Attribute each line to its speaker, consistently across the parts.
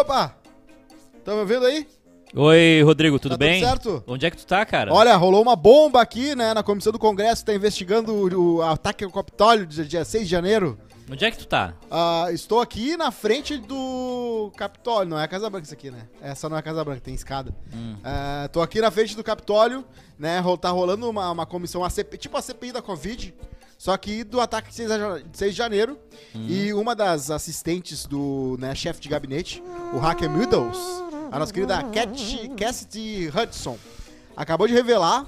Speaker 1: Opa! Tá me ouvindo aí?
Speaker 2: Oi, Rodrigo, tudo
Speaker 1: Tá tudo
Speaker 2: bem?
Speaker 1: certo?
Speaker 2: Onde é que tu tá, cara?
Speaker 1: Olha, rolou uma bomba aqui, né, na comissão do Congresso, que tá investigando o, o ataque ao Capitólio de dia 6 de janeiro.
Speaker 2: Onde é que tu tá?
Speaker 1: Ah, estou aqui na frente do Capitólio. Não é a Casa Branca isso aqui, né? Essa não é a Casa Branca, tem escada.
Speaker 2: Hum.
Speaker 1: Ah, tô aqui na frente do Capitólio, né? ro- Tá rolando uma, uma comissão, a CP tipo a CPI da Covid, só que do ataque de 6 de ja- de 6 de janeiro.
Speaker 2: Hum.
Speaker 1: E uma das assistentes do né, chefe de gabinete, o Hacker Meadows, a nossa querida Cat, Cassidy Hudson, acabou de revelar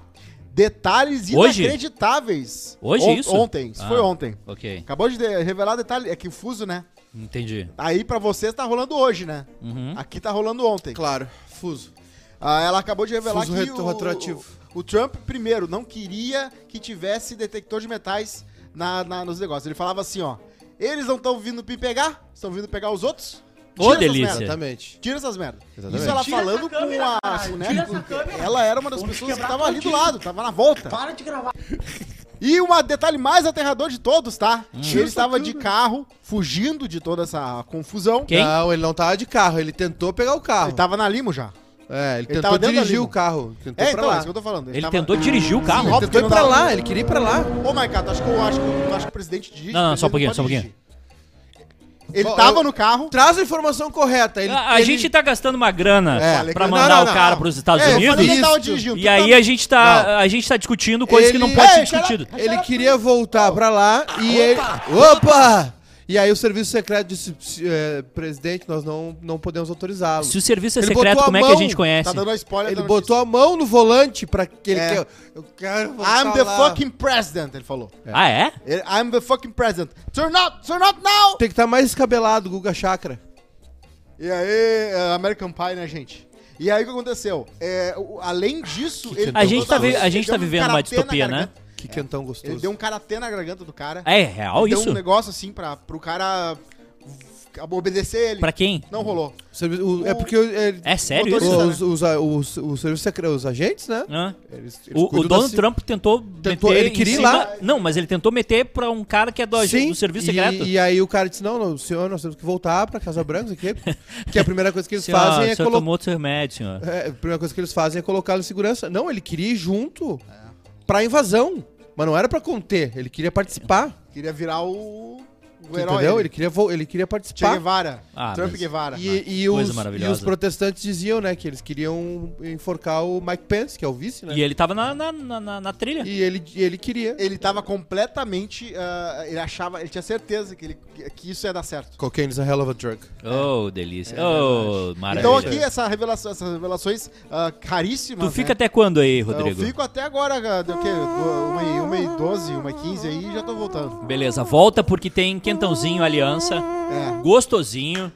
Speaker 1: detalhes
Speaker 2: Hoje?
Speaker 1: inacreditáveis.
Speaker 2: Hoje
Speaker 1: On-
Speaker 2: isso?
Speaker 1: Ontem, isso
Speaker 2: Ah.
Speaker 1: foi ontem.
Speaker 2: Ok,
Speaker 1: Acabou de de- revelar detalhe, é que o fuso, né?
Speaker 2: entendi.
Speaker 1: Aí pra vocês tá rolando hoje, né?
Speaker 2: Uhum.
Speaker 1: Aqui tá rolando ontem.
Speaker 3: Claro, fuso.
Speaker 1: Ah, ela acabou de revelar
Speaker 3: Fuso
Speaker 1: que
Speaker 3: retro-
Speaker 1: o,
Speaker 3: retroativo.
Speaker 1: o Trump, primeiro, não queria que tivesse detector de metais na, na- nos negócios. Ele falava assim, ó, eles não estão vindo me pegar, estão vindo pegar os outros. Tira
Speaker 2: Ô,
Speaker 1: essas
Speaker 2: delícia.
Speaker 1: merda. tá?
Speaker 3: Exatamente.
Speaker 1: Tira essas merdas.
Speaker 3: Exatamente.
Speaker 1: Isso ela
Speaker 4: Tira
Speaker 1: falando
Speaker 4: essa câmera,
Speaker 1: com a.
Speaker 4: caralho.
Speaker 1: né,
Speaker 4: Tira essa
Speaker 1: com-
Speaker 4: câmera.
Speaker 1: Ela era uma das
Speaker 4: Vamos
Speaker 1: pessoas que
Speaker 4: quebrar
Speaker 1: tava ali do
Speaker 4: tudinho.
Speaker 1: lado, tava na volta.
Speaker 4: Para de gravar.
Speaker 1: E um detalhe mais aterrador de todos, tá?
Speaker 2: Hum.
Speaker 1: Ele
Speaker 3: Tira essa
Speaker 1: estava de carro, fugindo de toda essa confusão.
Speaker 2: Quem?
Speaker 3: Não, ele não tava de carro, ele tentou pegar o carro.
Speaker 1: Ele tava na limo já.
Speaker 3: É, ele,
Speaker 1: tava
Speaker 3: tentou
Speaker 1: dentro da
Speaker 3: dirigir
Speaker 1: limo.
Speaker 3: o carro. Tentou
Speaker 1: É,
Speaker 3: pra
Speaker 1: então, é
Speaker 3: lá.
Speaker 1: isso que eu tô falando.
Speaker 2: Ele
Speaker 1: tava-
Speaker 2: tentou dirigir o carro?
Speaker 1: Óbvio que
Speaker 3: Ele tentou
Speaker 1: não
Speaker 3: ir pra
Speaker 1: dava.
Speaker 3: lá, ele queria ir pra lá.
Speaker 1: Ô, Maiká, tu acha que eu acho que, tu acha que o presidente dirige?
Speaker 2: Não, não, só um
Speaker 1: O presidente
Speaker 2: pouquinho,
Speaker 1: pode
Speaker 2: só um pouquinho.
Speaker 1: dirigir. Ele
Speaker 3: Bom,
Speaker 1: tava
Speaker 3: eu-
Speaker 1: no carro.
Speaker 3: Traz a informação correta. Ele,
Speaker 2: A, a
Speaker 3: ele-
Speaker 2: gente tá gastando uma grana
Speaker 3: É.
Speaker 2: pra
Speaker 3: Não,
Speaker 2: mandar
Speaker 3: não, não,
Speaker 2: o cara
Speaker 3: não.
Speaker 2: pros Estados
Speaker 3: É, eu
Speaker 2: Unidos
Speaker 3: falei-
Speaker 1: ele tava
Speaker 3: isso.
Speaker 1: dirigindo.
Speaker 2: e
Speaker 1: tu
Speaker 2: aí
Speaker 1: tava-
Speaker 2: a gente tá, a gente tá discutindo coisas que não
Speaker 3: Ele- é,
Speaker 2: pode ser
Speaker 1: Ei, cara-
Speaker 2: discutido.
Speaker 3: Ele queria voltar pra lá e ele. Opa! E aí o serviço secreto disse, "Ps- é, presidente, nós não, não podemos autorizá-lo.
Speaker 2: Se o serviço é
Speaker 3: Ele
Speaker 2: secreto,
Speaker 3: botou a
Speaker 2: como é que a
Speaker 3: mão,
Speaker 2: gente conhece?
Speaker 1: Tá dando a spoiler
Speaker 3: Ele
Speaker 1: da
Speaker 3: botou a mão no volante pra que ele
Speaker 1: É.
Speaker 3: quer. Eu quero voltar
Speaker 1: notícia. I'm the
Speaker 3: lá."
Speaker 1: fucking president, ele falou.
Speaker 2: Ah, é?
Speaker 1: Ele- I'm the fucking president. Turn out, turn out now!
Speaker 3: Tem que estar mais escabelado, Guga Chakra.
Speaker 1: E aí, é, American Pie, né, gente? E aí o que aconteceu? É, o- além disso, ele
Speaker 2: A
Speaker 1: deu
Speaker 2: gente
Speaker 1: toda
Speaker 2: tá, vi-
Speaker 1: luz,
Speaker 2: a gente
Speaker 1: ele
Speaker 2: tá
Speaker 1: deu um
Speaker 2: vivendo uma
Speaker 1: karatê na
Speaker 2: distopia, né?
Speaker 1: garganta.
Speaker 3: Que quentão gostoso.
Speaker 1: Ele deu um karatê na garganta do cara.
Speaker 2: É real
Speaker 1: ele
Speaker 2: isso?
Speaker 1: deu um negócio assim pra, pro cara v- obedecer ele.
Speaker 2: Pra quem?
Speaker 1: Não rolou.
Speaker 3: O servi- o- É porque ele-
Speaker 2: É sério
Speaker 1: Motorista.
Speaker 2: isso?
Speaker 3: os, os, os, os serviços secretos, os agentes, né?
Speaker 2: Hã?
Speaker 3: Eles, eles
Speaker 2: O, o
Speaker 3: cuidam da
Speaker 2: Donald
Speaker 3: ci-
Speaker 2: Trump tentou,
Speaker 3: Tentou-
Speaker 2: meter
Speaker 3: ele
Speaker 2: em
Speaker 3: queria ir
Speaker 2: cima-
Speaker 3: lá.
Speaker 2: Não, mas ele tentou meter pra um cara que é do,
Speaker 3: Sim,
Speaker 2: do serviço
Speaker 3: e-
Speaker 2: secreto.
Speaker 3: E, aí o cara disse: Não, não, senhor, nós temos que voltar pra Casa Branca, aqui, porque a primeira coisa que eles
Speaker 2: Senhor,
Speaker 3: fazem é
Speaker 2: o senhor
Speaker 3: colocar.
Speaker 2: tomou seu remédio, senhor.
Speaker 3: É, a primeira coisa que eles fazem é colocá-lo em segurança. Não, ele queria ir junto pra invasão. Mas não era pra conter, ele queria participar.
Speaker 1: Queria virar o, o herói.
Speaker 3: Entendeu? Ele
Speaker 1: Ele.
Speaker 3: queria, vo- ele queria
Speaker 1: Che
Speaker 3: participar.
Speaker 1: Guevara.
Speaker 2: Ah,
Speaker 1: Trump
Speaker 2: mas-
Speaker 1: Guevara. né?
Speaker 3: E, e
Speaker 2: Coisa
Speaker 3: os, e
Speaker 2: maravilhosa.
Speaker 3: os protestantes diziam, né, que eles queriam enforcar o Mike Pence, que é o vice, né?
Speaker 2: E ele tava na, na, na- na- na trilha.
Speaker 3: E ele, e ele queria.
Speaker 1: Ele tava completamente. ah, ele achava. Ele tinha certeza que, ele, que isso ia dar certo.
Speaker 3: Cocaine is a hell of a drug.
Speaker 2: Oh, delícia. oh, maravilha.
Speaker 1: É. Então aqui essa revelação, essas revelações ah, caríssimas.
Speaker 2: tu fica
Speaker 1: né?
Speaker 2: até quando aí,
Speaker 1: Eu
Speaker 2: Rodrigo?
Speaker 1: fico até agora, ah, do quê? Do- Uma, e- uma e 12, uma e 15 aí e já tô voltando.
Speaker 2: Beleza, volta porque tem quentãozinho, aliança,
Speaker 1: É.
Speaker 2: gostosinho,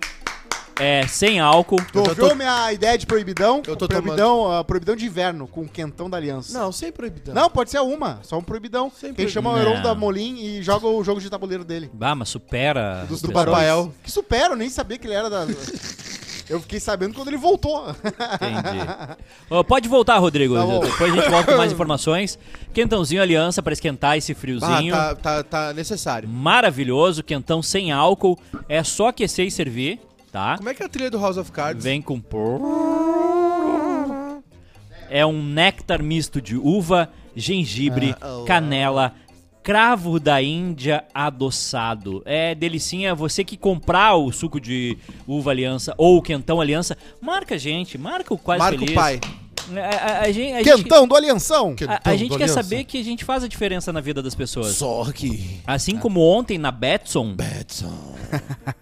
Speaker 2: é, sem álcool.
Speaker 1: Tu
Speaker 3: Eu já
Speaker 1: ouviu
Speaker 3: tô-
Speaker 1: minha ideia de proibidão?
Speaker 3: Eu tô
Speaker 1: proibidão, ah, proibidão de inverno, com quentão da aliança.
Speaker 3: Não, ah, sem proibidão.
Speaker 1: Não, pode ser uma, só um proibidão.
Speaker 3: Sem
Speaker 1: Quem
Speaker 3: proibidão.
Speaker 1: chama o
Speaker 2: Não.
Speaker 1: Heron da Molin e joga o jogo de tabuleiro dele.
Speaker 2: Ah, mas supera.
Speaker 1: Dos
Speaker 2: as
Speaker 3: do
Speaker 2: pessoas.
Speaker 3: Papael.
Speaker 1: Que supera, eu nem sabia que ele era da. Eu fiquei sabendo quando ele voltou.
Speaker 2: Entendi. Ô, pode voltar, Rodrigo.
Speaker 1: Tá bom.
Speaker 2: Depois a gente volta com mais informações. Quentãozinho, aliança pra esquentar esse
Speaker 3: Ah,
Speaker 2: friozinho.
Speaker 3: tá, tá, tá necessário.
Speaker 2: Maravilhoso, quentão sem álcool. É só aquecer e servir, tá?
Speaker 3: Como é que é a trilha do House of Cards?
Speaker 2: Vem com por. É um néctar misto de uva, gengibre,
Speaker 3: Ah, oh,
Speaker 2: canela, cravo da Índia adoçado. É delicinha. Você que comprar o suco de uva aliança ou o quentão aliança, marca a gente, marca o quase
Speaker 3: Marca
Speaker 2: feliz.
Speaker 3: o pai.
Speaker 2: A, a- a gen- a gente,
Speaker 1: Quentão do Alianção!
Speaker 2: a- a gente quer saber que a gente faz a diferença na vida das pessoas.
Speaker 3: Só Ah. aqui.
Speaker 2: Assim como ontem na Betson.
Speaker 3: Edson.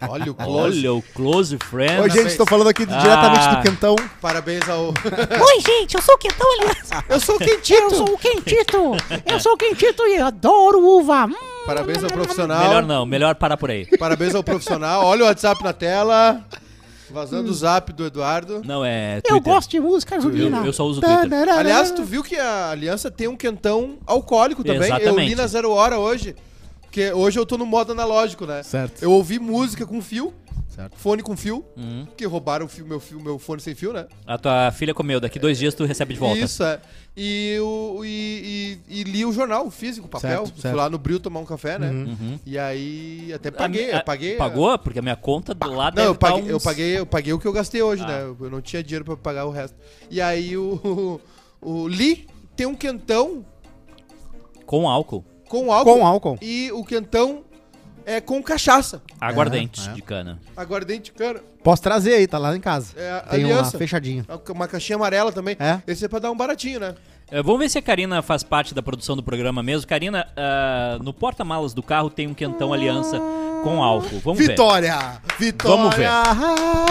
Speaker 3: Olha o close.
Speaker 2: Olha o Close Friend.
Speaker 1: Oi, gente,
Speaker 3: parabéns.
Speaker 1: estou falando aqui
Speaker 2: Ah.
Speaker 1: diretamente do Quentão.
Speaker 3: Parabéns ao.
Speaker 5: Oi, gente, eu sou o Tá Quentão Aliança.
Speaker 3: Eu sou o
Speaker 5: Eu
Speaker 3: Quintito.
Speaker 5: sou o Quentito. Eu sou o Quentito e adoro uva. Hum.
Speaker 3: Parabéns ao profissional.
Speaker 2: Melhor não, melhor parar por aí.
Speaker 3: Parabéns ao profissional. Olha o WhatsApp na tela. Vazando o zap do Eduardo.
Speaker 2: Não, é.
Speaker 5: Eu
Speaker 2: Twitter.
Speaker 5: gosto de música junina.
Speaker 2: Eu, eu só uso o Twitter.
Speaker 5: Tanarara.
Speaker 3: Aliás, tu viu que a aliança tem um quentão alcoólico também? Eu
Speaker 2: Exatamente.
Speaker 3: li na Zero Hora hoje. Porque hoje eu tô no modo analógico, né?
Speaker 1: Certo.
Speaker 3: Eu ouvi música com fio.
Speaker 2: Certo.
Speaker 3: Fone com fio,
Speaker 2: Hum.
Speaker 3: que roubaram o fio- meu, fio, meu fone sem fio, né?
Speaker 2: A tua filha comeu, daqui dois dias tu recebe de volta.
Speaker 3: Isso, é. E, o, e, e- e li o jornal o físico, o papel.
Speaker 1: Certo,
Speaker 3: Fui
Speaker 1: certo.
Speaker 3: lá no Bril tomar um café, né? E aí até paguei,
Speaker 2: Uhum. A mi-
Speaker 3: eu
Speaker 2: a-
Speaker 3: paguei. é.
Speaker 2: Pagou? Porque a minha conta do lado
Speaker 3: Não,
Speaker 2: deve
Speaker 3: eu paguei,
Speaker 2: tá uns-
Speaker 3: eu, paguei, eu paguei o que eu gastei hoje,
Speaker 2: Ah.
Speaker 3: né? Eu eu não tinha dinheiro pra pagar o resto. E aí o, o, Li tem um quentão
Speaker 2: Com álcool.
Speaker 3: com álcool.
Speaker 1: Com álcool.
Speaker 3: E o quentão é com cachaça.
Speaker 2: Aguardente
Speaker 1: é.
Speaker 2: de cana.
Speaker 3: Aguardente, cara.
Speaker 1: Posso trazer aí, tá lá em casa.
Speaker 3: É,
Speaker 1: Tem
Speaker 3: aliança.
Speaker 1: uma fechadinha.
Speaker 3: Uma caixinha amarela também.
Speaker 1: É?
Speaker 3: Esse é pra dar um baratinho, né?
Speaker 2: É, vamos ver se a Karina faz parte da produção do programa mesmo. Karina, ah, no porta-malas do carro tem um quentão aliança com álcool. Vamos ver.
Speaker 1: Vitória! Vitória!
Speaker 2: Vamos ver.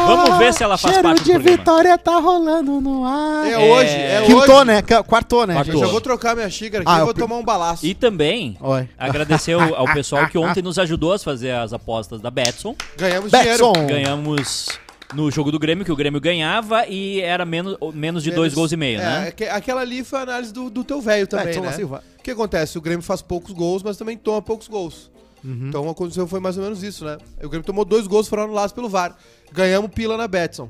Speaker 2: Vamos ver se ela faz
Speaker 1: Cheiro
Speaker 2: parte do
Speaker 1: de
Speaker 2: programa.
Speaker 1: vitória tá rolando no ar.
Speaker 3: É, hoje, é
Speaker 1: Quintou,
Speaker 3: hoje.
Speaker 1: Ah. né? Ca- Quartou, né?
Speaker 2: Quartou.
Speaker 3: Eu
Speaker 1: gente?
Speaker 3: já vou trocar minha xícara aqui
Speaker 1: Ah,
Speaker 3: e
Speaker 1: eu
Speaker 3: vou
Speaker 1: pe-
Speaker 3: tomar um balaço.
Speaker 2: E também
Speaker 1: Oi.
Speaker 2: agradecer ao, ao pessoal que ontem nos ajudou a fazer as apostas da Betson.
Speaker 3: Ganhamos
Speaker 1: Betson.
Speaker 3: dinheiro.
Speaker 2: Ganhamos no jogo do Grêmio, que o Grêmio ganhava e era menos, menos de dois
Speaker 3: Menos-
Speaker 2: gols e meio,
Speaker 3: é,
Speaker 2: né?
Speaker 3: aque- Aquela ali foi a análise do, do teu velho também,
Speaker 1: Betson
Speaker 3: né?
Speaker 1: da Silva.
Speaker 3: O que acontece? O Grêmio faz poucos gols, mas também toma poucos gols.
Speaker 1: Uhum.
Speaker 3: Então aconteceu foi mais ou menos isso, né? O Grêmio tomou dois gols, foram anulados pelo VAR. Ganhamos pila na Betson.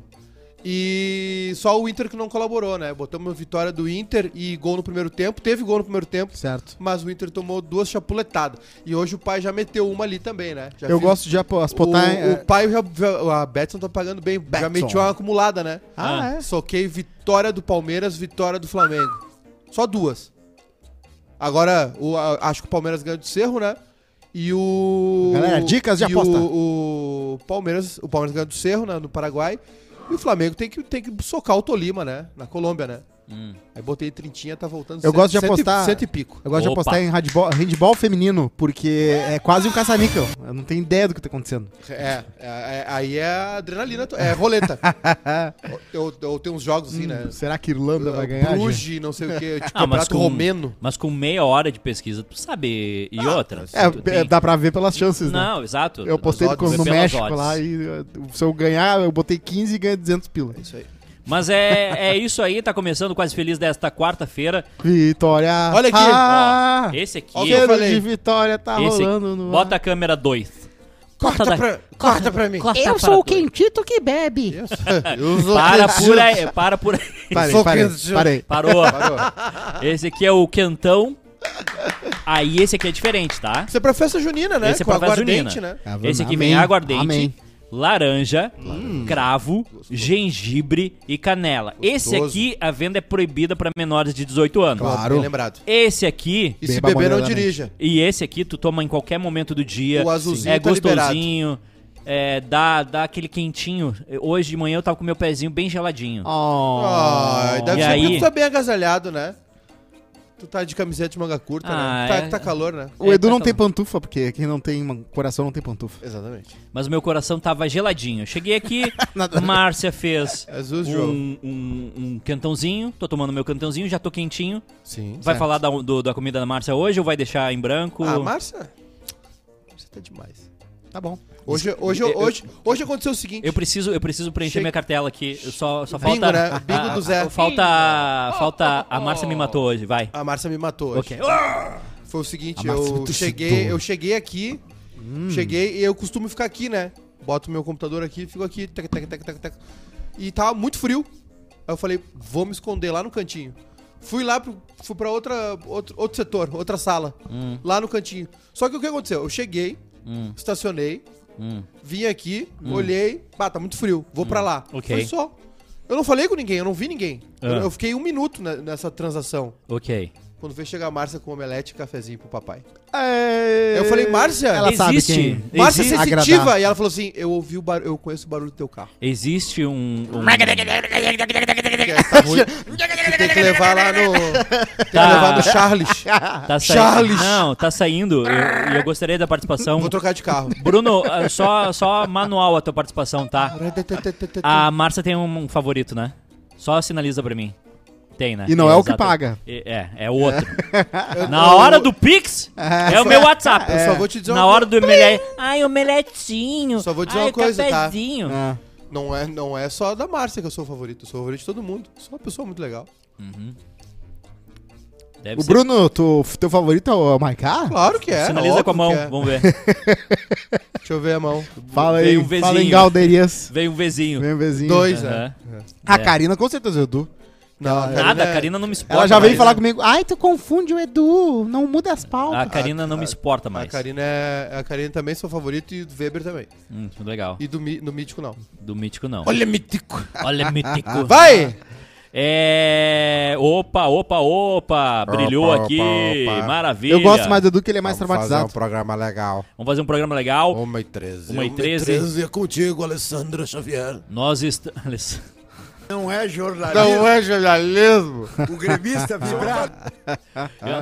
Speaker 3: E só o Inter que não colaborou, né? Botamos a vitória do Inter e gol no primeiro tempo. Teve gol no primeiro tempo,
Speaker 1: Certo.
Speaker 3: mas o Inter tomou duas chapuletadas. E hoje o pai já meteu uma ali também, né? Já
Speaker 1: Eu
Speaker 3: fiz-
Speaker 1: gosto de apo-
Speaker 3: o,
Speaker 1: apostar.
Speaker 3: o pai já, já- A Betson tá pagando bem. Já
Speaker 1: é. Betson.
Speaker 3: meteu uma acumulada, né?
Speaker 1: Ah, é?
Speaker 3: Soquei vitória do Palmeiras, vitória do Flamengo. Só duas. Agora, o- a- acho que o Palmeiras ganhou do Cerro, né? E o.
Speaker 1: Galera, dicas de
Speaker 3: e
Speaker 1: aposta.
Speaker 3: O, o Palmeiras, o Palmeiras ganhou do Cerro, né? No Paraguai. E o Flamengo tem que, tem que socar o Tolima, né? Na Colômbia, né?
Speaker 2: Hum.
Speaker 3: Aí botei trintinha, tá voltando.
Speaker 1: Eu gosto de
Speaker 3: cento e-
Speaker 1: apostar-
Speaker 3: Cento e pico.
Speaker 1: Eu gosto de
Speaker 2: Opa.
Speaker 1: apostar em handball, handball feminino, porque é quase um caça-níquel. Eu não tenho ideia do que tá acontecendo.
Speaker 3: É, é, é, aí é adrenalina, to- é roleta. eu, eu, eu tenho uns jogos assim, né?
Speaker 1: Será que Irlanda Hum, vai ganhar? gente?
Speaker 3: Bruges, não sei o que, tipo,
Speaker 2: Ah, mas
Speaker 3: campeonato
Speaker 2: com-
Speaker 3: romeno.
Speaker 2: Mas com meia hora de pesquisa, tu sabe. E outra. tu
Speaker 1: É, é,
Speaker 2: tem-
Speaker 1: dá pra ver pelas chances, né?
Speaker 2: Não, exato.
Speaker 1: Eu postei
Speaker 2: Nós
Speaker 1: com- no
Speaker 2: vamos ver pelas
Speaker 1: México
Speaker 2: odds.
Speaker 1: lá e uh, se eu ganhar, eu botei 15 e ganhei 200 pila.
Speaker 3: Isso aí.
Speaker 2: Mas é, é isso aí, tá começando quase feliz desta quarta-feira.
Speaker 1: Vitória!
Speaker 3: Olha aqui,
Speaker 2: Ó,
Speaker 1: Ah,
Speaker 2: esse aqui,
Speaker 3: Ó,
Speaker 2: esse
Speaker 3: eu
Speaker 1: cheiro
Speaker 3: falei.
Speaker 1: de vitória tá
Speaker 2: aqui,
Speaker 1: rolando no ar.
Speaker 2: bota a câmera 2.
Speaker 3: Corta,
Speaker 2: da-
Speaker 3: Tá pra, corta pra mim.
Speaker 5: Eu sou o Quentito que bebe.
Speaker 3: Isso. Eu sou
Speaker 2: Para
Speaker 3: quente.
Speaker 2: por aí, para por aí.
Speaker 1: Parei,
Speaker 3: Sou
Speaker 1: parei,
Speaker 3: quente.
Speaker 1: parei.
Speaker 2: Parou.
Speaker 3: Parou.
Speaker 2: Esse aqui é o quentão. Aí esse aqui é diferente, tá?
Speaker 3: Isso é pra festa junina, né?
Speaker 2: Esse é
Speaker 3: Com
Speaker 2: pra festa
Speaker 3: aguardente,
Speaker 2: junina.
Speaker 3: né?
Speaker 1: Ah,
Speaker 2: Esse aqui vem
Speaker 1: amém,
Speaker 2: aguardente,
Speaker 1: amém.
Speaker 2: laranja, cravo, gengibre e canela. Esse aqui a venda é proibida para menores de 18 anos.
Speaker 1: Claro.
Speaker 3: Bem lembrado.
Speaker 2: Esse aqui
Speaker 3: E se
Speaker 1: Beba né?
Speaker 3: beber, não
Speaker 1: moderadamente.
Speaker 3: dirija.
Speaker 2: e esse aqui tu toma em qualquer momento do dia.
Speaker 3: O azulzinho
Speaker 2: é
Speaker 3: tá
Speaker 2: gostosinho. É, dá, dá aquele quentinho. Hoje de manhã eu tava com meu pezinho bem geladinho.
Speaker 1: Oh.
Speaker 3: Ai, deve
Speaker 2: E
Speaker 3: ser
Speaker 2: aí?
Speaker 3: porque tu tá bem agasalhado, né? Tu tá de camiseta de manga curta,
Speaker 2: Ah,
Speaker 3: né? Tá,
Speaker 2: é.
Speaker 3: tá calor, né?
Speaker 1: O
Speaker 2: É,
Speaker 1: Edu
Speaker 2: tá
Speaker 1: não tem
Speaker 2: falando.
Speaker 1: pantufa, porque quem não tem man- coração não tem pantufa.
Speaker 3: Exatamente.
Speaker 2: Mas o meu coração tava geladinho. Eu Cheguei aqui, Márcia fez
Speaker 1: É
Speaker 3: Jesus, João.
Speaker 2: um, um, um quentãozinho. Tô tomando meu quentãozinho, já tô quentinho.
Speaker 3: Sim.
Speaker 2: Vai falar da, do- da comida da Márcia hoje ou vai deixar em branco?
Speaker 3: Ah, Márcia? Você tá demais.
Speaker 1: Tá bom.
Speaker 3: Hoje, hoje,
Speaker 2: Eu- eu-
Speaker 3: hoje, hoje aconteceu o seguinte.
Speaker 2: Eu preciso, eu preciso preencher
Speaker 3: Chega-
Speaker 2: minha cartela aqui. Eu só só
Speaker 3: Bingo,
Speaker 2: falta.
Speaker 3: né? Bingo
Speaker 2: a-
Speaker 3: do Zé.
Speaker 2: a- Falta. Falta. A Márcia me matou hoje, vai.
Speaker 3: A Márcia me matou hoje.
Speaker 2: Ok.
Speaker 3: Foi o seguinte,
Speaker 1: A Márcia
Speaker 3: eu
Speaker 1: muito
Speaker 3: cheguei,
Speaker 1: citou.
Speaker 3: eu cheguei aqui,
Speaker 2: Hum.
Speaker 3: cheguei e eu costumo ficar aqui, né? Boto meu computador aqui, fico aqui, tec, tec, tec, tec, tec. E tava muito frio. Aí eu falei, vou me esconder lá no cantinho. Fui lá, pro, fui pra outra, outro, outro setor, outra sala, lá no cantinho. Só que o que aconteceu? Eu cheguei,
Speaker 2: Hum.
Speaker 3: estacionei,
Speaker 2: Hum.
Speaker 3: vim aqui, olhei, bah, tá muito frio, vou pra lá.
Speaker 2: Ok.
Speaker 3: Foi só. Eu não falei com ninguém, eu não vi ninguém. Eu,
Speaker 2: Ah.
Speaker 3: eu fiquei um minuto ne- nessa transação.
Speaker 2: Ok.
Speaker 3: Quando veio chegar a Márcia com omelete e cafezinho pro papai.
Speaker 1: É...
Speaker 3: Eu falei, Márcia,
Speaker 1: Ela
Speaker 2: Existe.
Speaker 1: sabe quem.
Speaker 3: Márcia é
Speaker 2: Exi-
Speaker 3: sensitiva.
Speaker 1: agradar.
Speaker 3: E ela falou assim: Eu ouvi o barulho, eu conheço o barulho do teu carro.
Speaker 2: Existe um. um-
Speaker 3: Porque tá ruim. Tu tem que levar lá no. Tem que
Speaker 2: Tá.
Speaker 3: levar no Charles.
Speaker 2: tá saindo.
Speaker 3: Charles.
Speaker 2: Não, tá saindo. E eu, eu gostaria da participação.
Speaker 3: Vou trocar de carro.
Speaker 2: Bruno, ah, só, só manual a tua participação, tá? A Márcia tem um, um favorito, né? Só sinaliza pra mim. Tem, né?
Speaker 1: E não é o que
Speaker 2: Exato.
Speaker 1: paga.
Speaker 2: É, é o outro.
Speaker 3: Eu-
Speaker 2: Na
Speaker 3: eu-
Speaker 2: hora do Pix, é o meu WhatsApp.
Speaker 3: Eu só vou te dizer
Speaker 2: Na
Speaker 3: uma
Speaker 2: hora do omelete. Ai, omeletinho.
Speaker 3: Só vou dizer
Speaker 2: Ai,
Speaker 3: uma coisa, tá?
Speaker 2: cafezinho.
Speaker 1: Ah,
Speaker 3: Não é, não é só da Márcia que eu sou o favorito. Eu sou o favorito de todo mundo. Sou uma pessoa muito legal.
Speaker 2: Deve
Speaker 1: O Bruno, tu, teu favorito é o Maiká?
Speaker 3: Claro que é.
Speaker 2: Sinaliza
Speaker 3: óbvio
Speaker 2: com a mão,
Speaker 3: que é.
Speaker 2: vamos ver.
Speaker 3: Deixa eu ver a mão.
Speaker 1: Fala aí,
Speaker 2: Veio um
Speaker 1: fala em
Speaker 2: vizinho.
Speaker 1: Galderias.
Speaker 2: Veio um vizinho.
Speaker 1: Vem um vizinho.
Speaker 3: Dois,
Speaker 2: Aham.
Speaker 3: né?
Speaker 1: A
Speaker 2: É.
Speaker 1: Karina, com certeza, o Edu.
Speaker 3: Não, a
Speaker 2: Nada,
Speaker 3: é-
Speaker 2: a Karina não me exporta.
Speaker 1: Ela já veio
Speaker 2: mais. né?
Speaker 1: falar comigo, Ah, ai, tu confunde o Edu, não muda as pautas.
Speaker 2: A Karina não me exporta mais.
Speaker 3: A Karina, é, a Karina também é seu favorito e o Weber também.
Speaker 2: Hum, legal.
Speaker 3: E do, Mi- no Mítico, não.
Speaker 2: Do mítico, não.
Speaker 3: Olha, Mítico!
Speaker 2: Olha, mítico.
Speaker 3: Vai!
Speaker 2: É. Opa, opa, opa. Brilhou
Speaker 3: Opa,
Speaker 2: aqui.
Speaker 3: opa, opa.
Speaker 2: Maravilha.
Speaker 1: Eu gosto mais do Edu que ele é mais
Speaker 3: Fazer
Speaker 1: traumatizado.
Speaker 3: um programa legal.
Speaker 2: Vamos fazer um programa legal.
Speaker 3: 1 e 13.
Speaker 2: Uma e treze.
Speaker 4: é contigo, Alessandra Xavier.
Speaker 2: Nós estamos.
Speaker 4: Não é jornalismo.
Speaker 3: Não é jornalismo.
Speaker 4: O gremista vibrar.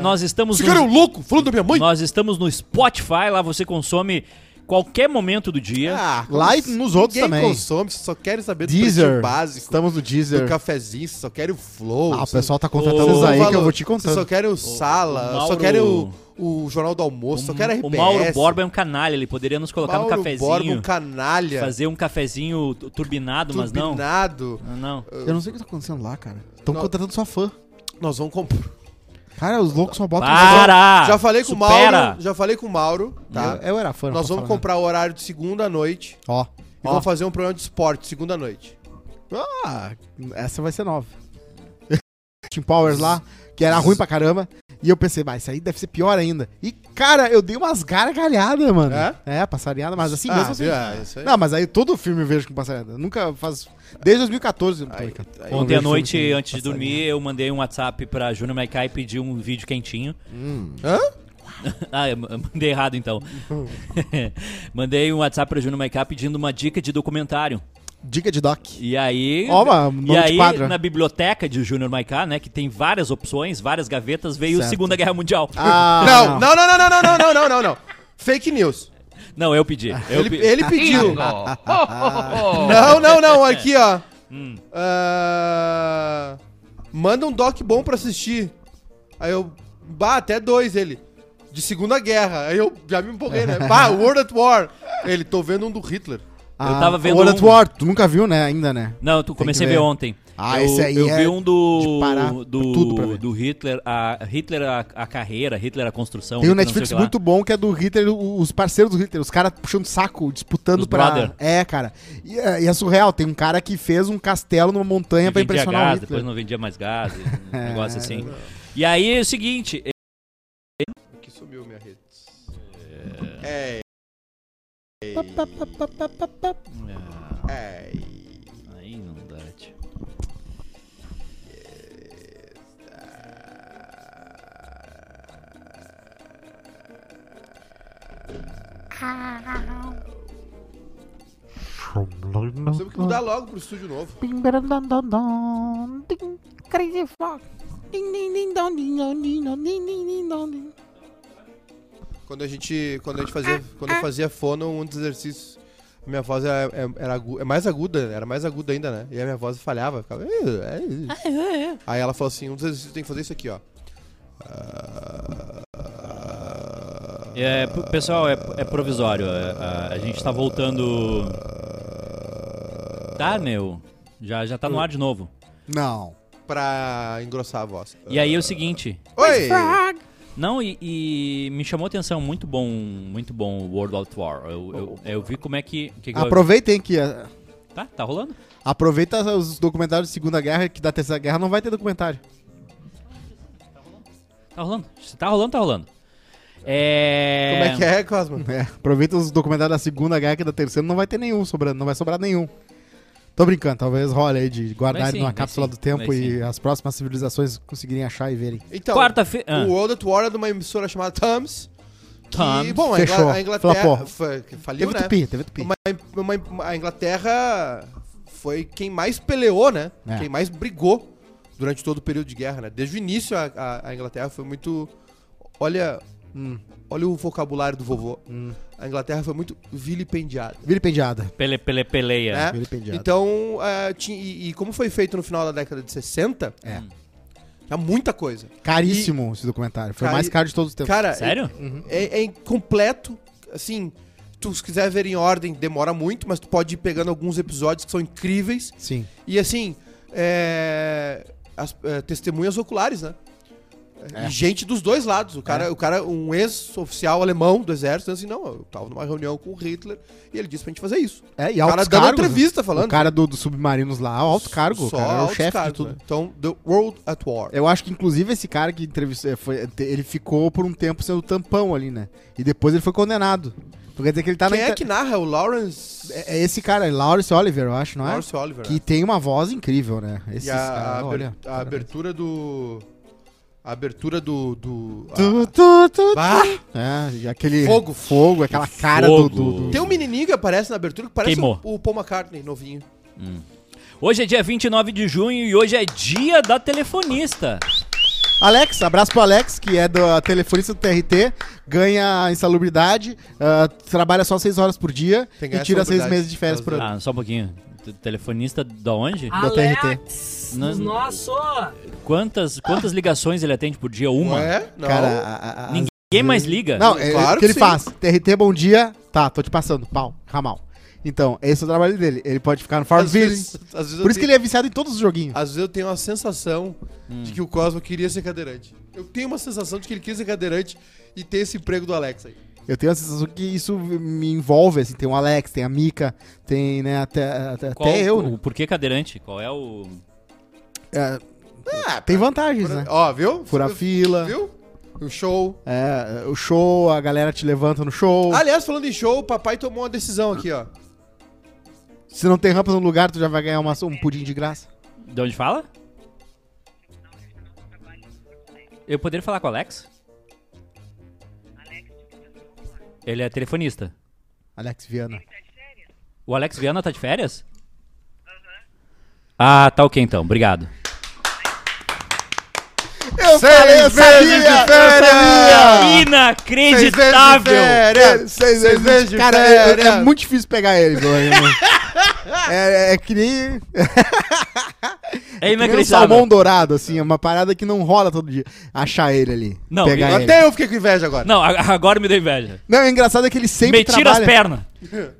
Speaker 2: Nós estamos.
Speaker 3: Esse
Speaker 2: no-
Speaker 3: cara é um louco, falando da minha mãe.
Speaker 2: Nós estamos no Spotify, lá você consome qualquer momento do dia.
Speaker 3: Ah,
Speaker 1: Lá e nos outros
Speaker 3: ninguém
Speaker 1: também.
Speaker 3: consome, vocês só querem saber do
Speaker 1: Deezer.
Speaker 3: preço básico,
Speaker 1: Estamos no
Speaker 3: do
Speaker 1: Deezer.
Speaker 3: cafezinho, vocês só querem o flow.
Speaker 1: Ah, o
Speaker 3: vocês-
Speaker 1: pessoal tá
Speaker 2: Ô,
Speaker 1: contratando
Speaker 3: vocês
Speaker 1: isso
Speaker 3: só
Speaker 1: aí que eu
Speaker 3: falam-
Speaker 1: vou te
Speaker 3: Vocês só
Speaker 1: contando.
Speaker 3: querem o sala,
Speaker 2: o
Speaker 3: só
Speaker 2: Mauro-
Speaker 3: querem o, o Jornal do Almoço, só querem
Speaker 2: o
Speaker 3: RBS.
Speaker 2: Mauro Borba é um canalha, ele poderia nos colocar
Speaker 3: Mauro
Speaker 2: um cafezinho.
Speaker 3: Borba, um canalha,
Speaker 2: Fazer um cafezinho tu- turbinado, mas não.
Speaker 3: turbinado.
Speaker 2: Ah, Não.
Speaker 1: Eu não sei o que tá acontecendo lá, cara. Estão
Speaker 3: Não.
Speaker 1: contratando sua fã.
Speaker 3: Nós vamos comprar.
Speaker 1: Cara, os loucos só botam...
Speaker 2: Para!
Speaker 3: já falei com o
Speaker 2: Ah, Supera!
Speaker 3: Mauro, né? já falei com o Mauro, tá?
Speaker 1: Eu, eu era fã. não
Speaker 3: Nós
Speaker 1: posso
Speaker 3: vamos
Speaker 1: falar
Speaker 3: comprar o horário de segunda à noite
Speaker 1: nada. Ó.
Speaker 3: e
Speaker 1: Ó.
Speaker 3: vamos fazer um programa de esporte segunda à noite.
Speaker 1: Ah, essa vai ser nova. Team Powers lá, que era ruim pra caramba. E eu pensei, mas isso aí deve ser pior ainda. E, cara, eu dei umas gargalhadas, mano.
Speaker 3: É?
Speaker 1: É, passarinhada, mas assim
Speaker 3: Ah,
Speaker 1: mesmo assim.
Speaker 3: é, isso aí.
Speaker 1: Não, mas aí todo filme eu vejo com passarinhada. Nunca faz. Desde 2014. eu não tô brincando. Eu
Speaker 2: Ontem à
Speaker 1: vejo filme
Speaker 2: noite,
Speaker 1: com
Speaker 2: antes de
Speaker 1: passarinhada.
Speaker 2: dormir, eu mandei um WhatsApp pra Júnior Maikai e pedi um vídeo quentinho.
Speaker 3: Hã?
Speaker 2: Ah, eu eu mandei errado então. mandei um WhatsApp pra Júnior Maikai pedindo uma dica de documentário.
Speaker 1: Dica de Doc.
Speaker 2: E aí.
Speaker 1: Ó, uma- nome
Speaker 2: e
Speaker 1: de
Speaker 2: aí,
Speaker 1: quadra.
Speaker 2: na biblioteca de Júnior Maiká, né? Que tem várias opções, várias gavetas, veio
Speaker 1: Certo.
Speaker 2: Segunda Guerra Mundial.
Speaker 1: Ah,
Speaker 3: Não, não, não, não, não, não, não, não, não, não. Fake news.
Speaker 2: Não, eu pedi. Eu
Speaker 3: ele,
Speaker 2: pe-
Speaker 3: ele pediu. Não, não, não. Aqui, ó. Ah, manda um doc bom pra assistir. Aí eu. Bah, até dois ele. De Segunda Guerra. Aí eu já me empolguei, né? Bah, World at War. Ele, tô vendo um do Hitler.
Speaker 1: Ah,
Speaker 2: tava vendo
Speaker 1: World at
Speaker 2: um-
Speaker 1: War, tu nunca viu, né? Ainda, né?
Speaker 2: Não, tu comecei a ver
Speaker 1: ver.
Speaker 2: ontem.
Speaker 1: Ah,
Speaker 2: eu,
Speaker 1: esse aí
Speaker 2: Eu
Speaker 1: é
Speaker 2: vi um do.
Speaker 1: de parar
Speaker 2: do,
Speaker 1: tudo pra ver.
Speaker 2: do Hitler, a Hitler a, a carreira, Hitler a construção.
Speaker 1: Tem um
Speaker 2: Hitler não
Speaker 1: Netflix
Speaker 2: sei o que lá.
Speaker 1: muito bom que é do Hitler, o- os parceiros do Hitler, os caras puxando saco, disputando
Speaker 2: Os
Speaker 1: pra.
Speaker 2: brother.
Speaker 1: É, cara. E é, e é surreal, tem um cara que fez um castelo numa montanha pra
Speaker 2: vendia
Speaker 1: impressionar
Speaker 2: gás,
Speaker 1: o Hitler.
Speaker 2: depois não vendia mais gás, um negócio assim. E aí é o seguinte,
Speaker 3: Aqui sumiu minha rede. É. É.
Speaker 2: Aí não dá, tio.
Speaker 3: Nós temos que mudar logo pro estúdio novo.
Speaker 5: Bim, brum, dum, dum, dum. Ding, Crazy Fox. Ding, ding, ding, dong, ding, dong, ding, dong, ding, ding, ding, dong, ding.
Speaker 3: Quando a gente. Quando a gente fazia. Quando eu fazia fono, um dos exercícios. a Minha voz era, era, agu- é mais aguda, era mais aguda ainda, né? E a minha voz falhava, ficava. é Aí ela falou assim: um dos exercícios tem que fazer isso aqui, ó.
Speaker 2: É, p- pessoal, é, é provisório. é, a, a gente tá voltando. Tá, meu. Já, já tá no ar de novo.
Speaker 1: Não.
Speaker 3: Pra engrossar a voz.
Speaker 2: E aí é o seguinte.
Speaker 3: Oi!
Speaker 2: É.
Speaker 5: Frog.
Speaker 2: Não, e, e me chamou atenção, muito bom, muito bom World Out War. Eu, eu, eu vi como é que. que que eu-
Speaker 1: Aproveitem que. é,
Speaker 2: Tá, tá rolando?
Speaker 1: Aproveita os documentários de Segunda Guerra, que da Terceira Guerra não vai ter documentário.
Speaker 2: Tá rolando. Se tá rolando, tá rolando. É.
Speaker 3: Como é que é, Cosmo?
Speaker 1: É, aproveita os documentários da Segunda Guerra, que da Terceira não vai ter nenhum sobrando, não vai sobrar nenhum. Tô brincando, talvez role aí de guardar
Speaker 2: Vai
Speaker 1: ele
Speaker 2: sim,
Speaker 1: numa
Speaker 2: vai
Speaker 1: cápsula
Speaker 2: sim,
Speaker 1: do tempo
Speaker 2: vai
Speaker 1: e
Speaker 2: sim.
Speaker 1: as próximas civilizações conseguirem achar e verem.
Speaker 3: Então,
Speaker 2: Quarta-feira.
Speaker 3: o
Speaker 2: Ah,
Speaker 3: World at War é de uma emissora chamada Thames.
Speaker 2: Thames.
Speaker 3: E, bom, a Ingla-
Speaker 1: Fechou.
Speaker 3: a Inglaterra.
Speaker 1: Flapou.
Speaker 3: fa- que Faliu,
Speaker 1: Teve
Speaker 3: né?
Speaker 1: tupi, teve tupi.
Speaker 3: Uma- uma- a Inglaterra foi quem mais peleou, né?
Speaker 1: É.
Speaker 3: Quem mais brigou durante todo o período de guerra, né? Desde o início, a, a- a Inglaterra foi muito. Olha.
Speaker 1: Hum.
Speaker 3: Olha o vocabulário do vovô. A Inglaterra foi muito vilipendiada.
Speaker 1: Vilipendiada.
Speaker 2: Ah, pele, pele, peleia.
Speaker 3: né?
Speaker 1: Vilipendiada.
Speaker 3: Então, eh, ti- e, e como foi feito no final da década de 60,
Speaker 1: É.
Speaker 3: tinha muita coisa.
Speaker 1: Caríssimo esse documentário. Foi o
Speaker 3: Cari-
Speaker 1: mais caro de todos os tempos.
Speaker 3: Cara,
Speaker 2: Sério?
Speaker 3: é, é incompleto, assim. Tu, se quiser ver em ordem, demora muito, mas tu pode ir pegando alguns episódios que são incríveis.
Speaker 1: Sim.
Speaker 3: E assim, é, as é, testemunhas oculares, né? E gente dos dois lados. O
Speaker 1: É.
Speaker 3: cara, o cara um ex-oficial alemão do exército, disse assim, não, eu tava numa reunião com o Hitler e ele disse pra gente fazer isso.
Speaker 1: É, e
Speaker 3: O
Speaker 1: altos
Speaker 3: cara dando
Speaker 1: cargos,
Speaker 3: entrevista
Speaker 1: né?
Speaker 3: falando.
Speaker 1: O cara do, dos submarinos lá, alto cargo. o cara era o
Speaker 3: altos
Speaker 1: chefe de
Speaker 3: cargos,
Speaker 1: tudo.
Speaker 3: né? Então, The World at War.
Speaker 1: Eu acho que, inclusive, esse cara que entrevistou, eh, foi- te- ele ficou por um tempo sendo tampão ali, né? E depois ele foi condenado. Então quer dizer que ele tá
Speaker 3: Quem
Speaker 1: na...
Speaker 3: é
Speaker 1: inter-
Speaker 3: que narra? O Lawrence...
Speaker 1: É é esse cara, é Lawrence Oliver, eu acho, não é?
Speaker 3: Lawrence Oliver.
Speaker 1: Que
Speaker 3: né?
Speaker 1: tem uma voz incrível, né? Esses
Speaker 3: E a, a
Speaker 1: caras,
Speaker 3: aber- Ah.
Speaker 1: olha.
Speaker 3: a abertura do... A abertura do... do Ah, a-
Speaker 1: Tu, tu, tu, tu.
Speaker 3: Bah!
Speaker 1: É, e aquele...
Speaker 3: Fogo.
Speaker 1: Fogo, aquela cara
Speaker 2: Fogo.
Speaker 1: do... do- do-
Speaker 3: Tem um menininho que aparece na abertura que parece
Speaker 2: Queimou.
Speaker 3: o, o Paul McCartney, novinho.
Speaker 2: Hoje é dia 29 de junho e hoje é dia da telefonista.
Speaker 1: Alex, abraço pro Alex, que é da telefonista do TRT, ganha insalubridade, ah, trabalha só seis horas por dia
Speaker 3: Tem que
Speaker 1: e
Speaker 3: ganhar
Speaker 1: tira seis
Speaker 3: insalubridade.
Speaker 1: meses de férias por ano.
Speaker 2: Ah, só um pouquinho. T- Telefonista da onde?
Speaker 1: Da TRT.
Speaker 2: Não-
Speaker 6: Nosso!
Speaker 2: Quantas, quantas ligações ele atende por dia? Uma?
Speaker 3: É? Não.
Speaker 1: Cara, a- a- a-
Speaker 2: Ninguém mais liga?
Speaker 1: Não, é
Speaker 3: Claro
Speaker 1: o que
Speaker 3: que
Speaker 1: ele
Speaker 3: sim.
Speaker 1: faz. TRT, bom dia. Tá, tô te passando. Pau, ramal. Então, esse é o trabalho dele. Ele pode ficar no
Speaker 3: às
Speaker 1: Farmville.
Speaker 3: vezes, às vezes
Speaker 1: Por
Speaker 3: eu
Speaker 1: isso que ele é Hum. viciado em todos os joguinhos.
Speaker 3: Às vezes eu tenho a sensação de que o Cosmo queria ser cadeirante. Eu tenho uma sensação de que ele queria ser cadeirante e ter esse emprego do Alex aí.
Speaker 1: Eu tenho a sensação que isso me envolve, assim. Tem o Alex, tem a Mika, tem, né, até, até,
Speaker 2: Qual-
Speaker 1: até eu. né?
Speaker 2: O, por que cadeirante? Qual é o.
Speaker 1: É, tem vantagens, né?
Speaker 3: Ó, viu?
Speaker 1: Furar fila,
Speaker 3: Viu? O show.
Speaker 1: é, o show, a galera te levanta no show.
Speaker 3: Aliás, falando em show, o papai tomou uma decisão aqui, ó.
Speaker 1: Se não tem rampa no lugar, tu já vai ganhar uma, um pudim de graça.
Speaker 2: De onde fala? Eu poderia falar com o Alex? Ele é telefonista.
Speaker 1: Alex Viana.
Speaker 2: O Alex Viana tá de férias? Ah, tá ok então, obrigado.
Speaker 1: Eu falei, eu sabia, eu sabia!
Speaker 2: Inacreditável!
Speaker 1: Férias,
Speaker 3: seis
Speaker 1: Vocês
Speaker 3: vezes
Speaker 1: veem,
Speaker 3: de
Speaker 1: cara, é,
Speaker 3: férias.
Speaker 1: é muito difícil pegar ele, meu irmão. É, é que nem,
Speaker 2: É
Speaker 1: que nem um
Speaker 2: inacreditável.
Speaker 1: salmão dourado, assim, é uma parada que não rola todo dia. Achar ele ali.
Speaker 2: Não,
Speaker 1: pegar
Speaker 2: e-
Speaker 1: ele.
Speaker 3: Até eu fiquei com inveja agora.
Speaker 2: Não, a- agora me deu inveja.
Speaker 1: Não, o engraçado é que ele sempre
Speaker 2: Me tira as
Speaker 1: trabalha.
Speaker 2: pernas.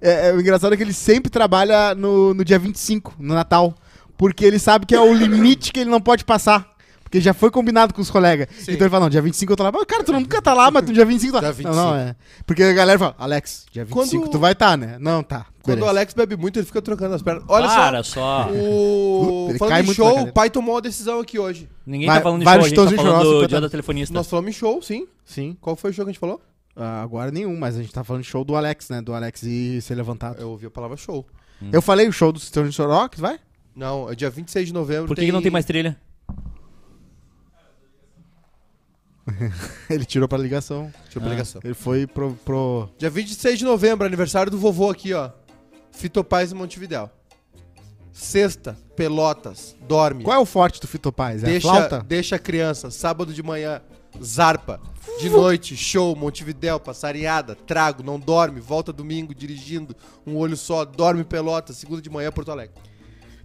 Speaker 1: É, é, o engraçado é que ele sempre trabalha no, no dia 25, no Natal. Porque ele sabe que é o limite que ele não pode passar. Porque já foi combinado com os colegas. Então ele fala, não, dia 25 eu tô lá. Mas, cara, tu nunca tá lá, mas no dia 25 tu tá.
Speaker 3: Dia
Speaker 1: Não, não, é. Porque a galera fala, Alex, dia 25
Speaker 3: Quando-
Speaker 1: tu vai estar, tá, né? Não, tá.
Speaker 3: Quando o
Speaker 1: beleza.
Speaker 3: Alex bebe muito, ele fica trocando as pernas. Olha
Speaker 2: Para
Speaker 3: só.
Speaker 2: só.
Speaker 3: O...
Speaker 1: Ele cai
Speaker 3: Falando em
Speaker 1: muito na
Speaker 3: show,
Speaker 1: cadeira.
Speaker 3: o pai tomou uma decisão aqui hoje.
Speaker 2: Ninguém
Speaker 1: Vai-
Speaker 2: tá falando de show, a
Speaker 1: vários
Speaker 2: gente tá
Speaker 1: tons de
Speaker 2: falando
Speaker 1: choró,
Speaker 2: do
Speaker 1: 50.
Speaker 2: dia da telefonista.
Speaker 3: Nós falamos em show, sim.
Speaker 1: Sim.
Speaker 3: Qual foi o show que a gente falou?
Speaker 1: Ah, agora nenhum, mas a gente tá falando de show do Alex, né? Do Alex e ser levantado.
Speaker 3: Eu ouvi a palavra show.
Speaker 1: Eu falei o show do Stone Sorox, vai?
Speaker 3: Não, é dia 26 de novembro.
Speaker 2: Por que, que não tem mais trilha?
Speaker 1: Ele tirou pra ligação.
Speaker 3: Deixa eu pra ligação.
Speaker 1: Ele foi pro. pro...
Speaker 3: Ah. Dia 26 de novembro, aniversário do vovô aqui, ó. Fito Paz e Montevidéu. Sexta, Pelotas, dorme.
Speaker 1: Qual é o forte do Fito Paz? É a
Speaker 3: deixa,
Speaker 1: flauta?
Speaker 3: deixa a criança, sábado de manhã, zarpa. De noite, show, Montevidéu, passarinhada, trago, não dorme, volta domingo dirigindo, um olho só, dorme Pelotas, segunda de manhã, Porto Alegre.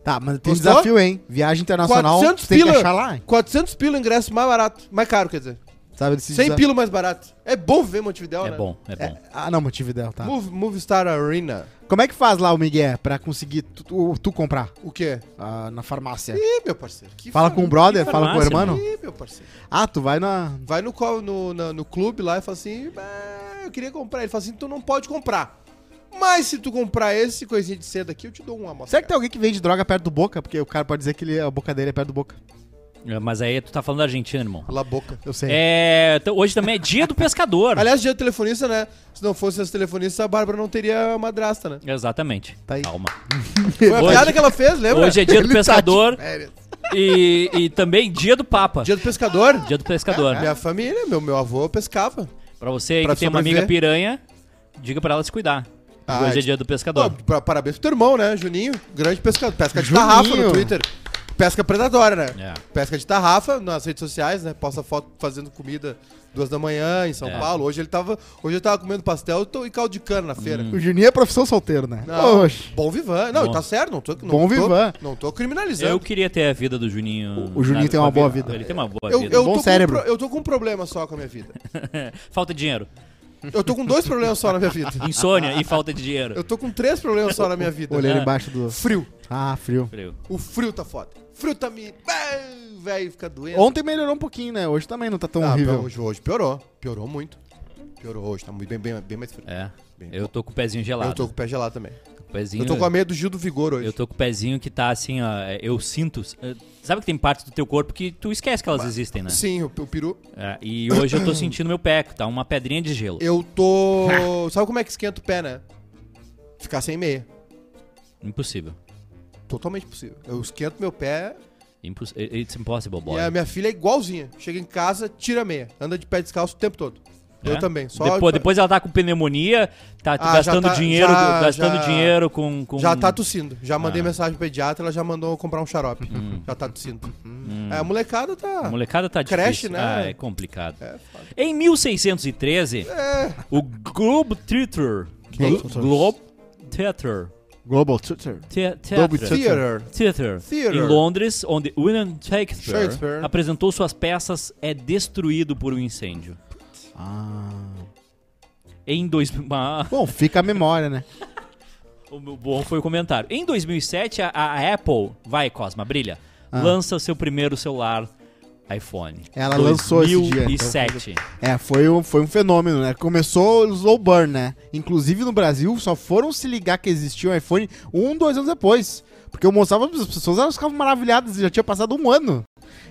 Speaker 1: Tá, mas tem
Speaker 3: Gostou?
Speaker 1: desafio, hein? Viagem internacional,
Speaker 3: 400
Speaker 1: tem
Speaker 3: pila.
Speaker 1: que achar lá, hein?
Speaker 3: 400 pila, ingresso mais barato, mais caro, quer dizer.
Speaker 1: Sabe desse
Speaker 3: 100
Speaker 1: desafio?
Speaker 3: pila mais barato. É bom ver Montevidéu,
Speaker 2: É
Speaker 3: né?
Speaker 2: bom, é bom.
Speaker 1: Ah, não, Montevidéu, tá.
Speaker 3: Move, Movistar Arena.
Speaker 1: Como é que faz lá o Miguel pra conseguir tu, tu- tu comprar
Speaker 3: O quê?
Speaker 1: ah, na farmácia?
Speaker 3: Ih, meu parceiro. que
Speaker 1: Fala
Speaker 3: fa-
Speaker 1: com o brother,
Speaker 2: que
Speaker 1: fala com o
Speaker 2: farmácia,
Speaker 1: irmão.
Speaker 3: Ih, meu parceiro.
Speaker 1: Ah, tu vai na.
Speaker 3: Vai no, co- no, na- no clube lá e fala assim: "Ah, eu queria comprar. Ele fala assim: tu não pode comprar. Mas se tu comprar esse coisinha de seda aqui, eu te dou uma amostra.
Speaker 1: Será que tá- tem alguém que vende droga perto do boca? Porque o cara pode dizer que ele- a boca dele é perto do boca.
Speaker 2: É, Mas aí tu tá falando da Argentina, irmão.
Speaker 3: Cala a boca.
Speaker 1: Eu sei.
Speaker 2: É, então hoje também é dia do pescador.
Speaker 3: Aliás, dia do telefonista, né? Se não fosse as telefonistas, a Bárbara não teria madrasta, né?
Speaker 2: Exatamente.
Speaker 1: Tá aí.
Speaker 2: Calma.
Speaker 3: Foi a
Speaker 2: Hoje-
Speaker 3: piada que ela fez, lembra?
Speaker 2: Hoje é dia do
Speaker 1: Ele tá de
Speaker 2: pescador e, e também dia do Papa.
Speaker 3: Dia do pescador.
Speaker 2: Dia do pescador.
Speaker 3: Minha família, meu, meu avô pescava.
Speaker 2: Pra você aí
Speaker 3: Pra
Speaker 2: que tem uma amiga
Speaker 3: sobreviver.
Speaker 2: piranha, diga pra ela se cuidar.
Speaker 3: Ah,
Speaker 2: hoje é
Speaker 3: isso-
Speaker 2: dia do pescador.
Speaker 3: Pô, pra- parabéns pro teu irmão, né, Juninho? Grande pescador. Pesca de
Speaker 1: Juninho.
Speaker 3: tarrafa no Twitter. Pesca predatória, né?
Speaker 2: É.
Speaker 3: Pesca de tarrafa nas redes sociais, né? Posta foto fazendo comida duas da manhã em São
Speaker 2: É.
Speaker 3: Paulo. Hoje ele tava, hoje eu tava comendo pastel tô- e caldo de cana na feira.
Speaker 1: O Juninho é profissão solteiro, né?
Speaker 3: Não,
Speaker 1: Oxe.
Speaker 3: Bom vivan. Não,
Speaker 2: Bom.
Speaker 3: tá certo. Não tô, não
Speaker 1: Bom
Speaker 3: tô-
Speaker 1: vivan.
Speaker 3: Não tô
Speaker 2: Eu
Speaker 3: criminalizando.
Speaker 2: queria ter a vida do Juninho.
Speaker 1: O- o Juninho
Speaker 2: na-
Speaker 1: tem
Speaker 2: com
Speaker 1: uma
Speaker 2: a
Speaker 1: boa vida.
Speaker 2: Ele tem uma boa
Speaker 3: Eu,
Speaker 2: vida.
Speaker 3: eu
Speaker 1: Bom
Speaker 3: tô com um
Speaker 1: cérebro.
Speaker 3: pro- eu tô com um problema só com a minha vida.
Speaker 2: Falta de dinheiro.
Speaker 3: Eu tô com dois problemas só na minha vida.
Speaker 2: Insônia e falta de dinheiro.
Speaker 3: Eu tô com três problemas só na
Speaker 1: É.
Speaker 3: minha vida.
Speaker 1: Olheiro embaixo do.
Speaker 3: Frio.
Speaker 1: Ah, frio.
Speaker 2: Frio.
Speaker 3: O frio tá foda. O frio tá me. velho, fica doendo.
Speaker 1: Ontem melhorou um pouquinho, né? Hoje também não tá tão
Speaker 3: Ah,
Speaker 1: horrível.
Speaker 3: hoje, hoje piorou. Piorou muito. Piorou hoje, tá muito bem, bem, bem mais frio.
Speaker 2: É.
Speaker 3: Bem
Speaker 2: Eu tô com o pezinho gelado.
Speaker 3: Eu tô com o pé gelado também.
Speaker 2: o pezinho.
Speaker 3: Eu tô com a meia do Gil do Vigor hoje.
Speaker 2: Eu tô com o pezinho que tá assim, ó. Eu sinto. eh, Sabe que tem partes do teu corpo que tu esquece que elas existem, né?
Speaker 3: Sim, o, o peru.
Speaker 2: É, e hoje eu tô sentindo meu pé, que tá uma pedrinha de gelo.
Speaker 3: Eu tô. Sabe como é que esquenta o pé, né? Ficar sem meia.
Speaker 2: Impossível.
Speaker 3: Totalmente possível. Eu esquento meu pé
Speaker 2: Imposs... It's impossible, boy.
Speaker 3: e a minha filha é igualzinha. Chega em casa, tira a meia. Anda de pé descalço o tempo todo.
Speaker 2: É?
Speaker 3: Eu também. Só
Speaker 2: Depois, depois ela tá com pneumonia, tá
Speaker 3: Ah, já
Speaker 2: gastando
Speaker 3: tá-
Speaker 2: dinheiro,
Speaker 3: já-
Speaker 2: gastando
Speaker 3: já-
Speaker 2: dinheiro com, Ah. com-
Speaker 3: Já tá tossindo. Já mandei mensagem pro pediatra, ela já mandou eu comprar um xarope. Já tá tossindo. É, a molecada tá.
Speaker 2: Hum. A hum. molecada tá
Speaker 3: Creche,
Speaker 2: difícil.
Speaker 3: né?
Speaker 2: Ah, é complicado.
Speaker 3: É, foda. É.
Speaker 2: Em 1613, o Globe Theater,
Speaker 1: Quem?
Speaker 2: Globe Theater,
Speaker 1: Global Twitter.
Speaker 2: Thea-
Speaker 1: Globe
Speaker 2: Theatre.
Speaker 3: Theater.
Speaker 2: Theatre, tá
Speaker 3: Theatre.
Speaker 2: em Londres, onde William Shakespeare,
Speaker 3: Shakespeare.
Speaker 2: apresentou suas peças, é destruído por um incêndio. Em dois... Ah,
Speaker 1: Ah. Bom, fica a memória, né?
Speaker 2: o meu bom foi o comentário. Em 2007, a, a Apple, vai Cosma, brilha,
Speaker 1: Ah.
Speaker 2: lança seu primeiro celular iPhone.
Speaker 1: Ela lançou esse dia, então.
Speaker 2: 2007.
Speaker 1: É, foi um, foi um fenômeno, né? Começou o slow burn, né? Inclusive no Brasil, só foram se ligar que existia um iPhone um, dois anos depois. Porque eu mostrava as pessoas, elas ficavam maravilhadas, já tinha passado um ano.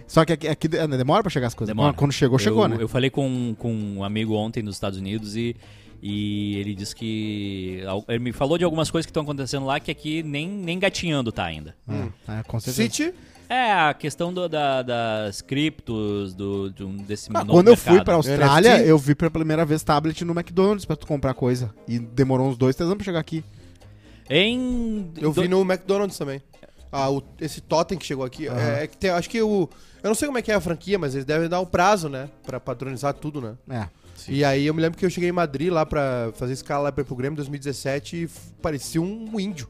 Speaker 1: Só que aqui, aqui é, né, demora pra chegar as coisas.
Speaker 2: Demora.
Speaker 1: Quando chegou,
Speaker 2: Eu-
Speaker 1: chegou, né?
Speaker 2: Eu falei com, com um amigo ontem nos Estados Unidos e, e ele disse que. al- Ele me falou de algumas coisas que estão acontecendo lá que aqui nem, nem gatinhando tá ainda.
Speaker 1: Ah, é, com certeza.
Speaker 3: City.
Speaker 2: É, a questão do- da- das criptos, do, de um- desse
Speaker 1: Ah,
Speaker 2: novo
Speaker 1: quando eu fui
Speaker 2: mercado.
Speaker 1: pra
Speaker 3: é
Speaker 1: Austrália,
Speaker 3: NFT?
Speaker 1: eu vi pela primeira vez tablet no McDonald's pra tu comprar coisa. E demorou uns dois, três anos pra chegar aqui.
Speaker 2: Em.
Speaker 3: Eu
Speaker 2: do-
Speaker 3: vi no McDonald's também. Ah, o- esse totem que chegou aqui. É, é que tem, acho que o. Eu não sei como é que é a franquia, mas eles devem dar um prazo, né? Pra padronizar tudo, né?
Speaker 1: É.
Speaker 3: E aí eu me lembro que eu cheguei em Madrid lá pra fazer escala lá pra ir pro Grêmio em 2017 e f- parecia um índio.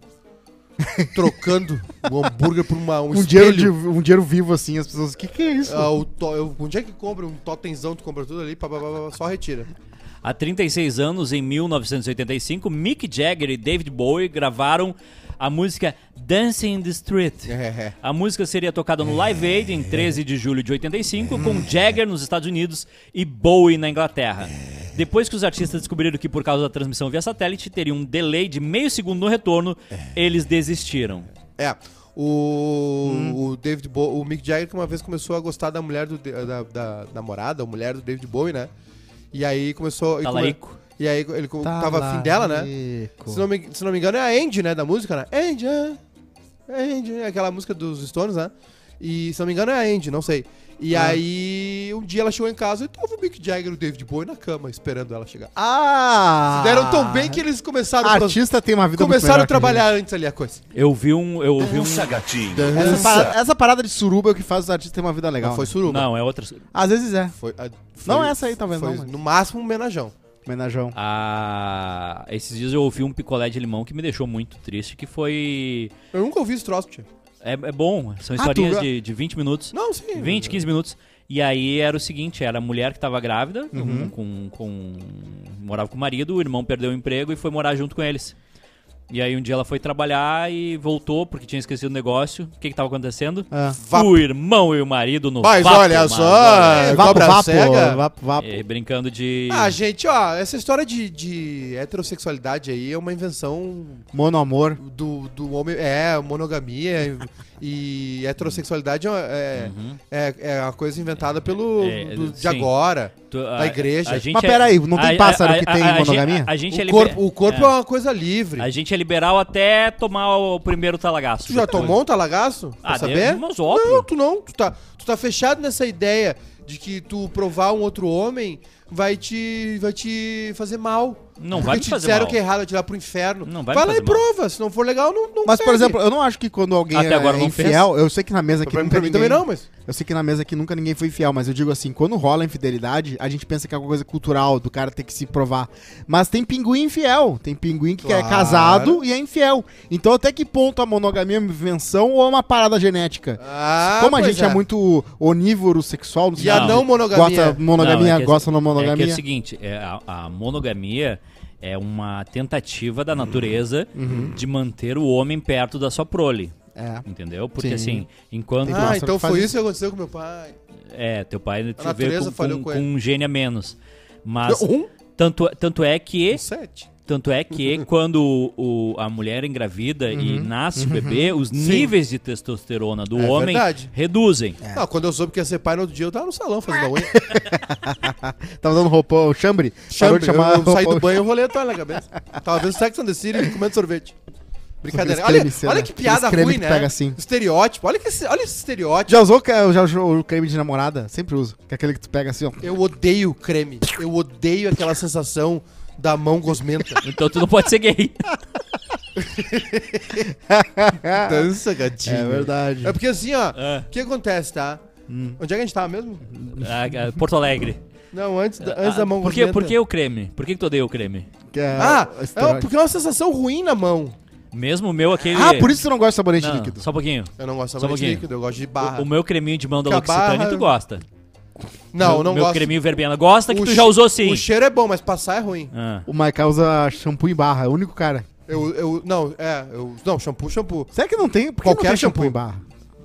Speaker 3: Trocando o hambúrguer por uma, um,
Speaker 1: Um dinheiro,
Speaker 3: espelho.
Speaker 1: de, um dinheiro vivo, assim, as pessoas, o que que é isso?
Speaker 3: Ah, o to- eu- onde é que compra um totemzão, tu compra tudo ali, pá, pá, pá, pá, só retira.
Speaker 2: Há 36 anos, em 1985, Mick Jagger e David Bowie gravaram a música Dancing in the Street.
Speaker 3: É.
Speaker 2: A música seria tocada no Live Aid em 13 de julho de 85, com Jagger nos Estados Unidos e Bowie na Inglaterra. Depois que os artistas descobriram que, por causa da transmissão via satélite, teria um delay de meio segundo no retorno, eles desistiram.
Speaker 3: É. O, o David Bo o Mick Jagger que uma vez começou a gostar da mulher do De- da, da namorada, a mulher do David Bowie, né? E aí começou e come-
Speaker 2: Talarico.
Speaker 3: E aí ele co-
Speaker 1: Tá
Speaker 3: tava afim dela, né?
Speaker 1: Talarico.
Speaker 3: Se não, me, se não me engano é a Andy, né, da música, né? Andy, ah, Andy, é aquela música dos Stones, né? E se não me engano é a Andy, não sei. E aí um dia ela chegou em casa e tava o Mick Jagger e o David Bowie na cama esperando ela chegar.
Speaker 1: Ah!
Speaker 3: Deram tão bem que eles começaram pro-
Speaker 1: Artista tem uma vida muito
Speaker 3: começaram
Speaker 1: melhor
Speaker 3: a trabalhar antes ali a coisa.
Speaker 2: Eu vi um. Eu ouvi um.
Speaker 4: gatinho.
Speaker 1: que a gente. Essa parada, essa parada de suruba é o que faz os artistas terem uma vida legal.
Speaker 3: Não foi
Speaker 1: né?
Speaker 3: suruba.
Speaker 2: Não, é outra.
Speaker 1: Às vezes é.
Speaker 3: Foi, a-
Speaker 1: Não
Speaker 3: foi-
Speaker 1: essa aí, talvez,
Speaker 3: foi
Speaker 1: não, mas-
Speaker 3: No máximo um menajão.
Speaker 1: Homenajão.
Speaker 2: Ah, esses dias eu ouvi um picolé de limão que me deixou muito triste, que foi.
Speaker 3: Eu nunca ouvi esse troço, tia.
Speaker 2: É, é bom, são
Speaker 1: Ah,
Speaker 2: historinhas
Speaker 1: tu-
Speaker 2: de, de 20 minutos.
Speaker 3: Não, sim.
Speaker 2: 20, 15 minutos. E aí era o seguinte, era a mulher que tava grávida, com-
Speaker 3: Uhum.
Speaker 2: com, com, morava com o marido, o irmão perdeu o emprego e foi morar junto com eles. E aí um dia ela foi trabalhar e voltou, porque tinha esquecido o negócio. O que que tava acontecendo?
Speaker 1: Ah.
Speaker 2: O irmão e o marido no
Speaker 3: Mas
Speaker 2: vapo,
Speaker 3: olha
Speaker 2: mano.
Speaker 3: só,
Speaker 1: É,
Speaker 3: cobra cega.
Speaker 1: Vapo, vapo.
Speaker 2: É, brincando de...
Speaker 3: Ah, gente, ó, essa história de, de heterossexualidade aí é uma invenção
Speaker 1: Monoamor.
Speaker 3: do, do homem. É, monogamia e heterossexualidade é, uma- é, é, é uma coisa inventada pelo.
Speaker 2: Uhum. É,
Speaker 3: do- de
Speaker 2: sim.
Speaker 3: agora.
Speaker 2: Tu-
Speaker 3: da igreja.
Speaker 2: gente
Speaker 1: Mas
Speaker 2: é-
Speaker 1: peraí, não tem pássaro que tem
Speaker 2: gente-
Speaker 1: monogamia?
Speaker 2: A, gente é
Speaker 3: o,
Speaker 2: liber-
Speaker 3: corpo, o corpo é. uma coisa livre.
Speaker 2: A gente é liberal até tomar o primeiro talagaço.
Speaker 3: Tu já
Speaker 2: Depois.
Speaker 3: tomou um talagaço? Pra
Speaker 2: Ah,
Speaker 3: saber?
Speaker 2: Deus, mas óbvio.
Speaker 3: Não, tu não. Tu tá, tu tá fechado nessa ideia de que tu provar um outro homem vai te, vai te fazer mal.
Speaker 2: Não
Speaker 3: Porque
Speaker 2: vai me
Speaker 3: te
Speaker 2: fazer
Speaker 3: disseram
Speaker 2: mal.
Speaker 3: que é errado, vai te dar pro inferno.
Speaker 2: Não vai
Speaker 3: vai
Speaker 2: me
Speaker 3: lá e
Speaker 2: fazer mal.
Speaker 3: prova. Se não for legal, não, não
Speaker 1: Mas, por
Speaker 3: segue.
Speaker 1: exemplo, eu não acho que quando alguém é
Speaker 2: Até agora não
Speaker 1: infiel, eu sei que na mesa aqui
Speaker 3: É Pra mim,
Speaker 1: nunca
Speaker 3: pra mim também não, mas...
Speaker 1: Eu sei que na mesa aqui nunca ninguém foi fiel, mas eu digo assim, quando rola a infidelidade, a gente pensa que é alguma coisa cultural, do cara ter que se provar. Mas tem pinguim infiel, tem pinguim que é
Speaker 3: Claro.
Speaker 1: casado e é infiel. Então até que ponto a monogamia é uma invenção ou é uma parada genética?
Speaker 3: Ah,
Speaker 1: Como a
Speaker 3: pois
Speaker 1: gente é. muito onívoro sexual, não
Speaker 3: E a
Speaker 2: Não.
Speaker 3: não monogamia?
Speaker 1: gosta monogamia,
Speaker 2: Não, é que-
Speaker 1: gosta não
Speaker 2: É que é
Speaker 1: monogamia.
Speaker 2: o seguinte, é, a, a monogamia
Speaker 3: Uhum.
Speaker 2: é uma tentativa da natureza de manter o homem perto da sua prole.
Speaker 1: É.
Speaker 2: Entendeu? Porque
Speaker 1: Sim.
Speaker 2: assim, enquanto.
Speaker 3: Ah,
Speaker 1: Nossa,
Speaker 3: então
Speaker 1: faz
Speaker 3: foi
Speaker 1: isso.
Speaker 3: isso que aconteceu com meu pai.
Speaker 2: É, teu pai te veio
Speaker 3: natureza
Speaker 2: com,
Speaker 3: falhou
Speaker 2: com,
Speaker 3: com
Speaker 2: com
Speaker 3: ele.
Speaker 2: um gênio a menos. Mas
Speaker 3: Um?
Speaker 2: tanto, tanto é que.
Speaker 3: Um sete.
Speaker 2: Tanto é que quando o- o- a mulher engravida e nasce o bebê, os níveis de testosterona do
Speaker 3: Uhum. É
Speaker 2: homem
Speaker 3: verdade.
Speaker 2: reduzem.
Speaker 3: Ah, quando eu soube que ia ser pai no outro dia, eu tava no salão fazendo a unha.
Speaker 1: Tava dando roupão, chambre. Parou
Speaker 3: Chambre,
Speaker 1: de
Speaker 3: eu,
Speaker 1: chamar
Speaker 3: eu saí do
Speaker 1: roupão.
Speaker 3: banho e rolei a toalha na cabeça. Tava vendo Sex and the City e comendo sorvete. Brincadeira.
Speaker 1: Aqueles
Speaker 3: Olha,
Speaker 1: creme, sei
Speaker 3: olha
Speaker 1: lá,
Speaker 3: que piada
Speaker 1: aqueles creme
Speaker 3: ruim,
Speaker 1: que
Speaker 3: né?
Speaker 1: pega assim.
Speaker 3: Estereótipo. Olha, que esse, olha esse estereótipo.
Speaker 1: Já usou, ca- já usou o creme de namorada? Sempre uso. Que é aquele que tu pega assim, ó.
Speaker 3: Eu odeio creme. Eu odeio aquela sensação da mão gosmenta.
Speaker 2: Então tu não pode ser gay.
Speaker 3: Dança, gatinho.
Speaker 1: É verdade.
Speaker 3: Ah, É porque assim, ó,
Speaker 2: É.
Speaker 3: o que acontece, tá?
Speaker 1: Hum.
Speaker 3: Onde é que a gente tava mesmo?
Speaker 2: Ah, ah, Porto Alegre.
Speaker 3: Não, antes da, antes da mão
Speaker 2: por, que,
Speaker 3: gosmenta.
Speaker 2: por que Ah, o creme? Por que, que tu odeia o creme?
Speaker 1: Que é
Speaker 3: Ah,
Speaker 1: o
Speaker 3: é
Speaker 1: esteroide.
Speaker 3: porque é uma sensação ruim na mão.
Speaker 2: Mesmo o meu aquele.
Speaker 1: Ah, por isso que tu não gosta de sabonete
Speaker 2: Não,
Speaker 1: líquido.
Speaker 2: Só um pouquinho.
Speaker 3: Eu não gosto
Speaker 2: Só um
Speaker 3: de
Speaker 2: pouquinho.
Speaker 3: líquido, eu gosto de barra.
Speaker 2: O, o meu creminho de mão da
Speaker 3: Que a
Speaker 2: L'Occitane
Speaker 3: barra-
Speaker 2: tu gosta.
Speaker 3: não, eu
Speaker 2: meu,
Speaker 3: não
Speaker 2: meu
Speaker 3: gosto.
Speaker 2: creminho verbena. Gosta que
Speaker 3: O
Speaker 2: tu
Speaker 3: che-
Speaker 2: já usou sim.
Speaker 3: O cheiro é bom, mas passar é ruim.
Speaker 2: Ah.
Speaker 1: O Maiká usa shampoo em barra, é o único cara.
Speaker 3: Eu, eu, não, é, eu, não, shampoo, shampoo.
Speaker 1: Será que não tem? Por que
Speaker 3: Qualquer
Speaker 1: não tem shampoo,
Speaker 3: shampoo.
Speaker 1: em barra?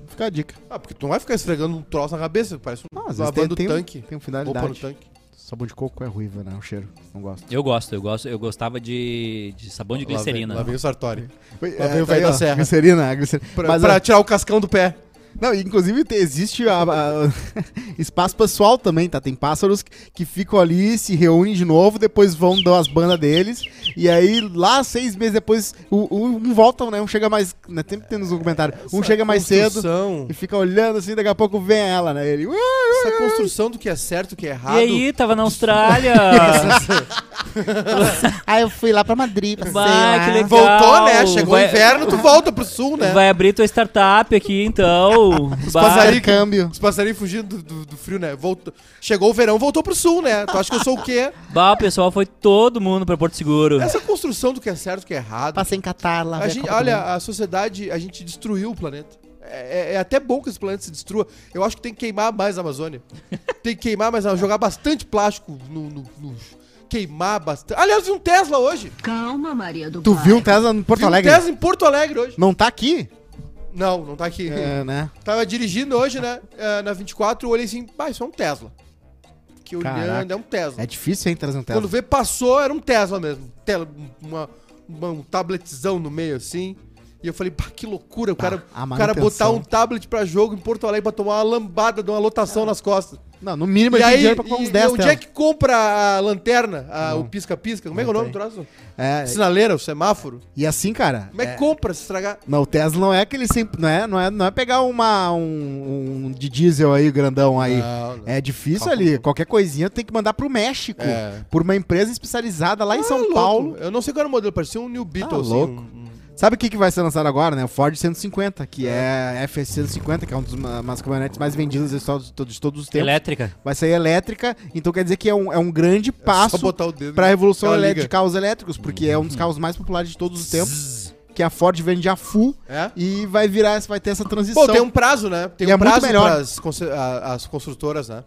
Speaker 1: Fica a dica.
Speaker 3: Ah, porque tu não vai ficar esfregando um troço na cabeça, parece um
Speaker 1: Ah, às vezes
Speaker 3: lavando
Speaker 1: tem- tem um-
Speaker 3: tanque.
Speaker 1: tem um
Speaker 3: Roupa no
Speaker 1: finalidade.
Speaker 3: tanque.
Speaker 1: Sabão de coco é ruivo, né? O cheiro. Não gosto.
Speaker 2: Eu gosto, eu gosto. Eu gostava de, de sabão de glicerina.
Speaker 3: Lá vem, lá vem o Sartori.
Speaker 1: É,
Speaker 3: veio o
Speaker 1: tá
Speaker 3: velho
Speaker 1: aí,
Speaker 3: da
Speaker 1: ó,
Speaker 3: serra.
Speaker 1: Glicerina, a glicerina.
Speaker 3: Pra,
Speaker 1: Mas, é
Speaker 3: pra
Speaker 1: ó,
Speaker 3: tirar o cascão do pé.
Speaker 1: não, inclusive te- existe a- a- espaço pessoal também, tá? Tem pássaros que, que ficam ali, se reúnem de novo, depois vão dar as bandas deles. E aí, lá seis meses depois, o- o- um volta, né? Um chega mais. Né, sempre tem nos documentários. Um chega mais cedo
Speaker 3: Construção-
Speaker 1: e fica olhando assim, daqui a pouco vem ela, né? Ele. "Ui,
Speaker 3: Essa construção do que é certo, o que é errado.
Speaker 2: E aí, tava na Austrália.
Speaker 5: Aí eu fui lá pra Madrid, passei
Speaker 2: Vai, que legal.
Speaker 3: Voltou, né? Chegou o
Speaker 2: Vai-
Speaker 3: inverno, tu volta pro sul, né?
Speaker 2: Vai abrir tua startup aqui, então. Bah.
Speaker 3: passarinhos-
Speaker 1: Intercâmbio.
Speaker 3: Os passarinhos fugindo do, do- do frio, né? Voltou, chegou o verão, voltou pro sul, né? Tu acha que eu sou o quê?
Speaker 2: Bah, o pessoal foi todo mundo pra Porto Seguro.
Speaker 3: Essa construção do que é certo, o que é errado.
Speaker 5: Passei em Catar lá.
Speaker 3: A
Speaker 5: ver
Speaker 3: gente-
Speaker 5: Copa do Mundo.
Speaker 3: olha, a sociedade, a gente destruiu o planeta. É, é- é até bom que esse planeta se destrua. Eu acho que tem que queimar mais a Amazônia. tem que queimar mais a Amazônia, jogar bastante plástico no. no- no- queimar bastante. Aliás, vi um Tesla hoje.
Speaker 6: Calma, Maria do
Speaker 1: Tu
Speaker 6: Pai.
Speaker 1: viu um Tesla em Porto
Speaker 3: Vi um
Speaker 1: Alegre?
Speaker 3: Tesla em Porto Alegre hoje.
Speaker 1: Não tá aqui?
Speaker 3: Não, não tá aqui.
Speaker 1: É, né?
Speaker 3: Tava dirigindo hoje, né? eh, Na 24, eu olhei assim, pai, isso é um Tesla. Que olhando,
Speaker 1: Caraca.
Speaker 3: é um Tesla.
Speaker 1: É difícil, hein, trazer um Tesla.
Speaker 3: Quando vê, passou, era um Tesla mesmo. Tela, uma, uma- um tabletzão no meio, assim. E eu falei, pá, que loucura, o cara,
Speaker 1: Ah, a
Speaker 3: o cara botar
Speaker 1: manutenção.
Speaker 3: um tablet pra jogo em Porto Alegre pra tomar uma lambada de uma lotação nas costas.
Speaker 1: Não, no mínimo
Speaker 3: E
Speaker 1: ele tem
Speaker 3: aí,
Speaker 1: dinheiro pra comprar
Speaker 3: e-
Speaker 1: uns
Speaker 3: e
Speaker 1: 10
Speaker 3: onde é
Speaker 1: Tesla.
Speaker 3: que compra a lanterna, a- o pisca-pisca? Como é que é o nome do troço?
Speaker 1: É,
Speaker 3: Sinaleira, o semáforo?
Speaker 1: e assim, cara...
Speaker 3: Como é que compra se estragar?
Speaker 1: Não, o Tesla não é aquele sempre, não é, não é, não é pegar uma um, um de diesel aí grandão aí.
Speaker 3: Não, não.
Speaker 1: É difícil ali, qualquer coisinha tem que mandar pro México,
Speaker 3: Tá É.
Speaker 1: por uma empresa especializada lá em
Speaker 3: Ah,
Speaker 1: São
Speaker 3: louco.
Speaker 1: Paulo. Tá
Speaker 3: Eu não sei qual era o modelo, parecia um New Beetle, assim,
Speaker 1: louco.
Speaker 3: um- um-
Speaker 1: Sabe o que, que vai ser lançado agora, né? O Ford 150, que é, F-150, que é um dos ma- umas caminhonetes mais vendidas de todos, de todos os tempos.
Speaker 2: Elétrica.
Speaker 1: Vai sair elétrica, então quer dizer que é um, é um grande passo
Speaker 3: Só botar o dedo.
Speaker 1: pra revolução
Speaker 3: Ela
Speaker 1: elé-
Speaker 3: liga. Uhum.
Speaker 1: de carros elétricos, porque é um dos carros mais populares de todos os tempos, que a Ford vende a full
Speaker 3: É?
Speaker 1: e vai virar, vai ter essa transição.
Speaker 3: Pô, tem um prazo, né? Tem
Speaker 1: E
Speaker 3: um
Speaker 1: é muito
Speaker 3: prazo
Speaker 1: melhor.
Speaker 3: pras conce- a- as construtoras, né?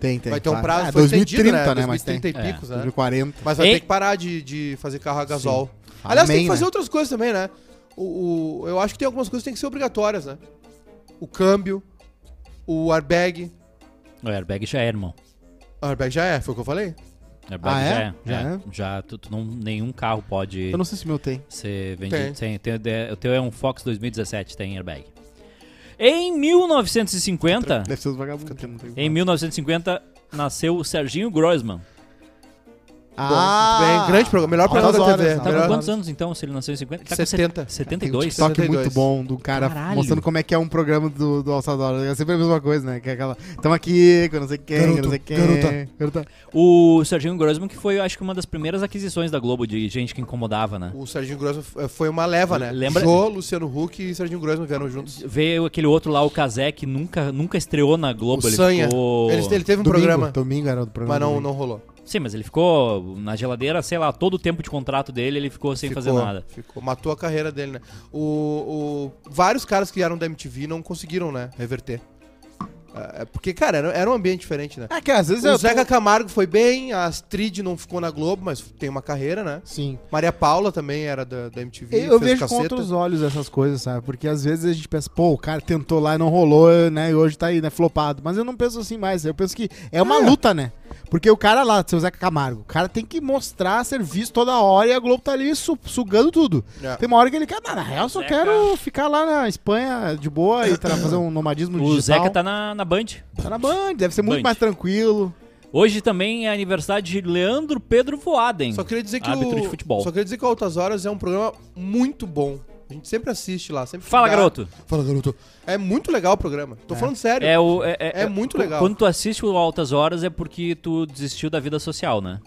Speaker 1: Tem, tem,
Speaker 3: vai ter um
Speaker 1: claro.
Speaker 3: prazo.
Speaker 1: Ah,
Speaker 3: foi
Speaker 1: 2030,
Speaker 3: estendido,
Speaker 1: né? Mas tem.
Speaker 3: 2030 e picos, né?
Speaker 1: 2040.
Speaker 3: Mas vai
Speaker 2: E-
Speaker 3: ter que parar de, de fazer carro a gasol. Aliás, tem
Speaker 1: Amém,
Speaker 3: que fazer
Speaker 1: né?
Speaker 3: outras coisas também, né? O, o- eu acho que tem algumas coisas que tem que ser obrigatórias, né? O câmbio, o airbag.
Speaker 2: O airbag já é, irmão.
Speaker 3: O airbag já é, foi o que eu falei?
Speaker 2: Airbag
Speaker 1: Ah, é?
Speaker 2: já é.
Speaker 1: Já
Speaker 2: Já,
Speaker 1: é?
Speaker 2: já tu, tu não, nenhum carro pode
Speaker 1: Eu não sei se o meu tem.
Speaker 2: ser vendido
Speaker 3: Tem.
Speaker 2: sem. tem- de- o teu é um Fox 2017, tem airbag. Em 1950,
Speaker 1: Deve ser os vagabundos. que não tem.
Speaker 2: em 1950 nasceu o Serginho Grossman.
Speaker 3: Bom, muito bem, grande programa, melhor programa
Speaker 1: altas
Speaker 3: da TV.
Speaker 1: Ah! horas,
Speaker 2: Tá
Speaker 3: Melhor-
Speaker 2: com quantos anos então, se ele nasceu em 50? Ele Tá
Speaker 3: 70.
Speaker 2: Com set-
Speaker 1: Tem um
Speaker 2: 72?
Speaker 1: TikTok
Speaker 3: 72.
Speaker 1: muito bom do cara
Speaker 2: Caralho.
Speaker 1: mostrando como é que é um programa do, do Alçado Horas. É sempre a mesma coisa, né? Que é aquela. Tamo aqui, com não sei quem, com não sei quem.
Speaker 4: garota.
Speaker 1: garota.
Speaker 2: O Serginho Grossman, que foi, acho que, uma das primeiras aquisições da Globo de gente que incomodava, né?
Speaker 3: O Serginho Grosso f- foi uma leva, né?
Speaker 2: Lembra-
Speaker 3: Jô, Luciano Huck e Serginho Grosso vieram juntos.
Speaker 2: Veio aquele outro lá, o Kazé, que nunca, nunca estreou na Globo.
Speaker 3: o Sanha.
Speaker 2: ficou...
Speaker 3: Ele, ele teve um
Speaker 1: Domingo,
Speaker 3: programa,
Speaker 1: Domingo era o programa.
Speaker 3: mas não,
Speaker 1: domingo.
Speaker 3: não rolou.
Speaker 2: Sim, mas ele ficou na geladeira, sei lá, todo o tempo de contrato dele, ele ficou sem fazer
Speaker 3: Ficou,
Speaker 2: nada.
Speaker 3: Ficou. Matou a carreira dele, né? O, o- vários caras que eram da MTV não conseguiram, né? Reverter. É, é porque, cara, era, era um ambiente diferente, né?
Speaker 1: É que às vezes
Speaker 3: O
Speaker 1: eu.
Speaker 3: Zeca Camargo foi bem, a Astrid não ficou na Globo, mas tem uma carreira, né?
Speaker 1: Sim.
Speaker 3: Maria Paula também era da, da MTV.
Speaker 1: Eu
Speaker 3: fez
Speaker 1: vejo com
Speaker 3: caceta.
Speaker 1: outros olhos essas coisas, sabe? Porque às vezes a gente pensa, pô, o cara tentou lá e não rolou, né? E hoje tá aí, né? Flopado. Mas eu não penso assim mais. Eu penso que é uma luta, né? Porque o cara lá, seu Zeca Camargo, o cara tem que mostrar serviço toda hora e a Globo tá ali su- sugando tudo.
Speaker 3: É.
Speaker 1: Tem uma hora que ele quer, "Não, na real, eu só
Speaker 2: Zeca.
Speaker 1: quero ficar lá na Espanha de boa e tra- fazer um nomadismo
Speaker 2: O
Speaker 1: digital.
Speaker 2: Zeca tá na, na Band.
Speaker 1: Tá na Band, deve ser muito
Speaker 2: Band.
Speaker 1: mais tranquilo.
Speaker 2: Hoje também é aniversário de Leandro Pedro Voaden.
Speaker 3: Só queria dizer que
Speaker 2: árbitro
Speaker 3: o...
Speaker 2: de futebol.
Speaker 3: Só queria dizer que o Altas Horas é um programa muito bom. A gente sempre assiste lá, sempre
Speaker 2: Fala,
Speaker 3: dá-
Speaker 2: garoto.
Speaker 3: Fala, garoto. É muito legal o programa. Tô falando sério.
Speaker 2: É, o, é,
Speaker 3: É muito
Speaker 2: qu-
Speaker 3: legal.
Speaker 2: Quando tu assiste o Altas Horas é porque tu desistiu da vida social, né?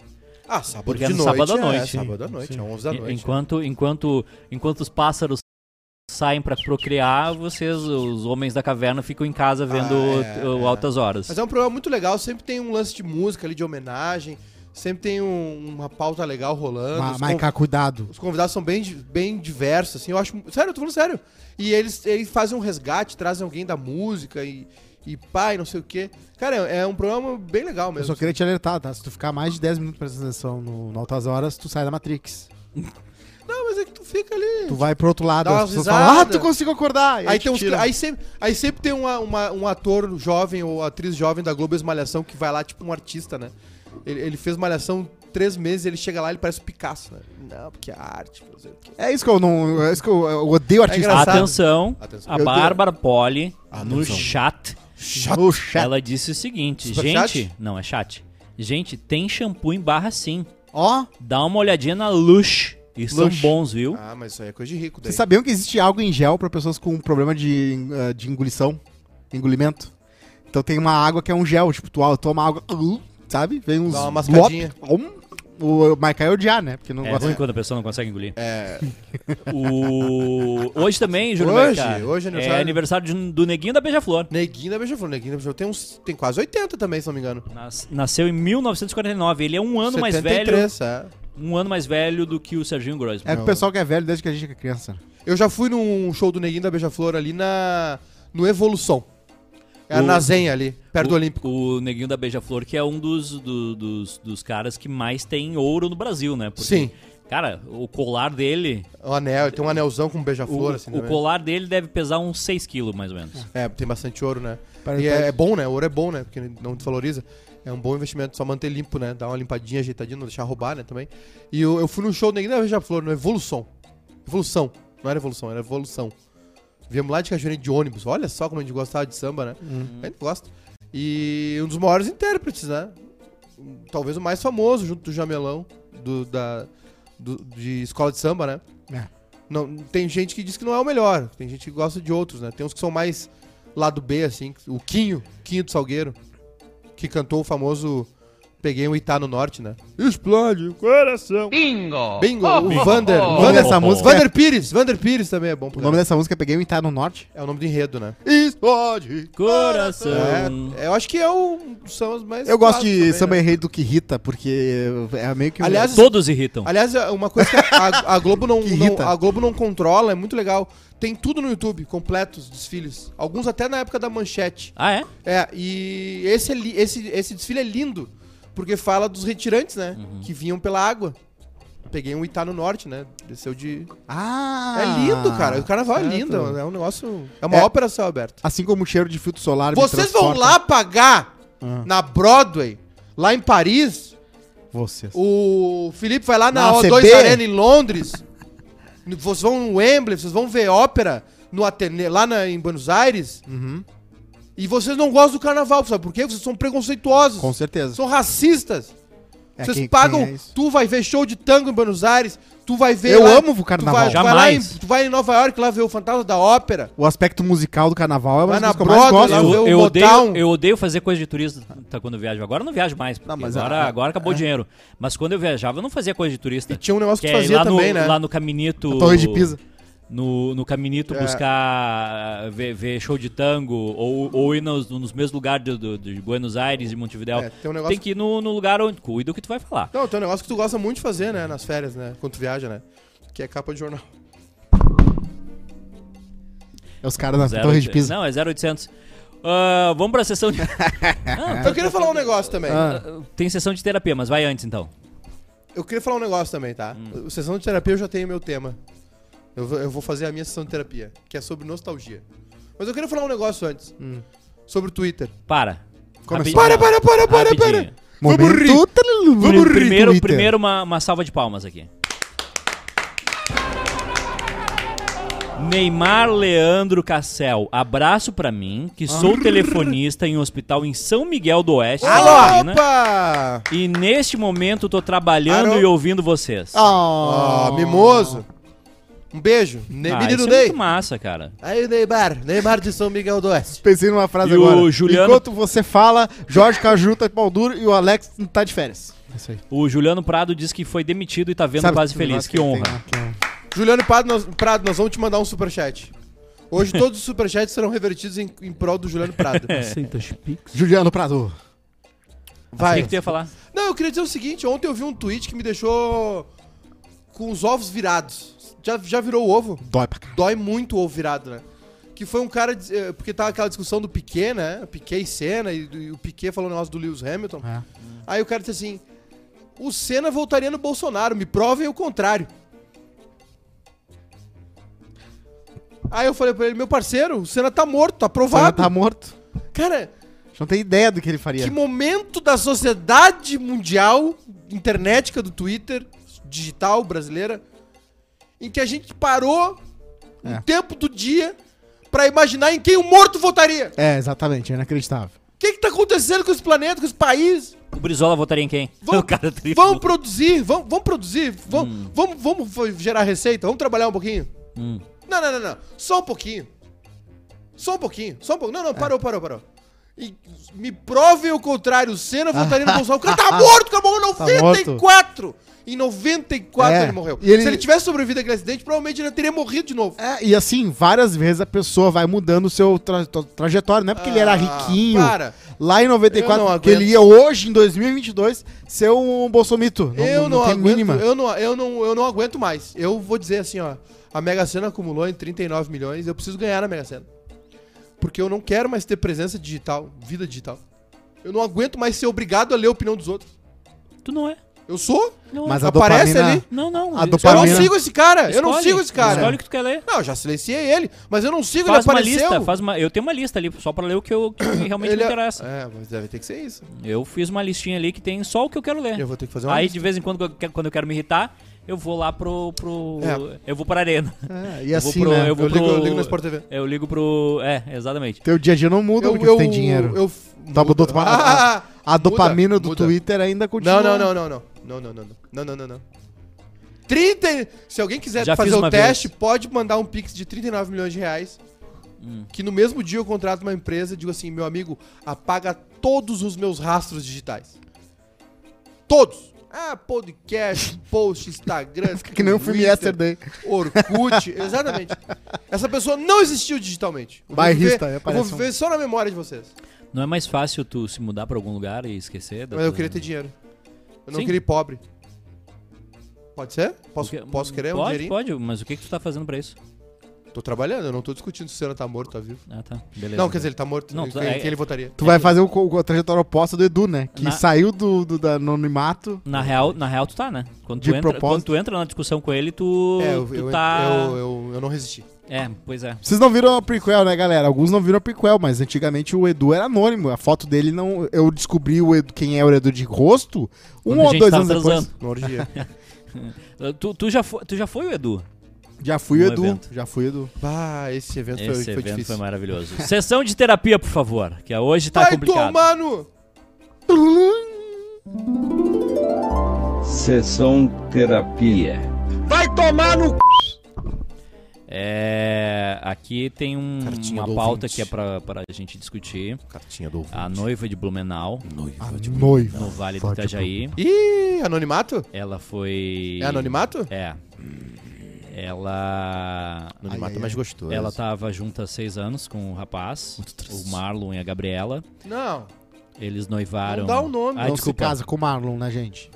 Speaker 3: Ah, sábado
Speaker 2: Porque é
Speaker 3: de
Speaker 2: no
Speaker 3: noite.
Speaker 2: sábado à
Speaker 3: é,
Speaker 2: noite.
Speaker 3: É, sábado à noite, é 11 da
Speaker 2: E-
Speaker 3: noite.
Speaker 2: Enquanto, enquanto, enquanto os pássaros saem pra procriar, vocês, os homens da caverna, ficam em casa vendo
Speaker 3: é,
Speaker 2: o, o
Speaker 3: é.
Speaker 2: Altas Horas.
Speaker 3: Mas é um programa muito legal, sempre tem um lance de música ali, de homenagem, sempre tem um- uma pauta legal rolando.
Speaker 1: Ma-
Speaker 3: os
Speaker 1: Mas,
Speaker 3: con-
Speaker 1: cá, cuidado.
Speaker 3: Os convidados são bem, di- bem diversos, assim, eu acho... Sério, eu tô falando sério. E eles, eles fazem um resgate, trazem alguém da música e, e pai, não sei o quê. Cara, é é um programa bem legal
Speaker 1: Eu
Speaker 3: mesmo.
Speaker 1: só queria te alertar, tá? Se tu ficar mais de 10 minutos prestando atenção no, no Altas Horas, tu sai da Matrix.
Speaker 3: Não, mas é que tu fica ali...
Speaker 1: Tu vai pro outro lado,
Speaker 3: Dá
Speaker 1: as
Speaker 3: umas
Speaker 1: pessoas
Speaker 3: risadas.
Speaker 1: falam, ah, tu conseguiu acordar! E
Speaker 3: Aí,
Speaker 1: te
Speaker 3: tem uns-
Speaker 1: tira.
Speaker 3: aí sempre, aí sempre tem uma- uma- um ator jovem ou atriz jovem da Globo Esmalhação que vai lá, tipo um artista, né? Ele, ele fez Malhação três meses, ele chega lá ele parece o Picasso, né? Não, porque é arte, fazer o quê?
Speaker 1: É isso que eu não. É isso que eu, eu odeio artista.
Speaker 3: engraçado.
Speaker 2: Atenção,
Speaker 3: Atenção.
Speaker 2: a
Speaker 1: Eu-
Speaker 2: Bárbara Poli, no
Speaker 4: Atenção.
Speaker 2: chat,
Speaker 1: No chat.
Speaker 2: ela disse o seguinte:
Speaker 3: Superchat?
Speaker 2: gente, não é chat. Gente, tem shampoo em barra sim.
Speaker 1: Ó,
Speaker 2: Dá uma olhadinha na Lush. E são
Speaker 1: Lush.
Speaker 2: bons, viu?
Speaker 3: Ah, mas isso aí é coisa de rico daí.
Speaker 1: vocês sabiam que existe algo em gel pra pessoas com problema de, eh, de engolição? Engolimento? Então tem uma água que é um gel, tipo, tu toma água, uh, sabe? Vem uns.
Speaker 3: Dá uma mascadinha.
Speaker 1: blop, um. o Maikai odiar, né? Porque não
Speaker 2: É
Speaker 1: gosta.
Speaker 2: ruim quando a pessoa não consegue engolir. É. O... Hoje também, Júlio
Speaker 3: Hoje,
Speaker 2: Mercado,
Speaker 3: hoje é
Speaker 2: é
Speaker 3: aniversário.
Speaker 2: aniversário de- do Neguinho da Beija-Flor.
Speaker 3: Neguinho da Beija-Flor, Neguinho da Beija-Flor tem, uns, tem quase 80 também, se não me engano.
Speaker 2: Nas- Nasceu em 1949. Ele é um ano mais velho.
Speaker 3: 73, é.
Speaker 2: Um ano mais velho do que o Serginho Grossman.
Speaker 1: É que o pessoal que é velho desde que a gente é criança.
Speaker 3: Eu já fui num show do Neguinho da Beija-Flor ali na... No Evolução. Era
Speaker 2: O-
Speaker 3: na Zenha ali, perto do
Speaker 2: O-
Speaker 3: Olímpico.
Speaker 2: O Neguinho da Beija-Flor, que é um dos, do- dos, dos caras que mais tem ouro no Brasil, né? Porque,
Speaker 3: Sim.
Speaker 2: Cara, o colar dele.
Speaker 3: O anel, tem um anelzão com
Speaker 2: O,
Speaker 3: beija-flor, assim,
Speaker 2: o
Speaker 3: também.
Speaker 2: colar dele deve pesar uns 6 quilos, mais ou menos.
Speaker 3: É, tem bastante ouro, né?
Speaker 1: Pare-
Speaker 3: e é,
Speaker 1: pare-
Speaker 3: é bom, né? Ouro é bom, né? Porque não desvaloriza. É um bom investimento, só manter limpo, né? Dar uma limpadinha, ajeitadinha, não deixar roubar, né? Também. E eu, eu fui num show nem da Veja Flor, no Evolução. Evolução. Não era Evolução, era Evolução. Viemos lá de Cajueira de ônibus. Olha só como a gente gostava de samba, né? A gente gosta. E um dos maiores intérpretes, né? Talvez o mais famoso, junto do Jamelão, do, da, do- de escola de samba, né?
Speaker 1: É.
Speaker 3: Não, tem gente que diz que não é o melhor, tem gente que gosta de outros, né? Tem uns que são mais lado B, assim. O Quinho, Quinho do Salgueiro, que cantou o famoso Peguei um Itá no Norte, né? Explode o coração.
Speaker 6: Bingo!
Speaker 3: Bingo, o Vander.
Speaker 1: O nome
Speaker 3: Vander,
Speaker 1: dessa música é-
Speaker 3: Vander Pires, Vander Pires também é bom.
Speaker 1: O
Speaker 3: pro
Speaker 1: nome
Speaker 3: cara.
Speaker 1: dessa música é Peguei o Itá no Norte.
Speaker 3: É o nome do enredo, né? Explode.
Speaker 2: Coração.
Speaker 3: É, eu acho que é um dos sambas mais...
Speaker 1: Eu gosto
Speaker 3: clássicos
Speaker 1: de
Speaker 3: também,
Speaker 1: samba
Speaker 3: né?
Speaker 1: enredo do que irrita, porque é meio que. um-
Speaker 3: Aliás,
Speaker 2: Todos irritam.
Speaker 3: Aliás, é uma coisa que a, a Globo não,
Speaker 1: Que
Speaker 3: não-
Speaker 1: irrita.
Speaker 3: a Globo não controla é muito legal. Tem tudo no YouTube, completos desfiles. Alguns até na época da manchete.
Speaker 2: Ah, é?
Speaker 3: É, e esse, é li- esse, esse desfile é lindo, porque fala dos retirantes, né? Que vinham pela água. Peguei um Itá no norte, né? Desceu de.
Speaker 1: Ah!
Speaker 3: é lindo, cara. O carnaval é
Speaker 1: certo.
Speaker 3: lindo. É um negócio. É uma
Speaker 1: É.
Speaker 3: ópera a céu aberto.
Speaker 1: Assim como o cheiro de filtro solar. me
Speaker 3: Vocês vão
Speaker 1: transporta-
Speaker 3: lá pagar
Speaker 1: Ah.
Speaker 3: na Broadway, lá em Paris,
Speaker 1: Vocês.
Speaker 3: o Felipe vai lá na,
Speaker 1: Na
Speaker 3: O2
Speaker 1: ACB?
Speaker 3: Arena em Londres. vocês vão no Wembley, vocês vão ver ópera no Atene, lá na- em Buenos Aires.
Speaker 1: Uhum.
Speaker 3: E vocês não gostam do carnaval, sabe por quê? Vocês são preconceituosos.
Speaker 1: Com certeza.
Speaker 3: São racistas.
Speaker 1: É,
Speaker 3: vocês
Speaker 1: quem-
Speaker 3: pagam.
Speaker 1: quem é isso?
Speaker 3: tu vai ver show de tango em Buenos Aires. Tu vai ver.
Speaker 1: Eu
Speaker 3: lá-
Speaker 1: amo o carnaval.
Speaker 3: Tu vai, tu vai lá em,
Speaker 2: Jamais.
Speaker 3: tu vai em Nova York lá ver o Fantasma da Ópera.
Speaker 1: O aspecto musical do carnaval é uma
Speaker 3: Vai na
Speaker 1: das coisas que eu mais
Speaker 3: Broadway,
Speaker 1: gosto.
Speaker 3: lá
Speaker 1: Eu-
Speaker 3: ver
Speaker 2: Eu,
Speaker 3: o
Speaker 2: eu odeio,
Speaker 3: Motown.
Speaker 2: eu odeio fazer coisa de turista tá, quando eu viajo. Agora eu não viajo mais. porque
Speaker 1: mas
Speaker 2: agora,
Speaker 1: a-
Speaker 2: agora acabou o dinheiro. Mas quando eu viajava, eu não fazia coisa de turista.
Speaker 3: é. E tinha um negócio que tu
Speaker 2: é ir
Speaker 3: fazia
Speaker 2: lá
Speaker 3: também,
Speaker 2: no,
Speaker 3: né?
Speaker 2: Lá no Caminito.
Speaker 1: A Torre de Pisa.
Speaker 2: No, no Caminito
Speaker 3: É.
Speaker 2: buscar. Ver, ver show de tango. Ou, ou ir nos, nos mesmos lugares de, de- de Buenos Aires, de Montevideo.
Speaker 3: É, tem
Speaker 2: tem,
Speaker 3: um negócio-
Speaker 2: que ir no, no lugar onde. Cuida o que tu vai falar.
Speaker 3: Não, tem um negócio que tu gosta muito de fazer, né? Nas férias, né? Quando tu viaja, né? Que é capa de jornal.
Speaker 1: É os caras na
Speaker 2: Zero
Speaker 1: torre
Speaker 2: oit-
Speaker 1: de pisa.
Speaker 2: Não, é 0800. Ah, vamos pra sessão de.
Speaker 3: Eu queria falar um negócio também.
Speaker 2: Ah. Tem sessão de terapia, mas vai antes então.
Speaker 3: Eu queria falar um negócio também, tá?
Speaker 2: Hum.
Speaker 3: O Sessão de terapia eu já tenho meu tema. Eu vou, eu vou fazer a minha sessão de terapia, que é sobre nostalgia. Mas eu queria falar um negócio antes.
Speaker 2: Hum.
Speaker 3: Sobre o Twitter.
Speaker 2: Para.
Speaker 1: Começou.
Speaker 2: Rapidinho.
Speaker 3: para,
Speaker 2: Rapidinho.
Speaker 3: Vamos rir.
Speaker 1: Vamos rir,
Speaker 2: Primeiro,
Speaker 1: Twitter.
Speaker 2: primeiro uma, uma salva de palmas aqui. Neymar Leandro Cassel, abraço pra mim,
Speaker 3: Ah.
Speaker 2: que sou telefonista em um hospital em São Miguel do Oeste, Santa Catarina,
Speaker 3: Opa!
Speaker 2: e neste momento tô trabalhando
Speaker 3: Alô?
Speaker 2: e ouvindo vocês.
Speaker 1: Ah,
Speaker 3: Ó, mimoso. Um beijo. Ne
Speaker 2: Ah,
Speaker 3: menino
Speaker 2: isso é
Speaker 3: Ney.
Speaker 2: muito massa, cara.
Speaker 3: Aí o Neymar. Neymar de São Miguel do Oeste.
Speaker 1: Pensei numa frase
Speaker 2: E o
Speaker 1: agora.
Speaker 2: Juliano-
Speaker 1: Enquanto você fala, Jorge Caju tá de pau duro e o Alex tá de férias. É isso aí.
Speaker 2: O Juliano Prado diz que foi demitido e tá vendo
Speaker 1: Sabe
Speaker 2: quase
Speaker 1: esse
Speaker 2: feliz,
Speaker 1: negócio
Speaker 2: que
Speaker 1: tem,
Speaker 2: honra.
Speaker 1: né, que é-
Speaker 3: Juliano Prado nós, Prado, nós vamos te mandar um superchat. Hoje todos os superchats serão revertidos em, em prol do Juliano Prado.
Speaker 2: É.
Speaker 1: Juliano Prado.
Speaker 2: O
Speaker 3: Vai.
Speaker 2: que, que tu ia falar?
Speaker 3: Não, eu queria dizer o seguinte, ontem eu vi um tweet que me deixou com os ovos virados. Já, já virou o ovo?
Speaker 1: Dói pra caralho.
Speaker 3: Dói muito o ovo virado, né? Que foi um cara. diz- eh, Porque tava aquela discussão do Piquet, né? Piquet e Senna, e, do- e o Piquet falou o negócio do Lewis Hamilton.
Speaker 1: É.
Speaker 3: Aí o cara disse assim: o Senna voltaria no Bolsonaro, me provem o contrário. Aí eu falei pra ele, meu parceiro, o Senna tá morto, tá
Speaker 1: Você
Speaker 3: provado.
Speaker 1: tá morto.
Speaker 3: Cara,
Speaker 1: A gente não tem ideia do que ele faria.
Speaker 3: que momento da sociedade mundial, internetica do Twitter, digital brasileira, em que a gente parou o
Speaker 1: É.
Speaker 3: tempo do dia pra imaginar em quem o morto votaria.
Speaker 1: É, exatamente. É inacreditável.
Speaker 3: O que que tá acontecendo com esse planeta, com esse país?
Speaker 2: O Brizola votaria em quem?
Speaker 3: Vamos,
Speaker 2: o cara triste.
Speaker 3: vamos produzir, vamos, vamos produzir, vamos,
Speaker 1: Hum.
Speaker 3: vamos, vamos fa- gerar receita, vamos trabalhar um pouquinho.
Speaker 2: Hum.
Speaker 3: Não, não, não, não. Só um pouquinho. Só um pouquinho. Só um
Speaker 1: É.
Speaker 3: pouquinho. Não, não, parou, parou, parou. E me provem o contrário. O Senna votaria no Bolsonaro. O cara tá morto, o cara morreu
Speaker 1: Ah. Tá
Speaker 3: em
Speaker 1: morto.
Speaker 3: 94. em 94
Speaker 1: É.
Speaker 3: ele morreu.
Speaker 1: E ele-
Speaker 3: Se ele tivesse sobrevivido àquele acidente, provavelmente ele teria morrido de novo.
Speaker 1: É, e assim, várias vezes a pessoa vai mudando o seu tra- tra- trajetório. Não é porque ele era
Speaker 3: Ah,
Speaker 1: riquinho
Speaker 3: para.
Speaker 1: lá em
Speaker 3: Eu não
Speaker 1: 94, que
Speaker 3: aguento.
Speaker 1: ele ia hoje, em 2022, ser um bolsomito. Não,
Speaker 3: eu
Speaker 1: não,
Speaker 3: não,
Speaker 1: não tem
Speaker 3: aguento,
Speaker 1: mínima.
Speaker 3: eu não, eu não, eu não aguento mais. Eu vou dizer assim, ó, a Mega Sena acumulou em 39 milhões, eu preciso ganhar na Mega Sena. Porque eu não quero mais ter presença digital, vida digital. Eu não aguento mais ser obrigado a ler a opinião dos outros.
Speaker 2: Tu não é.
Speaker 3: Eu sou?
Speaker 2: Não
Speaker 1: Mas
Speaker 2: é.
Speaker 1: a
Speaker 3: Aparece
Speaker 1: dopamina...
Speaker 3: ali.
Speaker 2: Não, não.
Speaker 1: a
Speaker 2: escolhe-
Speaker 3: Eu não
Speaker 1: Pamela.
Speaker 3: sigo esse cara, eu não
Speaker 2: escolhe.
Speaker 3: sigo esse cara.
Speaker 2: Escolhe o que tu quer ler.
Speaker 3: Não, eu já silenciei ele, mas eu não sigo,
Speaker 2: Faz
Speaker 3: ele
Speaker 2: uma
Speaker 3: apareceu.
Speaker 2: lista, faz uma, eu tenho uma lista ali só pra ler o que, eu, que realmente
Speaker 3: Ele-
Speaker 2: me interessa.
Speaker 3: É, mas deve ter que ser isso.
Speaker 2: Eu fiz uma listinha ali que tem só o que eu quero ler.
Speaker 3: Eu vou ter que fazer uma
Speaker 2: Aí
Speaker 3: lista.
Speaker 2: de vez em quando, quando eu quero- quando eu quero me irritar, eu vou lá pro. pro Eu vou pra arena.
Speaker 1: É, e
Speaker 2: Eu vou
Speaker 1: assim,
Speaker 2: pro-
Speaker 1: né?
Speaker 2: eu vou
Speaker 3: Eu ligo,
Speaker 2: pro-
Speaker 3: eu ligo na Sport TV.
Speaker 2: Eu ligo pro. É, exatamente.
Speaker 1: Teu dia a dia não muda porque tu tem dinheiro.
Speaker 3: Eu,
Speaker 1: Tá,
Speaker 3: muda.
Speaker 1: mudou tua- a-
Speaker 3: Ah,
Speaker 1: a dopamina
Speaker 3: muda,
Speaker 1: do
Speaker 3: muda.
Speaker 1: Twitter ainda
Speaker 3: Não,
Speaker 1: continua.
Speaker 3: não, não, não, não. Não, não, não, não. Não, não, não, não. 30... Se alguém quiser
Speaker 2: Já
Speaker 3: fazer
Speaker 2: fiz
Speaker 3: o
Speaker 2: uma
Speaker 3: teste, pode mandar um pix de 39 milhões de reais.
Speaker 2: Hum.
Speaker 3: Que no mesmo dia eu contrato uma empresa e digo assim, meu amigo, apaga todos os meus rastros digitais. Todos. Ah, podcast, post, Instagram.
Speaker 1: Que nem o filme
Speaker 3: Twitter,
Speaker 1: Yesterday.
Speaker 3: Orkut, exatamente. Essa pessoa não existiu digitalmente. Eu vou
Speaker 1: Bairrista,
Speaker 3: viver- Eu
Speaker 1: aparece
Speaker 3: vou
Speaker 1: um-
Speaker 3: viver só na memória de vocês.
Speaker 2: Não é mais fácil tu se mudar pra algum lugar e esquecer? da
Speaker 3: Mas eu
Speaker 2: tua-
Speaker 3: queria ter dinheiro. Eu não
Speaker 2: Sim.
Speaker 3: queria ir pobre. Pode ser? Posso,
Speaker 2: Porque-
Speaker 3: posso querer um
Speaker 2: Pode,
Speaker 3: dinheirinho?
Speaker 2: pode, mas o que, que tu tá fazendo pra isso?
Speaker 3: Tô trabalhando, eu não tô discutindo se o Senna tá morto, tá vivo.
Speaker 2: Ah, tá. Beleza.
Speaker 3: Não, quer dizer, ele tá morto.
Speaker 2: Não,
Speaker 3: Não,
Speaker 2: tu-
Speaker 3: quem,
Speaker 2: é-
Speaker 3: quem ele votaria?
Speaker 1: Tu vai fazer o, co- a trajetória oposta do Edu, né? Que
Speaker 2: Na-
Speaker 1: saiu do, do da anonimato.
Speaker 2: Na real, na real, tu tá, né? Quando
Speaker 1: De
Speaker 2: tu, entra,
Speaker 1: propósito.
Speaker 2: quando tu entra na discussão com ele, tu,
Speaker 3: É, eu,
Speaker 2: tu
Speaker 3: eu,
Speaker 2: tá.
Speaker 3: eu, Um eu- eu não resisti.
Speaker 2: É, pois é.
Speaker 1: Vocês não viram a prequel, né, galera? Alguns não viram a prequel, mas antigamente o Edu era anônimo. A foto dele não. Eu descobri o Edu- quem é o Edu de rosto um
Speaker 2: Quando a
Speaker 1: ou
Speaker 2: gente
Speaker 1: dois
Speaker 2: tava
Speaker 1: anos
Speaker 2: transando.
Speaker 1: depois.
Speaker 3: Na orgia.
Speaker 2: Uh, Tu, tu, já foi, tu já foi o Edu?
Speaker 1: Já fui o
Speaker 2: Num
Speaker 1: Edu.
Speaker 2: Um evento.
Speaker 1: Já fui o Edu.
Speaker 3: bah, esse evento foi,
Speaker 2: Esse
Speaker 3: foi
Speaker 2: evento
Speaker 3: difícil.
Speaker 2: foi maravilhoso. Sessão de terapia, por favor, que hoje tá
Speaker 3: Vai
Speaker 2: complicado.
Speaker 3: tomar no...
Speaker 6: Sessão terapia.
Speaker 2: É, aqui tem um-
Speaker 3: Cartinha
Speaker 2: uma
Speaker 3: do
Speaker 2: pauta
Speaker 3: ouvinte.
Speaker 2: que é pra, pra gente discutir.
Speaker 3: Cartinha do
Speaker 2: A noiva de Blumenau,
Speaker 1: A noiva.
Speaker 2: Hum, no Vale do
Speaker 1: Forte
Speaker 2: Itajaí,
Speaker 3: Ih, anonimato?
Speaker 2: ela foi...
Speaker 3: É anonimato?
Speaker 2: É. Ela...
Speaker 1: Ai, ai, ai.
Speaker 3: gostoso.
Speaker 2: Ela tava junta há seis anos com o rapaz, o Marlon e a Gabriela.
Speaker 3: Não.
Speaker 2: Eles noivaram...
Speaker 3: Não dá o nome.
Speaker 2: Ah,
Speaker 1: não
Speaker 2: desculpa.
Speaker 1: se casa com o Marlon, né, gente?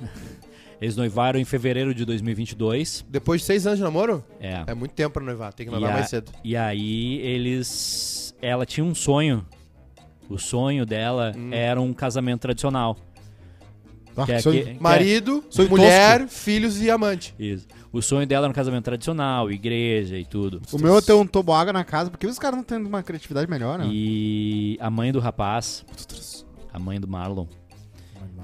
Speaker 2: Eles noivaram em fevereiro de 2022.
Speaker 3: Depois de seis anos de namoro?
Speaker 2: É.
Speaker 3: É muito tempo pra noivar. Tem
Speaker 2: E,
Speaker 3: que noivar
Speaker 2: a-
Speaker 3: mais cedo.
Speaker 2: e aí eles... Ela tinha um sonho O sonho dela
Speaker 3: Hum.
Speaker 2: era um casamento tradicional.
Speaker 1: Ah,
Speaker 2: Que é
Speaker 1: isso aí-
Speaker 2: que- que é-
Speaker 3: Marido,
Speaker 1: Sonho
Speaker 3: mulher, filhos e amante.
Speaker 2: Isso. O sonho dela era um casamento tradicional, igreja e tudo.
Speaker 1: O meu é ter um toboágua na casa, porque os caras não têm uma criatividade melhor, né?
Speaker 2: E a mãe do rapaz, a mãe do Marlon,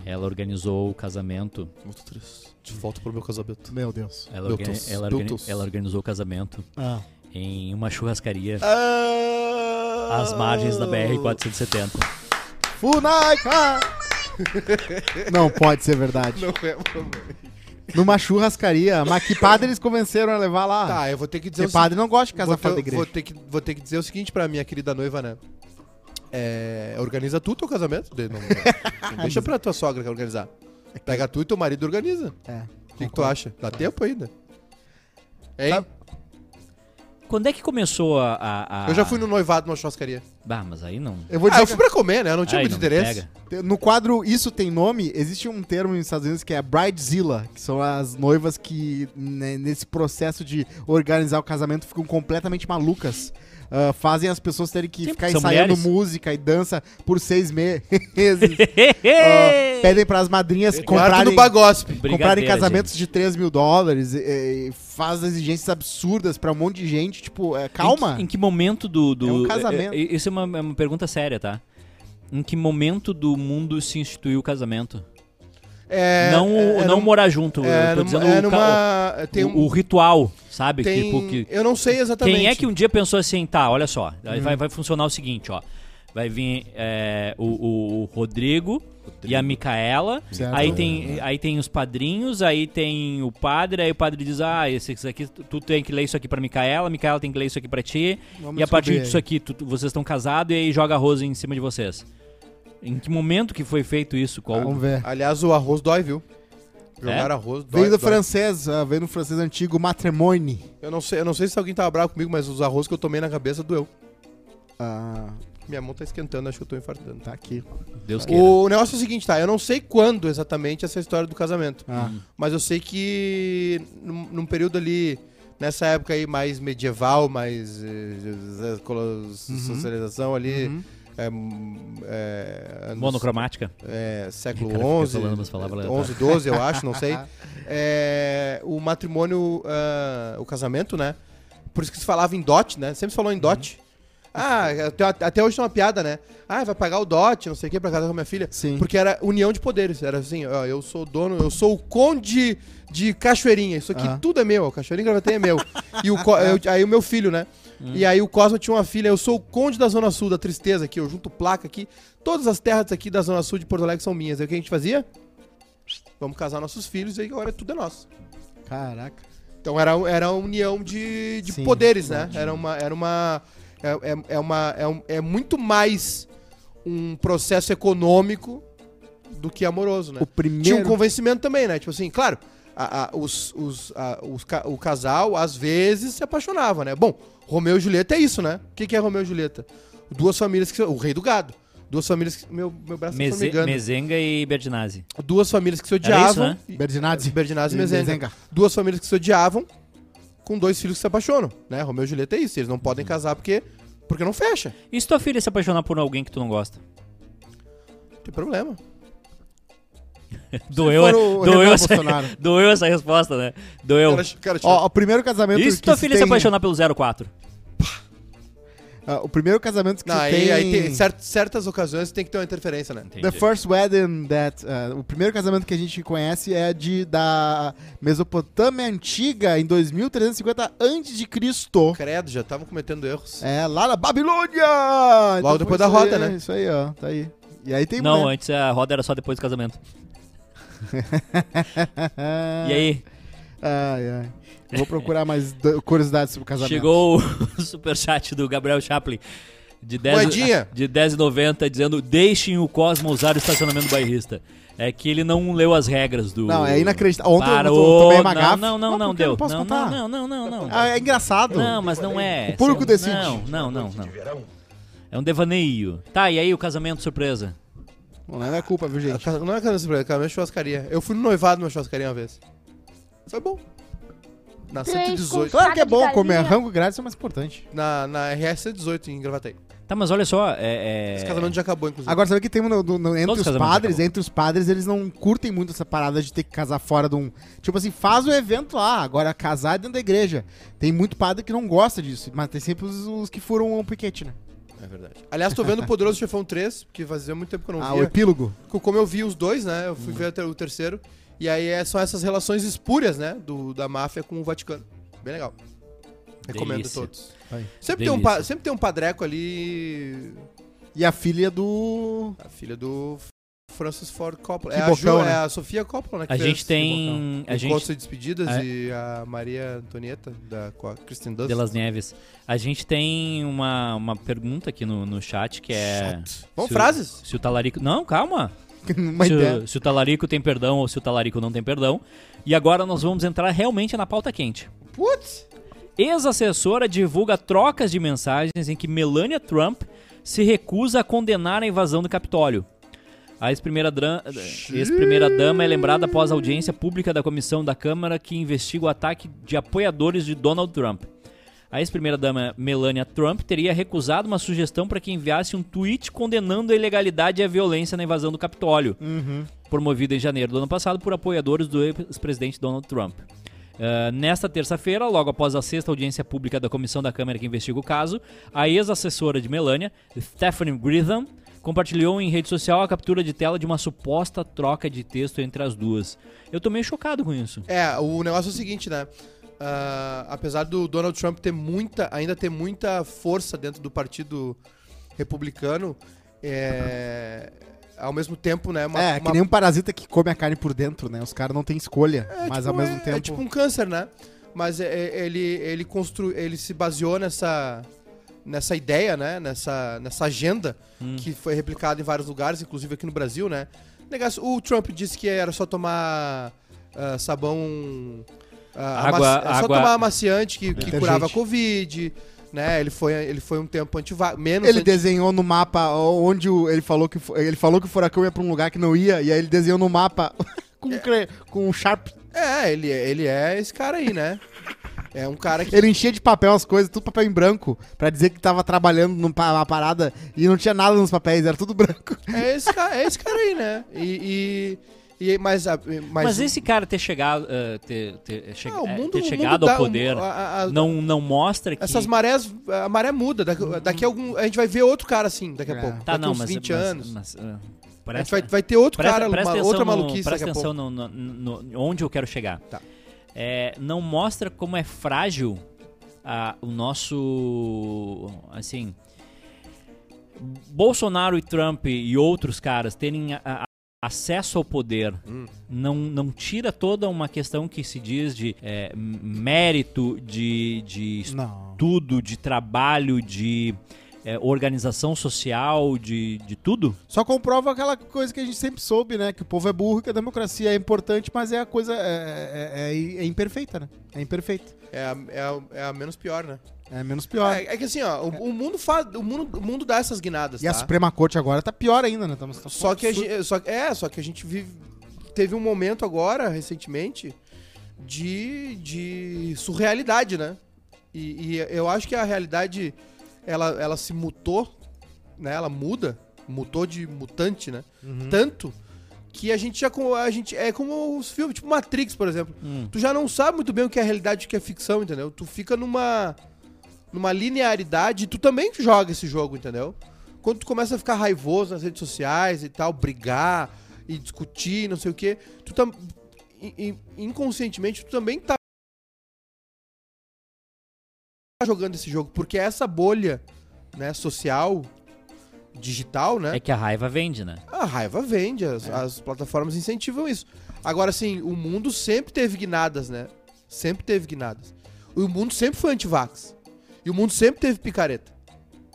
Speaker 2: ela organizou o casamento.
Speaker 3: Muito triste. De volta pro meu casamento.
Speaker 1: Meu Deus.
Speaker 2: Ela,
Speaker 3: Meu
Speaker 2: organi-
Speaker 3: Deus,
Speaker 2: ela
Speaker 3: meu
Speaker 2: organi-
Speaker 3: Deus.
Speaker 2: ela organizou o casamento
Speaker 1: Ah.
Speaker 2: em uma churrascaria
Speaker 3: Ah,
Speaker 2: às margens da BR-470.
Speaker 1: Funaica! Não pode ser verdade.
Speaker 3: Não é, mamãe.
Speaker 1: Numa churrascaria, mas que padre eles convenceram a levar lá?
Speaker 3: Tá, eu vou ter que dizer
Speaker 1: Porque Ah, padre não gosta de
Speaker 3: vou
Speaker 1: casar
Speaker 3: ter-
Speaker 1: fora da
Speaker 3: Vou
Speaker 1: igreja.
Speaker 3: ter, que, vou ter que dizer o seguinte pra minha querida noiva, né? É, organiza tu teu casamento. Não, não- não deixa pra tua sogra organizar. Pega tu e teu marido organiza.
Speaker 1: É.
Speaker 3: O que, que tu acha? Dá tempo ainda? Hein?
Speaker 1: Tá.
Speaker 2: Quando é que começou a. a- a-
Speaker 3: Eu já fui no noivado numa churrascaria.
Speaker 2: Bah, mas aí não.
Speaker 1: Eu Ah. vou
Speaker 3: Ah,
Speaker 1: dizer
Speaker 3: eu fui pra comer, né? Eu não tinha
Speaker 2: aí
Speaker 3: muito
Speaker 2: não
Speaker 3: interesse.
Speaker 2: pega.
Speaker 1: que no quadro Isso Tem Nome, existe um termo nos Estados Unidos que é Bridezilla, que são as noivas que, né, nesse processo de organizar o casamento, ficam completamente malucas. Ah, fazem as pessoas terem que
Speaker 2: Sim,
Speaker 1: ficar
Speaker 2: são
Speaker 1: ensaiando
Speaker 2: mulheres.
Speaker 1: música e dança por seis meses. Ah, pedem pras madrinhas
Speaker 3: Quarto do
Speaker 1: comprarem...
Speaker 3: Bagospe.
Speaker 1: Comprarem
Speaker 2: Brigadeira,
Speaker 1: casamentos de 3 mil dólares, e- e faz exigências absurdas pra um monte de gente, tipo, é,
Speaker 2: Em
Speaker 1: calma.
Speaker 2: que, em que momento do. do
Speaker 1: É um casamento.
Speaker 2: é- é- isso é uma, é uma pergunta séria, tá? Em que momento do mundo se instituiu o casamento?
Speaker 3: É,
Speaker 2: não o-
Speaker 3: é
Speaker 2: não
Speaker 3: num-
Speaker 2: morar junto.
Speaker 3: é
Speaker 2: eu tô
Speaker 3: numa-
Speaker 2: dizendo
Speaker 3: é
Speaker 2: o, ca-
Speaker 3: numa- tem
Speaker 2: o-
Speaker 3: um-
Speaker 2: o ritual, sabe?
Speaker 3: tem-
Speaker 2: Tipo, que,
Speaker 3: Eu não sei exatamente.
Speaker 2: quem é que um dia pensou assim, tá, olha só, aí vai, vai funcionar o seguinte, ó. Vai vir é, o, o- o Rodrigo, e a Micaela.
Speaker 1: Certo.
Speaker 2: Aí tem, aí tem os padrinhos, aí tem o padre, aí o padre diz: Ah, esse esse aqui, tu tu tem que ler isso aqui pra Micaela, Micaela tem que ler isso aqui pra ti.
Speaker 1: Vamos
Speaker 2: e a partir
Speaker 1: descobrir
Speaker 2: disso
Speaker 1: aí.
Speaker 2: aqui, tu- tu- vocês estão casados e aí joga arroz em cima de vocês. Em que momento que foi feito isso? Qual?
Speaker 1: Vamos ver.
Speaker 3: Aliás, o arroz dói, viu?
Speaker 2: É?
Speaker 3: Jogaram arroz dói.
Speaker 1: Veio do
Speaker 3: dói.
Speaker 1: francês, ah, veio do francês antigo, matrimônio.
Speaker 3: Eu não, sei, eu não sei se alguém tava bravo comigo, mas os arroz que eu tomei na cabeça doeu.
Speaker 1: Ah,
Speaker 3: Minha mão tá esquentando, acho que eu tô infartando.
Speaker 1: tá aqui.
Speaker 2: Deus queira.
Speaker 3: O negócio é o seguinte, tá? Eu não sei quando exatamente essa história do casamento.
Speaker 1: Ah.
Speaker 3: Mas eu sei que num, num período ali, nessa época aí mais medieval, mais eh, colo-
Speaker 1: Uhum.
Speaker 3: socialização ali. É, hum, é, anos-
Speaker 2: Monocromática.
Speaker 3: é, século
Speaker 2: Cara, fica
Speaker 3: XI,
Speaker 2: falando umas palavras
Speaker 3: 11, 12, eu acho, não sei. É, o matrimônio, ah, o casamento, né? Por isso que se falava em dote, né? Sempre se falou em dote.
Speaker 2: Uhum.
Speaker 3: Ah, até, até hoje tem uma piada, né? Ah, vai pagar o dote, não sei o que, pra casar com a minha filha.
Speaker 1: Sim.
Speaker 3: Porque era união de poderes. Era assim, ó, eu sou dono, eu sou o conde de Cachoeirinha. Isso aqui
Speaker 1: Ah.
Speaker 3: tudo é meu, ó, Cachoeirinha e Gravataí é meu. e o co- eu- aí o meu filho, né? E aí o Cosmo tinha uma filha, eu sou o conde da Zona Sul, da tristeza aqui, eu junto placa aqui. Todas as terras aqui da Zona Sul de Porto Alegre são minhas. Aí o que a gente fazia? Vamos casar nossos filhos e aí agora tudo é nosso.
Speaker 1: Caraca.
Speaker 3: Então era, era uma união de, de
Speaker 1: Sim,
Speaker 3: poderes, né? Era uma. Era uma é, é- é uma é, um- é muito mais um processo econômico do que amoroso, né?
Speaker 1: O primeiro.
Speaker 3: Tinha um convencimento também, né? Tipo assim, claro, a- a- os, os- a- os ca- o casal às vezes se apaixonava, né? Bom, Romeu e Julieta é isso, né? O que, que é Romeu e Julieta? Duas famílias que. se- O rei do gado. Duas famílias que. Meu, meu braço tá
Speaker 2: Meze-
Speaker 3: formigando.
Speaker 2: Mezenga e Berdinazzi.
Speaker 3: Duas famílias que se
Speaker 2: isso,
Speaker 3: odiavam.
Speaker 2: né?
Speaker 3: e-
Speaker 1: Berdinazzi.
Speaker 3: Berdinazzi e
Speaker 1: E
Speaker 3: Mezenga.
Speaker 1: Mezenga.
Speaker 3: Duas famílias que se odiavam com dois filhos que se apaixonam, né? Romeu e Julieta é isso. Eles não podem casar porque, porque não fecha.
Speaker 2: E se tua filha se apaixonar por alguém que tu não gosta?
Speaker 3: Não tem problema.
Speaker 2: Doeu,
Speaker 1: for o
Speaker 2: doeu,
Speaker 1: Renan
Speaker 2: essa,
Speaker 1: Bolsonaro.
Speaker 2: doeu essa resposta, né? Doeu.
Speaker 3: Cara, cara,
Speaker 1: Ó, o primeiro casamento
Speaker 2: E se tua filha se
Speaker 1: tem-
Speaker 2: apaixonar pelo 04?
Speaker 1: Ah, o primeiro casamento que
Speaker 3: não,
Speaker 1: se
Speaker 3: aí,
Speaker 1: tem...
Speaker 3: aí tem cer- certas ocasiões tem que ter uma interferência, né?
Speaker 1: The first wedding that... ah, o primeiro casamento que a gente conhece é de da Mesopotâmia Antiga, em 2350 a.C.
Speaker 3: Credo, já estavam cometendo erros.
Speaker 1: É, lá na Babilônia!
Speaker 3: Logo depois da
Speaker 1: roda,
Speaker 3: rota, né?
Speaker 1: Isso aí, ó. Tá aí. E aí tem...
Speaker 2: Não,
Speaker 1: né?
Speaker 2: antes a roda era só depois do casamento.
Speaker 1: É,
Speaker 2: E aí,
Speaker 1: Ai, ai. Eu Vou procurar mais do- curiosidades sobre o casamento.
Speaker 2: chegou o superchat do Gabriel Chaplin de 10
Speaker 3: Moedinha.
Speaker 2: de 10,90 dizendo deixem o Cosmo usar o estacionamento bairrista. É que ele não leu as regras do...
Speaker 1: Não, é inacreditável. Ontem eu
Speaker 2: Parou.
Speaker 1: tomei uma
Speaker 2: não,
Speaker 1: gafe.
Speaker 2: não, não,
Speaker 1: Mas
Speaker 2: não,
Speaker 1: por que eu
Speaker 2: deu.
Speaker 1: não posso
Speaker 2: Não,
Speaker 1: contar?
Speaker 2: não, não, não, não, não.
Speaker 1: Ah, é engraçado.
Speaker 2: Não, mas não é.
Speaker 1: O público
Speaker 2: Esse é um-
Speaker 1: decide.
Speaker 2: Não, não, não, não. É um devaneio. Tá, e aí o casamento surpresa?
Speaker 1: Não, não é minha culpa, viu,
Speaker 3: A
Speaker 1: gente?
Speaker 3: casa- Não é casa de é minha churrascaria. Eu fui no noivado numa churrascaria uma vez. Foi bom. Na
Speaker 5: Três
Speaker 3: 118.
Speaker 5: com-
Speaker 1: Claro que é
Speaker 5: Saco de
Speaker 1: bom comer
Speaker 5: galinha.
Speaker 1: rango grátis, é o mais importante.
Speaker 3: Na, na RS 118 em Gravataí.
Speaker 2: Tá, mas olha só, é.
Speaker 3: Esse
Speaker 2: é...
Speaker 3: casamento já acabou, inclusive.
Speaker 1: Agora, sabe que tem no- no- no- entre
Speaker 2: Todos
Speaker 1: os
Speaker 2: os casamentos
Speaker 1: padres?
Speaker 2: acabam.
Speaker 1: Entre os padres, eles não curtem muito essa parada de ter que casar fora de um. Tipo assim, faz o evento lá, agora casar é dentro da igreja. Tem muito padre que não gosta disso, mas tem sempre os, os que furam um piquete, né?
Speaker 3: É verdade. Aliás, tô vendo o Poderoso Chefão 3, que fazia muito tempo que eu não
Speaker 1: Ah, o
Speaker 3: via.
Speaker 1: epílogo.
Speaker 3: Co- Como eu vi os dois, né? Eu
Speaker 2: Hum.
Speaker 3: fui ver até o terceiro. E aí é, são essas relações espúrias, né? Do, da máfia com o Vaticano. Bem legal. Recomendo
Speaker 2: Delícia.
Speaker 3: todos.
Speaker 1: Vai.
Speaker 3: Sempre tem, um pa-
Speaker 2: Delícia.
Speaker 3: sempre tem um padreco ali.
Speaker 1: E a filha do.
Speaker 3: A filha do Francis Ford Coppola.
Speaker 1: Que
Speaker 3: é, a Ju-
Speaker 1: bocão, né?
Speaker 3: é a Sofia Coppola, né? que
Speaker 2: A
Speaker 3: fez
Speaker 2: gente tem. A gente
Speaker 3: Encontros e Despedidas
Speaker 2: É.
Speaker 3: e a Maria Antonieta da, com a Kristen Dunst.
Speaker 2: De Las Neves. A gente tem uma, uma pergunta aqui no, no chat que é.
Speaker 3: Vamos,
Speaker 2: se o-
Speaker 3: frases?
Speaker 2: Se o talarico. Não, calma.
Speaker 1: Uma
Speaker 2: se,
Speaker 1: é ideia.
Speaker 2: o, se o talarico tem perdão ou se o talarico não tem perdão. E agora nós vamos entrar realmente na pauta quente.
Speaker 3: Putz!
Speaker 2: Ex-assessora divulga trocas de mensagens em que Melania Trump se recusa a condenar a invasão do Capitólio. A ex-primeira dra- ex-primeira dama é lembrada após a audiência pública da comissão da Câmara que investiga o ataque de apoiadores de Donald Trump. A ex-primeira dama Melania Trump teria recusado uma sugestão para que enviasse um tweet condenando a ilegalidade e a violência na invasão do Capitólio, promovida em janeiro do ano passado por apoiadores do ex-presidente Donald Trump. Eh, nesta terça-feira, logo após a sexta audiência pública da comissão da Câmara que investiga o caso, a ex-assessora de Melania, Stephanie Gritham, compartilhou em rede social a captura de tela de uma suposta troca de texto entre as duas. Eu tô meio chocado com isso.
Speaker 3: É, o negócio é o seguinte, né? Ah, apesar do Donald Trump ter muita, ainda ter muita força dentro do partido republicano, é, ao mesmo tempo, né? uma-
Speaker 1: é, que
Speaker 3: uma-
Speaker 1: nem um parasita que come a carne por dentro, né? Os caras não têm escolha,
Speaker 3: É,
Speaker 1: mas
Speaker 3: tipo,
Speaker 1: ao mesmo
Speaker 3: é-
Speaker 1: tempo.
Speaker 3: É tipo um câncer, né? Mas é- é- ele, ele, constru, ele se baseou nessa, nessa ideia, né? Nessa, nessa agenda
Speaker 2: Hum.
Speaker 3: que foi replicada em vários lugares, inclusive aqui no Brasil, né? Negócio, o Trump disse que era só tomar ah, sabão. ah,
Speaker 2: Água-
Speaker 3: amaci- é Só
Speaker 2: água-
Speaker 3: tomar amaciante que, que
Speaker 1: Detergente.
Speaker 3: curava a Covid, né? Ele foi, ele foi um tempo antivax. Menos
Speaker 1: Ele
Speaker 3: anti-
Speaker 1: desenhou no mapa onde o- ele falou que fo- ele falou que o furacão ia pra um lugar que não ia, e aí ele desenhou no mapa com, cre- com um sharp.
Speaker 3: É, ele, ele é esse cara aí, né? É um cara que.
Speaker 1: Ele enchia de papel as coisas, tudo papel em branco, pra dizer que tava trabalhando numa parada e não tinha nada nos papéis, era tudo branco.
Speaker 3: É esse, ca- é esse cara aí, né? E. e, e mas, a- mas,
Speaker 2: Mas, esse cara ter chegado, eh, ter, ter che-
Speaker 3: Ah, o
Speaker 2: eh,
Speaker 3: mundo-
Speaker 2: ter
Speaker 3: o mundo
Speaker 2: chegado
Speaker 3: dá-
Speaker 2: ao poder,
Speaker 3: a- a- a-
Speaker 2: não, não mostra que...
Speaker 3: Essas marés, a maré muda. Daqui, daqui a algum. A gente vai ver outro cara assim daqui a
Speaker 1: É.
Speaker 3: pouco.
Speaker 2: tá,
Speaker 3: daqui
Speaker 2: não,
Speaker 3: uns
Speaker 2: mas,
Speaker 3: 20
Speaker 2: mas-
Speaker 3: anos.
Speaker 2: mas, eh,
Speaker 3: a gente
Speaker 2: presta,
Speaker 3: vai, vai ter outro
Speaker 2: presta-
Speaker 3: cara,
Speaker 2: presta
Speaker 3: uma-
Speaker 2: atenção
Speaker 3: outra
Speaker 2: no-
Speaker 3: maluquice daqui
Speaker 2: Presta
Speaker 3: a
Speaker 2: atenção
Speaker 3: pouco.
Speaker 2: no, no- no- no- onde eu quero chegar.
Speaker 3: Tá.
Speaker 2: Eh, não mostra como é frágil ah, o nosso... Assim... Bolsonaro e Trump e outros caras terem a- a- acesso ao poder
Speaker 3: Hum.
Speaker 2: não, não tira toda uma questão que se diz de eh, m- mérito, de, de
Speaker 1: Não.
Speaker 2: estudo, de trabalho, de eh, organização social, de, de tudo?
Speaker 1: Só comprova aquela coisa que a gente sempre soube, né? Que o povo é burro, que a democracia é importante, mas é a coisa. É, é- é- é imperfeita, né? É imperfeita.
Speaker 3: É, a, é, a, é a menos pior, né?
Speaker 1: É menos pior.
Speaker 3: É, é que assim, ó, o, o mundo faz. O mundo, o mundo dá essas guinadas.
Speaker 1: e a
Speaker 3: tá?
Speaker 1: Suprema Corte agora tá pior ainda, né? Estamos,
Speaker 3: Só que a gente, só, é, só que a gente vive, teve um momento agora, recentemente, de, de surrealidade, né? E, e eu acho que a realidade, ela, ela se mutou, né? Ela muda, mutou de mutante, né? Tanto que a gente já com- a gente é como os filmes, tipo Matrix, por exemplo. Tu já não sabe muito bem o que é realidade e o que é ficção, entendeu? Tu fica numa numa linearidade, tu também joga esse jogo, entendeu? Quando tu começa a ficar raivoso nas redes sociais e tal, brigar e discutir, não sei o quê, tu tam, in- in- inconscientemente tu também tá jogando esse jogo, porque é essa bolha, né, social, digital, né?
Speaker 2: É que a raiva vende, né?
Speaker 3: A raiva vende, as,
Speaker 1: É.
Speaker 3: as plataformas incentivam isso. Agora, assim, o mundo sempre teve guinadas, né? Sempre teve guinadas. O mundo sempre foi antivax. E o mundo sempre teve picareta.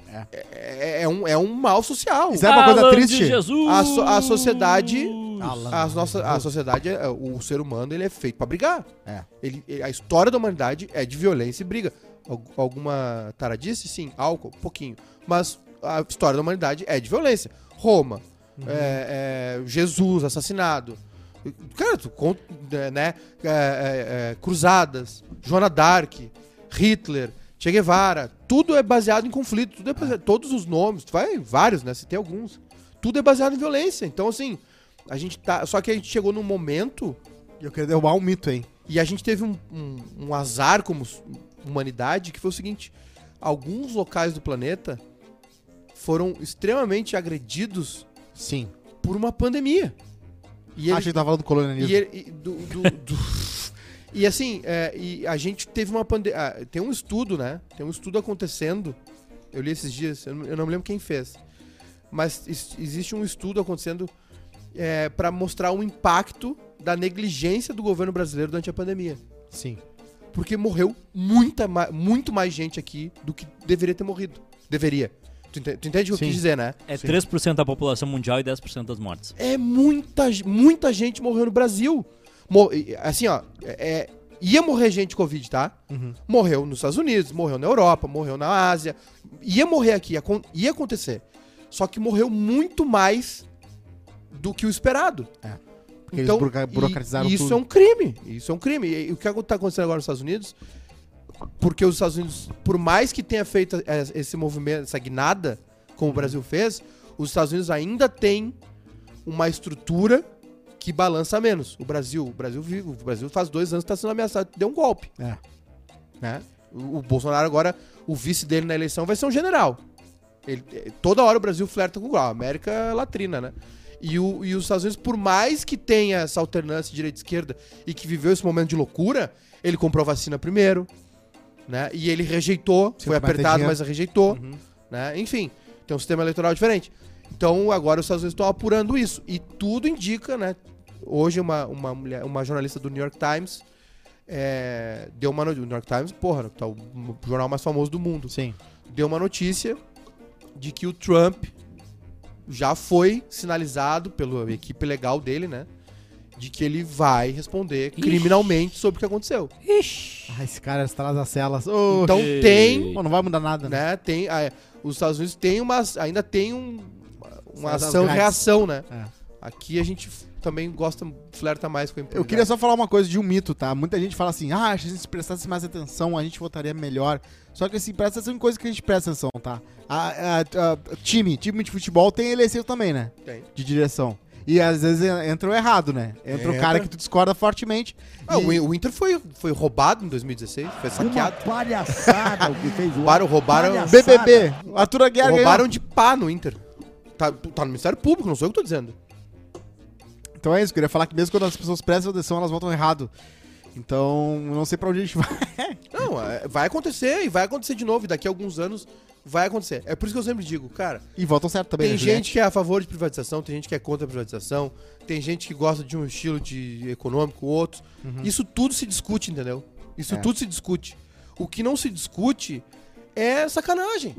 Speaker 3: É, é- é um, é um mal social.
Speaker 1: Isso é uma coisa
Speaker 2: Alan de
Speaker 1: triste.
Speaker 2: Jesus!
Speaker 3: A so- a sociedade-
Speaker 1: Alan.
Speaker 3: As nossas, a sociedade, é- o ser humano, ele é feito pra brigar.
Speaker 1: É.
Speaker 3: Ele, ele- a história da humanidade é de violência e briga. Al- alguma taradice? Sim. Álcool? um Pouquinho. Mas a história da humanidade é de violência. Roma.
Speaker 1: Uhum.
Speaker 3: é, é, Jesus assassinado. Cara, tu né, conta, né? é, é, é, cruzadas. Joana Dark. Hitler. Che Guevara, tudo é baseado em conflito, tudo é baseado- todos os nomes, tu vai vários, né? Você tem alguns. Tudo é baseado em violência. Então, assim, a gente tá. Só que a gente chegou num momento
Speaker 1: Eu queria derrubar um mito, hein?
Speaker 3: e a gente teve um, um- um azar como s- humanidade que foi o seguinte: alguns locais do planeta foram extremamente agredidos
Speaker 1: Sim.
Speaker 3: por uma pandemia. E
Speaker 1: Acho Ah, que tava falando do colonialismo.
Speaker 3: e, ele- e do- do- do- E assim, é, e a gente teve uma pandemia. tem um estudo, né? Tem um estudo acontecendo. Eu li esses dias, eu não, eu não me lembro quem fez. Mas es- existe um estudo acontecendo é, para mostrar o impacto da negligência do governo brasileiro durante a pandemia.
Speaker 1: Sim.
Speaker 3: Porque morreu muita, ma- muito mais gente aqui do que deveria ter morrido. Deveria. Tu ente- tu entende o que eu
Speaker 1: Sim.
Speaker 3: quis dizer, né?
Speaker 2: É 3% da população mundial e 10% das mortes.
Speaker 3: É muita, ge- muita gente morreu no Brasil. Mo- e- assim, ó, é- é- ia morrer gente de Covid, tá?
Speaker 1: Uhum.
Speaker 3: Morreu nos Estados Unidos, morreu na Europa, morreu na Ásia. Ia morrer aqui, ia, acon- ia acontecer. Só que morreu muito mais do que o esperado.
Speaker 1: É,
Speaker 3: Então,
Speaker 1: Porque eles burca-
Speaker 3: e-
Speaker 1: burocratizaram
Speaker 3: e isso
Speaker 1: tudo.
Speaker 3: é um crime. Isso é um crime. E, e o que está acontecendo agora nos Estados Unidos? Porque os Estados Unidos, por mais que tenha feito eh, esse movimento, essa guinada,
Speaker 1: Uhum.
Speaker 3: como o Brasil fez, os Estados Unidos ainda tem uma estrutura que balança menos. O Brasil, o Brasil vive, o Brasil faz dois anos que está sendo ameaçado, deu um golpe.
Speaker 1: É.
Speaker 3: Né? O, o Bolsonaro agora, o vice dele na eleição vai ser um general. Ele- eh, toda hora o Brasil flerta com o a América latrina, né? E, o- e os Estados Unidos, por mais que tenha essa alternância direita-esquerda e que viveu esse momento de loucura, ele comprou a vacina primeiro, né? E ele rejeitou,
Speaker 1: Sim, vai
Speaker 3: foi
Speaker 1: ter
Speaker 3: apertado,
Speaker 1: dinheiro. Uhum.
Speaker 3: mas rejeitou, né? Enfim, tem um sistema eleitoral diferente. Então agora os Estados Unidos estão apurando isso. E tudo indica, né? Hoje uma, uma, mulher, uma jornalista do New York Times é, deu uma notícia. O New York Times, porra, tá o jornal mais famoso do mundo
Speaker 1: Sim.
Speaker 3: deu uma notícia de que o Trump já foi sinalizado pela equipe legal dele, né? De que ele vai responder criminalmente sobre o que aconteceu.
Speaker 1: Ah, esse cara está nas celas. Ô,
Speaker 3: Então
Speaker 2: Oxi.
Speaker 3: tem,
Speaker 1: Pô, não vai mudar nada, né?
Speaker 3: né? Tem, ah, é, os Estados Unidos tem uma, ainda tem um- uma
Speaker 1: Essas
Speaker 3: ação e
Speaker 1: grades.
Speaker 3: reação, né?
Speaker 1: É.
Speaker 3: Aqui a gente f- também gosta, flerta mais com a
Speaker 1: É, Eu queria só falar uma coisa de um mito, tá? Muita gente fala assim, ah, se a gente prestasse mais atenção, a gente votaria melhor. Só que assim, presta atenção em coisas que a gente presta atenção, tá? A, a- a- time, time de futebol tem eleição também, né?
Speaker 3: Tem.
Speaker 1: De direção. E às vezes en- entra o errado, né? Entra, É, o cara
Speaker 3: Entra.
Speaker 1: que tu discorda fortemente.
Speaker 3: Ah,
Speaker 1: e-
Speaker 3: o In- o Inter foi, foi roubado em 2016, foi
Speaker 7: Uma
Speaker 3: saqueado.
Speaker 7: palhaçada o que fez o
Speaker 3: Roubaram, roubaram,
Speaker 7: Palhaçada.
Speaker 1: BBB, o Arthur Aguiar ganhou.
Speaker 3: roubaram de pá no Inter. Tá, tá no Ministério Público, não sou eu que tô dizendo.
Speaker 1: Então é isso, eu queria falar que mesmo quando as pessoas prestam atenção, elas votam errado. Então, eu não sei pra onde a gente vai.
Speaker 3: Não, é- vai acontecer e vai acontecer de novo. E daqui a alguns anos vai acontecer. É por isso que eu sempre digo, cara,
Speaker 1: E votam certo também,
Speaker 3: tem
Speaker 1: né,
Speaker 3: gente que é a favor de privatização, tem gente que é contra a privatização, tem gente que gosta de um estilo de econômico, outro.
Speaker 2: Uhum.
Speaker 3: Isso tudo se discute, entendeu? Isso
Speaker 1: É.
Speaker 3: tudo se discute. O que não se discute é sacanagem.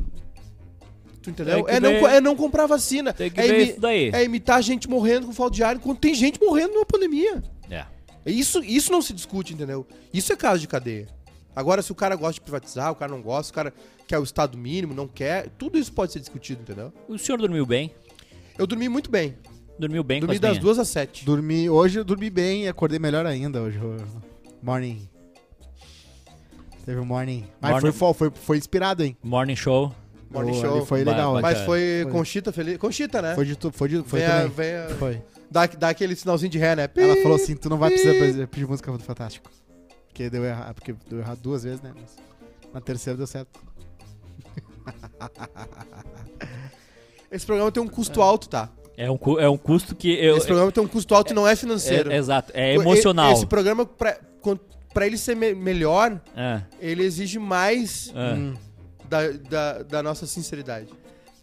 Speaker 2: Tem
Speaker 3: Tu entendeu?
Speaker 2: que
Speaker 3: É não,
Speaker 2: ver-
Speaker 3: co- é não comprar vacina.
Speaker 2: Tem que
Speaker 3: é,
Speaker 2: ver
Speaker 3: imi-
Speaker 2: isso daí.
Speaker 3: é imitar gente morrendo com falta de ar enquanto tem gente morrendo numa pandemia.
Speaker 2: É.
Speaker 3: Isso, isso não se discute, entendeu? Isso é caso de cadeia. Agora, se o cara gosta de privatizar, o cara não gosta, o cara quer o Estado mínimo, não quer, tudo isso pode ser discutido, entendeu?
Speaker 2: O senhor dormiu bem?
Speaker 3: Eu dormi muito bem.
Speaker 2: Dormiu bem
Speaker 3: dormi
Speaker 2: com as
Speaker 3: das
Speaker 2: minhas.
Speaker 3: duas às sete.
Speaker 1: Dormi, hoje eu dormi bem e acordei melhor ainda hoje. eu- Morning. Teve um morning. Mas Foi,
Speaker 2: Morning.
Speaker 1: fo- foi, foi inspirado, hein?
Speaker 2: Morning show.
Speaker 3: Morning
Speaker 1: O-
Speaker 3: show.
Speaker 1: ali Foi
Speaker 2: Vai,
Speaker 1: legal.
Speaker 2: vai.
Speaker 1: Mas
Speaker 3: Mas foi
Speaker 1: Foi.
Speaker 3: Conchita feliz. Conchita, né?
Speaker 1: foi de tu, foi de, foi
Speaker 3: vem a-
Speaker 1: também.
Speaker 3: vem a-
Speaker 1: Foi.
Speaker 3: dá, dá aquele sinalzinho de ré, né?
Speaker 1: Ela falou assim, tu não vai precisar fazer- pedir música do Fantástico. Porque deu errado, porque deu errado duas vezes, né? Mas na terceira deu certo.
Speaker 2: assim-
Speaker 3: Esse programa tem um custo alto, tá?
Speaker 2: É um, cu- é um custo que eu.
Speaker 3: Esse programa tem um custo alto e não é financeiro.
Speaker 2: é, exato. É emocional.
Speaker 3: Esse programa, pra, quan- pra ele ser me- melhor,
Speaker 2: É,
Speaker 3: ele exige mais
Speaker 2: é,
Speaker 3: da, da, da nossa sinceridade.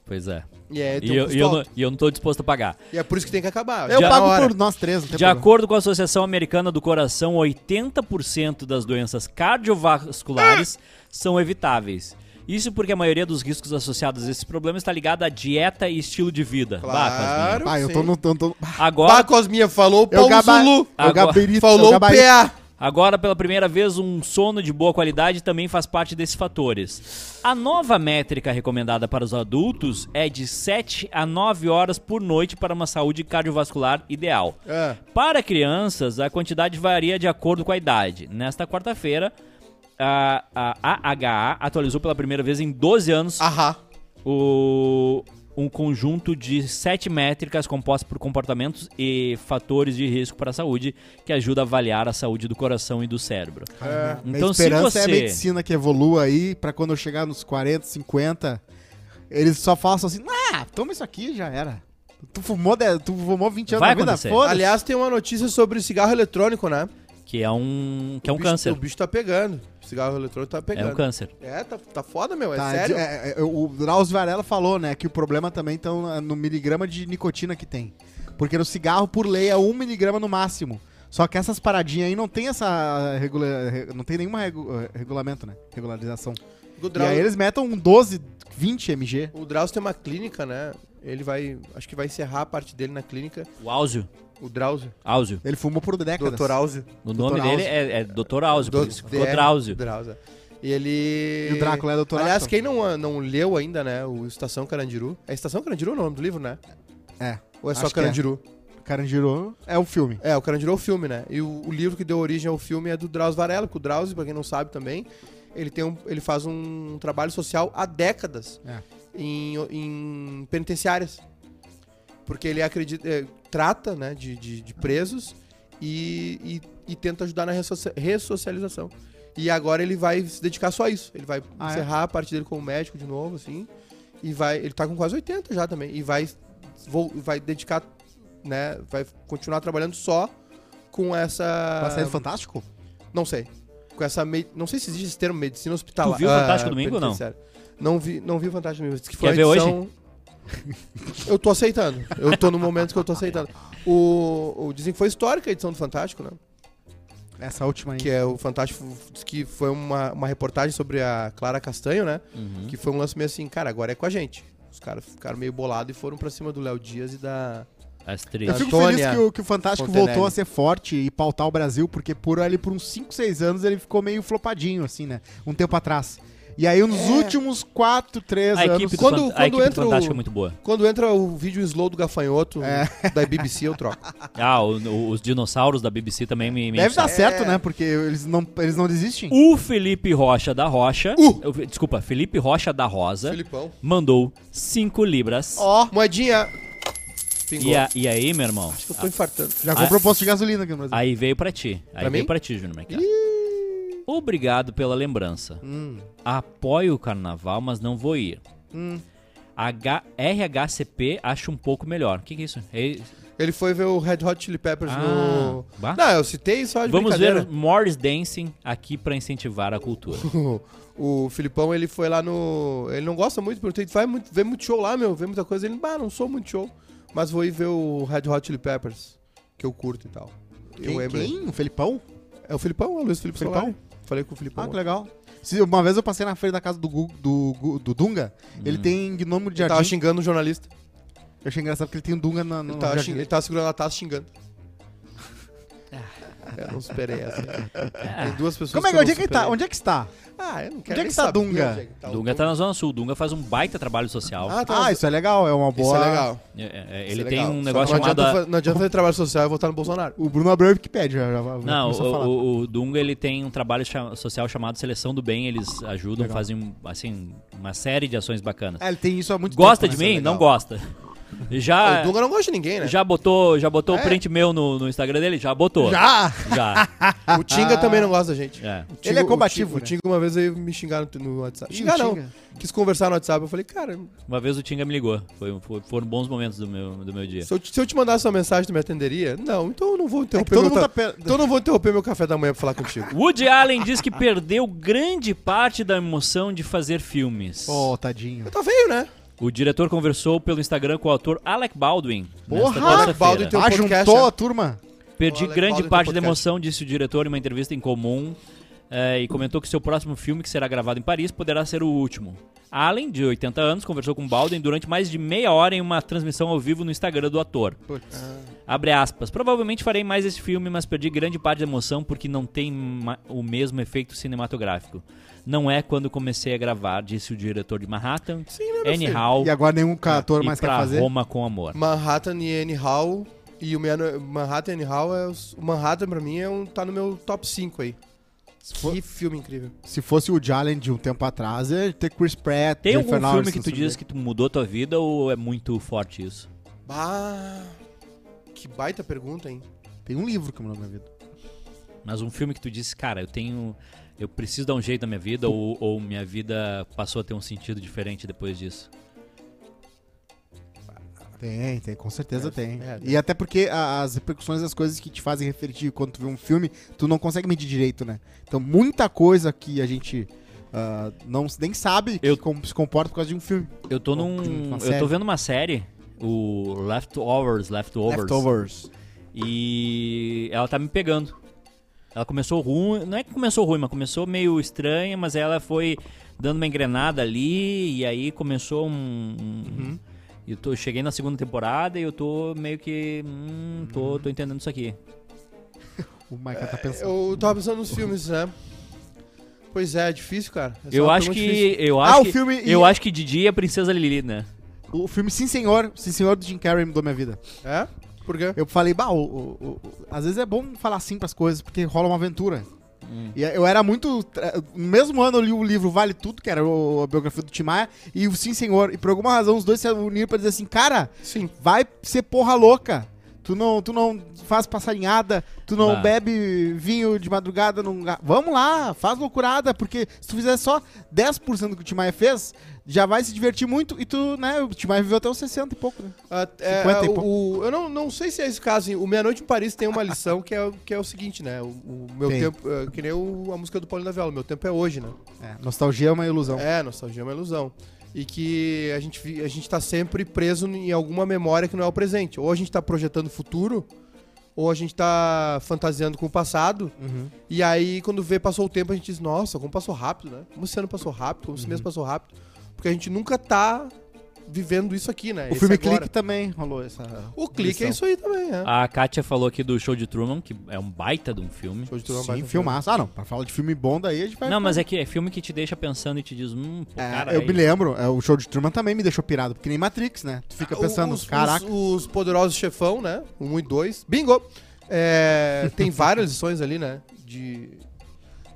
Speaker 2: Pois é.
Speaker 3: E é, tem
Speaker 2: E
Speaker 3: um
Speaker 2: eu,
Speaker 3: custo
Speaker 2: e eu não,
Speaker 3: alto.
Speaker 2: e eu não tô disposto a pagar.
Speaker 3: E é por isso que tem que acabar.
Speaker 1: Eu
Speaker 3: Já
Speaker 1: pago
Speaker 3: na hora.
Speaker 1: por nós três, não tem
Speaker 2: De
Speaker 1: problema.
Speaker 2: acordo com a Associação Americana do Coração, 80% das doenças cardiovasculares são evitáveis. Isso porque a maioria dos riscos associados a esse problema está ligada à dieta e estilo de vida. Bah, Cosminha.
Speaker 3: Claro.
Speaker 1: Ah, eu tô
Speaker 3: sim.
Speaker 1: no... Tô, tô,
Speaker 2: Tá
Speaker 3: Bah,
Speaker 2: Agora,
Speaker 3: Cosminha falou o
Speaker 1: eu
Speaker 3: pau
Speaker 1: gaba,
Speaker 3: Zulu.
Speaker 1: eu gabarito, eu
Speaker 3: Falou o
Speaker 1: gabarito.
Speaker 3: PA.
Speaker 2: agora, pela primeira vez, um sono de boa qualidade também faz parte desses fatores. A nova métrica recomendada para os adultos é de 7 a 9 horas por noite para uma saúde cardiovascular ideal.
Speaker 3: É.
Speaker 2: Para crianças, a quantidade varia de acordo com a idade. Nesta quarta-feira, a, a AHA atualizou pela primeira vez em 12 anos
Speaker 3: Ahá.
Speaker 2: o, um conjunto de sete métricas compostas por comportamentos e fatores de risco para a saúde que ajuda a avaliar a saúde do coração e do cérebro.
Speaker 1: Então,
Speaker 2: Então,
Speaker 1: a
Speaker 2: se
Speaker 1: esperança é a
Speaker 2: você.
Speaker 1: medicina que evolua aí pra quando eu chegar nos 40, 50, eles só façam assim, ah, toma isso aqui já era. Tu fumou, de- tu fumou 20 anos
Speaker 2: Vai
Speaker 1: da vida,
Speaker 2: acontecer.
Speaker 1: foda
Speaker 3: Aliás, tem uma notícia sobre cigarro eletrônico, né?
Speaker 2: Que é um, que é um
Speaker 3: O bicho-
Speaker 2: câncer.
Speaker 3: O bicho tá pegando. O cigarro eletrônico tá
Speaker 2: É
Speaker 3: pegando.
Speaker 2: um câncer.
Speaker 3: É, tá, tá foda, meu. É
Speaker 1: Tá,
Speaker 3: sério.
Speaker 1: de- é, é, o Drauzio Varela falou, né, que o problema também tá no miligrama de nicotina que tem. Porque no cigarro, por lei, é um miligrama no máximo. Só que essas paradinhas aí não tem essa eh, regula... re- não tem nenhuma regu- regulamento, né? Regularização.
Speaker 3: O
Speaker 1: E aí
Speaker 3: Drauzio,
Speaker 1: eles metam um 12, 20 mg.
Speaker 3: o Drauzio tem uma clínica, né? Ele vai. Acho que vai encerrar a parte dele na clínica.
Speaker 2: O Áuzio.
Speaker 3: O Drauzio.
Speaker 2: Áuzio.
Speaker 1: Ele fumou por décadas.
Speaker 3: Doutor Áuzio.
Speaker 2: O nome
Speaker 1: Áuzio.
Speaker 2: dele é, é Dr. Áuzio, por isso ficou Drauzio.
Speaker 3: Drauzio. E ele.
Speaker 1: E o Drácula é doutor
Speaker 3: Aliás,
Speaker 1: Acton?
Speaker 3: quem não, não leu ainda, né? O Estação Carandiru. É Estação Carandiru o nome do livro, né?
Speaker 1: É.
Speaker 3: Ou é só
Speaker 1: Acho que é.
Speaker 3: Carandiru?
Speaker 1: Carandiru é o filme.
Speaker 3: É, o Carandiru é o filme, né? E o, o livro que deu origem ao filme é do Drauzio Varela, que o Drauzio, pra quem não sabe também, ele, tem um, ele faz um trabalho social há décadas
Speaker 1: É.
Speaker 3: em, em penitenciárias. Porque ele acredita, é, trata né, de, de- de presos e, e- e tenta ajudar na ressocia- ressocialização. E agora ele vai se dedicar só a isso. Ele vai
Speaker 1: Ah, é?
Speaker 3: encerrar a parte dele como médico de novo, assim. E vai. Ele tá com quase 80 já também. E vai, vol- vai dedicar, né? Vai continuar trabalhando só com essa.
Speaker 1: Tá saindo fantástico?
Speaker 3: Não sei. Com essa. mei- Não sei se existe esse termo medicina hospitalar.
Speaker 2: Tu viu o
Speaker 3: Ah,
Speaker 2: Fantástico Domingo ou não?
Speaker 3: penitenciária. Não vi, não vi o Fantástico Domingo. Diz que foi
Speaker 2: Quer
Speaker 3: uma
Speaker 2: ver hoje?
Speaker 3: Eu tô aceitando. Eu tô no momento que eu tô aceitando. O, o- dizem que foi histórica a edição do Fantástico, né?
Speaker 1: Essa última aí.
Speaker 3: Que é o Fantástico. Diz que foi uma, uma reportagem sobre a Clara Castanho, né?
Speaker 2: Uhum.
Speaker 3: Que foi um lance meio assim, cara, agora é com a gente. Os caras ficaram meio bolados e foram pra cima do Léo Dias e da.
Speaker 2: As
Speaker 1: Eu
Speaker 2: três.
Speaker 1: fico
Speaker 3: Antônia
Speaker 1: feliz que o, que o Fantástico
Speaker 3: Fontenelle.
Speaker 1: voltou a ser forte e pautar o Brasil, porque por ali por uns 5, 6 anos ele ficou meio flopadinho, assim, né? Um tempo atrás. E aí, nos últimos 4, 3
Speaker 2: A
Speaker 1: anos.
Speaker 2: equipe, do,
Speaker 3: Quando-
Speaker 2: Fan- a
Speaker 3: quando
Speaker 2: equipe do
Speaker 3: entra o-
Speaker 2: Fantástico é muito boa.
Speaker 3: Quando entra o vídeo slow do gafanhoto
Speaker 1: É.
Speaker 3: da BBC, eu troco.
Speaker 2: Ah, o- o- os dinossauros da BBC também me, me
Speaker 1: Deve dar
Speaker 2: encheram.
Speaker 1: certo, né? Porque eles não, eles não desistem.
Speaker 2: O Felipe Rocha da Rocha.
Speaker 3: Uh!
Speaker 2: Eu- Desculpa, Felipe Rocha da Rosa
Speaker 3: Filipão.
Speaker 2: mandou 5 libras.
Speaker 1: Ó,
Speaker 3: Moedinha. Pingou.
Speaker 2: E, a- e aí, meu irmão?
Speaker 3: Acho que eu tô infartando.
Speaker 1: já comprou posto de gasolina aqui no Brasil.
Speaker 2: Aí veio pra ti. Aí
Speaker 3: Pra
Speaker 2: veio
Speaker 3: mim?
Speaker 2: pra ti, Júnior Mercado. Obrigado pela lembrança.
Speaker 3: Hum.
Speaker 2: Apoio o carnaval, mas não vou ir.
Speaker 3: Hum.
Speaker 2: H- RHCP acho um pouco melhor. O que, que é isso? É-
Speaker 3: Ele foi ver o Red Hot Chili Peppers
Speaker 2: Ah,
Speaker 3: no.
Speaker 2: bah.
Speaker 3: Não, eu citei só Tá de
Speaker 2: Vamos ver
Speaker 3: brincadeira.
Speaker 2: Morris Dancing aqui pra incentivar a cultura.
Speaker 3: O Filipão, ele foi lá no. Ele não gosta muito, perguntei, vai muito, vê muito show lá, meu, vê muita coisa. Ele, bah, não sou muito show. Mas vou ir ver o Red Hot Chili Peppers, que eu curto e tal. E o
Speaker 1: Quem?
Speaker 3: Wembley.
Speaker 1: quem? O Felipão?
Speaker 3: É o Filipão, é o Luiz Felipe
Speaker 1: Filipão?
Speaker 3: Filipão? Falei com o Filipão.
Speaker 1: Ah, que legal. Se- Uma vez eu passei na frente da casa do, Gu- do, Gu- do Dunga,
Speaker 2: Hum.
Speaker 1: ele tem gnomo de
Speaker 3: ele tava
Speaker 1: jardim.
Speaker 3: xingando o jornalista.
Speaker 1: Eu achei engraçado porque ele tem um Dunga na, no
Speaker 3: Ele tava,
Speaker 1: jardim.
Speaker 3: xing- ele tava segurando a taça xingando.
Speaker 2: Ah.
Speaker 3: É, Eu não superei essa. Tem duas pessoas
Speaker 1: Como é que, onde é que ele tá?
Speaker 3: não
Speaker 1: Onde é que está?
Speaker 3: superei. Ah, eu não quero
Speaker 1: onde é que
Speaker 3: nem
Speaker 1: tá
Speaker 3: saber
Speaker 1: Dunga?
Speaker 3: onde é que tá o
Speaker 2: Dunga tá na Zona Sul. Dunga faz um baita trabalho social.
Speaker 3: Ah, tá.
Speaker 1: Ah, isso é legal, é uma boa.
Speaker 3: Isso é legal.
Speaker 2: É, é, é,
Speaker 3: Isso
Speaker 2: ele
Speaker 3: é
Speaker 2: tem
Speaker 3: legal.
Speaker 2: um
Speaker 3: Só
Speaker 2: negócio
Speaker 3: não
Speaker 2: chamado.
Speaker 3: Adianta, fa- não adianta fazer trabalho social e votar no Bolsonaro.
Speaker 1: O Bruno abriu a Wikipedia. Já, já, já
Speaker 2: Não,
Speaker 1: começou a falar.
Speaker 2: o, o- o Dunga ele tem um trabalho cha- social chamado Seleção do Bem. Eles ajudam, fazem assim uma série de ações bacanas.
Speaker 1: É, ele tem isso há muito
Speaker 2: gosta
Speaker 1: tempo.
Speaker 2: de
Speaker 1: né?
Speaker 2: mim?
Speaker 1: Isso é
Speaker 2: Não
Speaker 1: legal.
Speaker 2: gosta. Já
Speaker 3: O Dunga não gosta de ninguém, né?
Speaker 2: já botou já botou
Speaker 3: É.
Speaker 2: o print meu no, no Instagram dele? Já botou?
Speaker 1: Já!
Speaker 2: Já. Ah.
Speaker 3: O Tinga também não gosta da gente.
Speaker 2: É.
Speaker 3: O
Speaker 1: Ele é
Speaker 3: o
Speaker 1: combativo,
Speaker 3: Tinga- O
Speaker 1: né?
Speaker 3: Tinga uma vez veio me xingar no, no WhatsApp.
Speaker 1: Ih,
Speaker 3: Xingar
Speaker 1: o
Speaker 3: não.
Speaker 1: Tinga.
Speaker 3: Quis conversar no WhatsApp. Eu falei, cara,
Speaker 2: Uma vez o Tinga me ligou. Foi, foi- foram bons momentos do meu, do meu dia.
Speaker 3: se eu, te- se eu te mandasse uma mensagem, tu me atenderia? Não, então eu não vou
Speaker 1: É que
Speaker 3: interromper
Speaker 1: todo
Speaker 3: meu
Speaker 1: mundo tá
Speaker 3: ta-
Speaker 1: per...
Speaker 3: Então eu não vou interromper meu café da manhã pra falar contigo.
Speaker 2: Woody Allen diz que perdeu grande parte da emoção de fazer filmes.
Speaker 1: Oh, tadinho.
Speaker 3: tá feio, né?
Speaker 2: O diretor conversou pelo Instagram com o ator Alec Baldwin.
Speaker 1: Porra!
Speaker 2: nesta
Speaker 1: Alec
Speaker 2: terça-feira.
Speaker 3: Baldwin tem um
Speaker 1: ah,
Speaker 3: podcast,
Speaker 1: juntou
Speaker 3: né?
Speaker 1: a turma?
Speaker 2: Perdi
Speaker 3: Olha,
Speaker 2: grande
Speaker 3: Paulo,
Speaker 2: parte
Speaker 3: teu
Speaker 2: da
Speaker 3: podcast.
Speaker 2: emoção, disse o diretor em uma entrevista em comum, eh, e comentou que seu próximo filme, que será gravado em Paris, poderá ser o último. Allen, de 80 anos, conversou com Baldwin durante mais de meia hora em uma transmissão ao vivo no Instagram do ator. Abre aspas. Provavelmente farei mais esse filme, mas perdi grande parte da emoção porque não tem ma- o mesmo efeito cinematográfico. Não é quando comecei a gravar, disse o diretor de Manhattan, Anyhow,
Speaker 1: É, E agora nenhum ator
Speaker 2: e
Speaker 1: mais quer
Speaker 2: pra
Speaker 1: fazer. Hum.
Speaker 2: Roma com Amor.
Speaker 3: Manhattan e Annie Hall. E o Meano- Manhattan e Annie Hall é. Os, o Manhattan pra mim é um, tá no meu top 5 aí.
Speaker 1: Se, for-
Speaker 3: Que filme incrível.
Speaker 1: se fosse o Jalen de um tempo atrás, ia ter Chris Pratt,
Speaker 2: Tem algum
Speaker 1: Jennifer
Speaker 2: filme
Speaker 1: Lawrence,
Speaker 2: que
Speaker 1: não
Speaker 2: tu
Speaker 1: sei o
Speaker 2: diz que tu mudou tua vida ou é muito forte isso?
Speaker 3: Bah, que baita pergunta, hein?
Speaker 1: quê. Tem um livro que mudou minha vida.
Speaker 2: Mas um filme que tu disse, cara, eu tenho. Eu preciso dar um jeito na minha vida, ou, ou minha vida passou a ter um sentido diferente depois disso.
Speaker 1: Tem, tem, com certeza tem.
Speaker 3: é,
Speaker 1: e até porque a- as repercussões das coisas que te fazem refletir quando tu vê um filme, tu não consegue medir direito, né? Então muita coisa que a gente ah, não nem sabe que
Speaker 2: Eu-
Speaker 1: com- se comporta por causa de um filme.
Speaker 2: Eu tô
Speaker 1: Uma
Speaker 2: num. Eu
Speaker 1: série.
Speaker 2: tô vendo uma série, o Leftovers, Leftovers.
Speaker 1: Leftovers.
Speaker 2: E ela tá me pegando. Ela começou ruim, não é que começou ruim, mas começou meio estranha, mas ela foi dando uma engrenada ali, e aí começou um.
Speaker 1: Uhum.
Speaker 2: um- Eu tô, cheguei na segunda temporada e eu tô meio que. Hum,
Speaker 1: Uhum.
Speaker 2: tô, tô entendendo isso aqui.
Speaker 1: O Michael tá pensando.
Speaker 3: Eu tava pensando nos filmes, né? Pois é, é difícil, cara. Essa é
Speaker 2: Eu
Speaker 3: uma
Speaker 2: acho
Speaker 3: pergunta
Speaker 2: que.
Speaker 3: difícil.
Speaker 2: Eu
Speaker 1: Ah,
Speaker 2: acho
Speaker 1: o
Speaker 2: que,
Speaker 1: filme e-
Speaker 2: Eu acho que Didi é a princesa Lili, né?
Speaker 1: O filme Sim Senhor, Sim Senhor do Jim Carrey mudou minha vida.
Speaker 3: É? Por quê?
Speaker 1: Eu falei, bah, o- o- o- às vezes é bom falar sim pras coisas, porque rola uma aventura. E eu era muito. tra- No mesmo ano eu li o livro Vale Tudo, que era o- a biografia do Tim Maia, e o Sim Senhor. E por alguma razão os dois se uniram pra dizer assim, cara,
Speaker 3: Sim.
Speaker 1: vai ser porra louca. Tu não, tu não faz passarinhada, tu não
Speaker 2: Bah.
Speaker 1: bebe vinho de madrugada. Não... ga- Vamos lá, faz loucurada, porque se tu fizer só 10% do que o Tim Maia fez, já vai se divertir muito. E tu, né, o Tim Maia viveu até os 60 e pouco, né?
Speaker 3: Ah, é,
Speaker 1: 50 e
Speaker 3: o-
Speaker 1: pouco.
Speaker 3: o- eu não, não sei se é esse caso, hein? O Meia Noite em Paris tem uma lição que é, o- que é o seguinte, né? O, o meu
Speaker 1: Tem.
Speaker 3: tempo. é, que nem o- a música do Paulinho da Viola, meu tempo é hoje, né?
Speaker 1: É, nostalgia é uma ilusão.
Speaker 3: É, nostalgia é uma ilusão. E que a gente, vi- a gente tá sempre preso em alguma memória que não é o presente. Ou a gente tá projetando o futuro, ou a gente tá fantasiando com o passado.
Speaker 1: Uhum.
Speaker 3: E aí, quando vê, passou o tempo, a gente diz, nossa, como passou rápido, né? Como esse ano passou rápido, como esse
Speaker 1: Uhum.
Speaker 3: mês passou rápido. Porque a gente nunca tá vivendo isso aqui, né?
Speaker 1: O
Speaker 3: Esse
Speaker 1: filme
Speaker 3: agora.
Speaker 1: Clique também rolou essa.
Speaker 3: O clique
Speaker 1: lição.
Speaker 3: é
Speaker 1: Ah,
Speaker 3: isso aí também, é.
Speaker 2: A Kátia falou aqui do Show de Truman, que é um baita de um filme.
Speaker 3: Show de Truman,
Speaker 1: Sim,
Speaker 3: baita
Speaker 1: filmaço. Ah, não. Pra falar de filme bom daí, a gente vai.
Speaker 2: Não, mas é que é filme que te deixa pensando e te diz, hum, pô,
Speaker 1: É,
Speaker 2: cara.
Speaker 1: eu
Speaker 2: aí-
Speaker 1: me lembro, é, o show de Truman também me deixou pirado, porque nem Matrix, né? Tu fica
Speaker 3: Ah,
Speaker 1: pensando,
Speaker 3: os,
Speaker 1: caraca.
Speaker 3: Os, os poderosos chefão, né? Um e dois. Bingo! É, tem várias lições ali, né? De...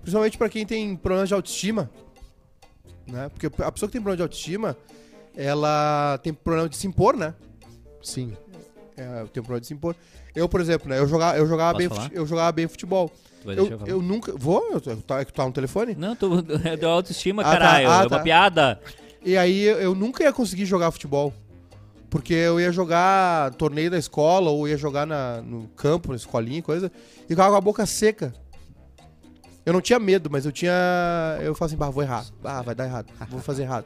Speaker 3: Principalmente pra quem tem problema de autoestima. Né? Porque a pessoa que tem problema de autoestima, ela tem problema de se impor, né?
Speaker 1: Sim.
Speaker 3: É, tem problema de se impor. Eu, por exemplo, né? Eu jogava, eu jogava,
Speaker 2: Posso
Speaker 3: bem,
Speaker 2: falar?
Speaker 3: fute- eu jogava bem futebol.
Speaker 2: Tu vai deixar
Speaker 3: Eu,
Speaker 2: eu falar?
Speaker 3: eu nunca. Vou? Eu tô- tá- É que tu tá no telefone?
Speaker 2: Não, tô, é da autoestima,
Speaker 3: Ah, tá,
Speaker 2: caralho.
Speaker 3: ah,
Speaker 2: é uma
Speaker 3: tá.
Speaker 2: piada.
Speaker 3: E aí eu- eu nunca ia conseguir jogar futebol. Porque eu ia jogar torneio da escola, ou ia jogar na- no campo, na escolinha, e coisa, e ficava com a boca seca. Eu não tinha medo, mas eu tinha. Eu falava assim, bah, vou errar. Ah, vai dar errado. Vou fazer errado.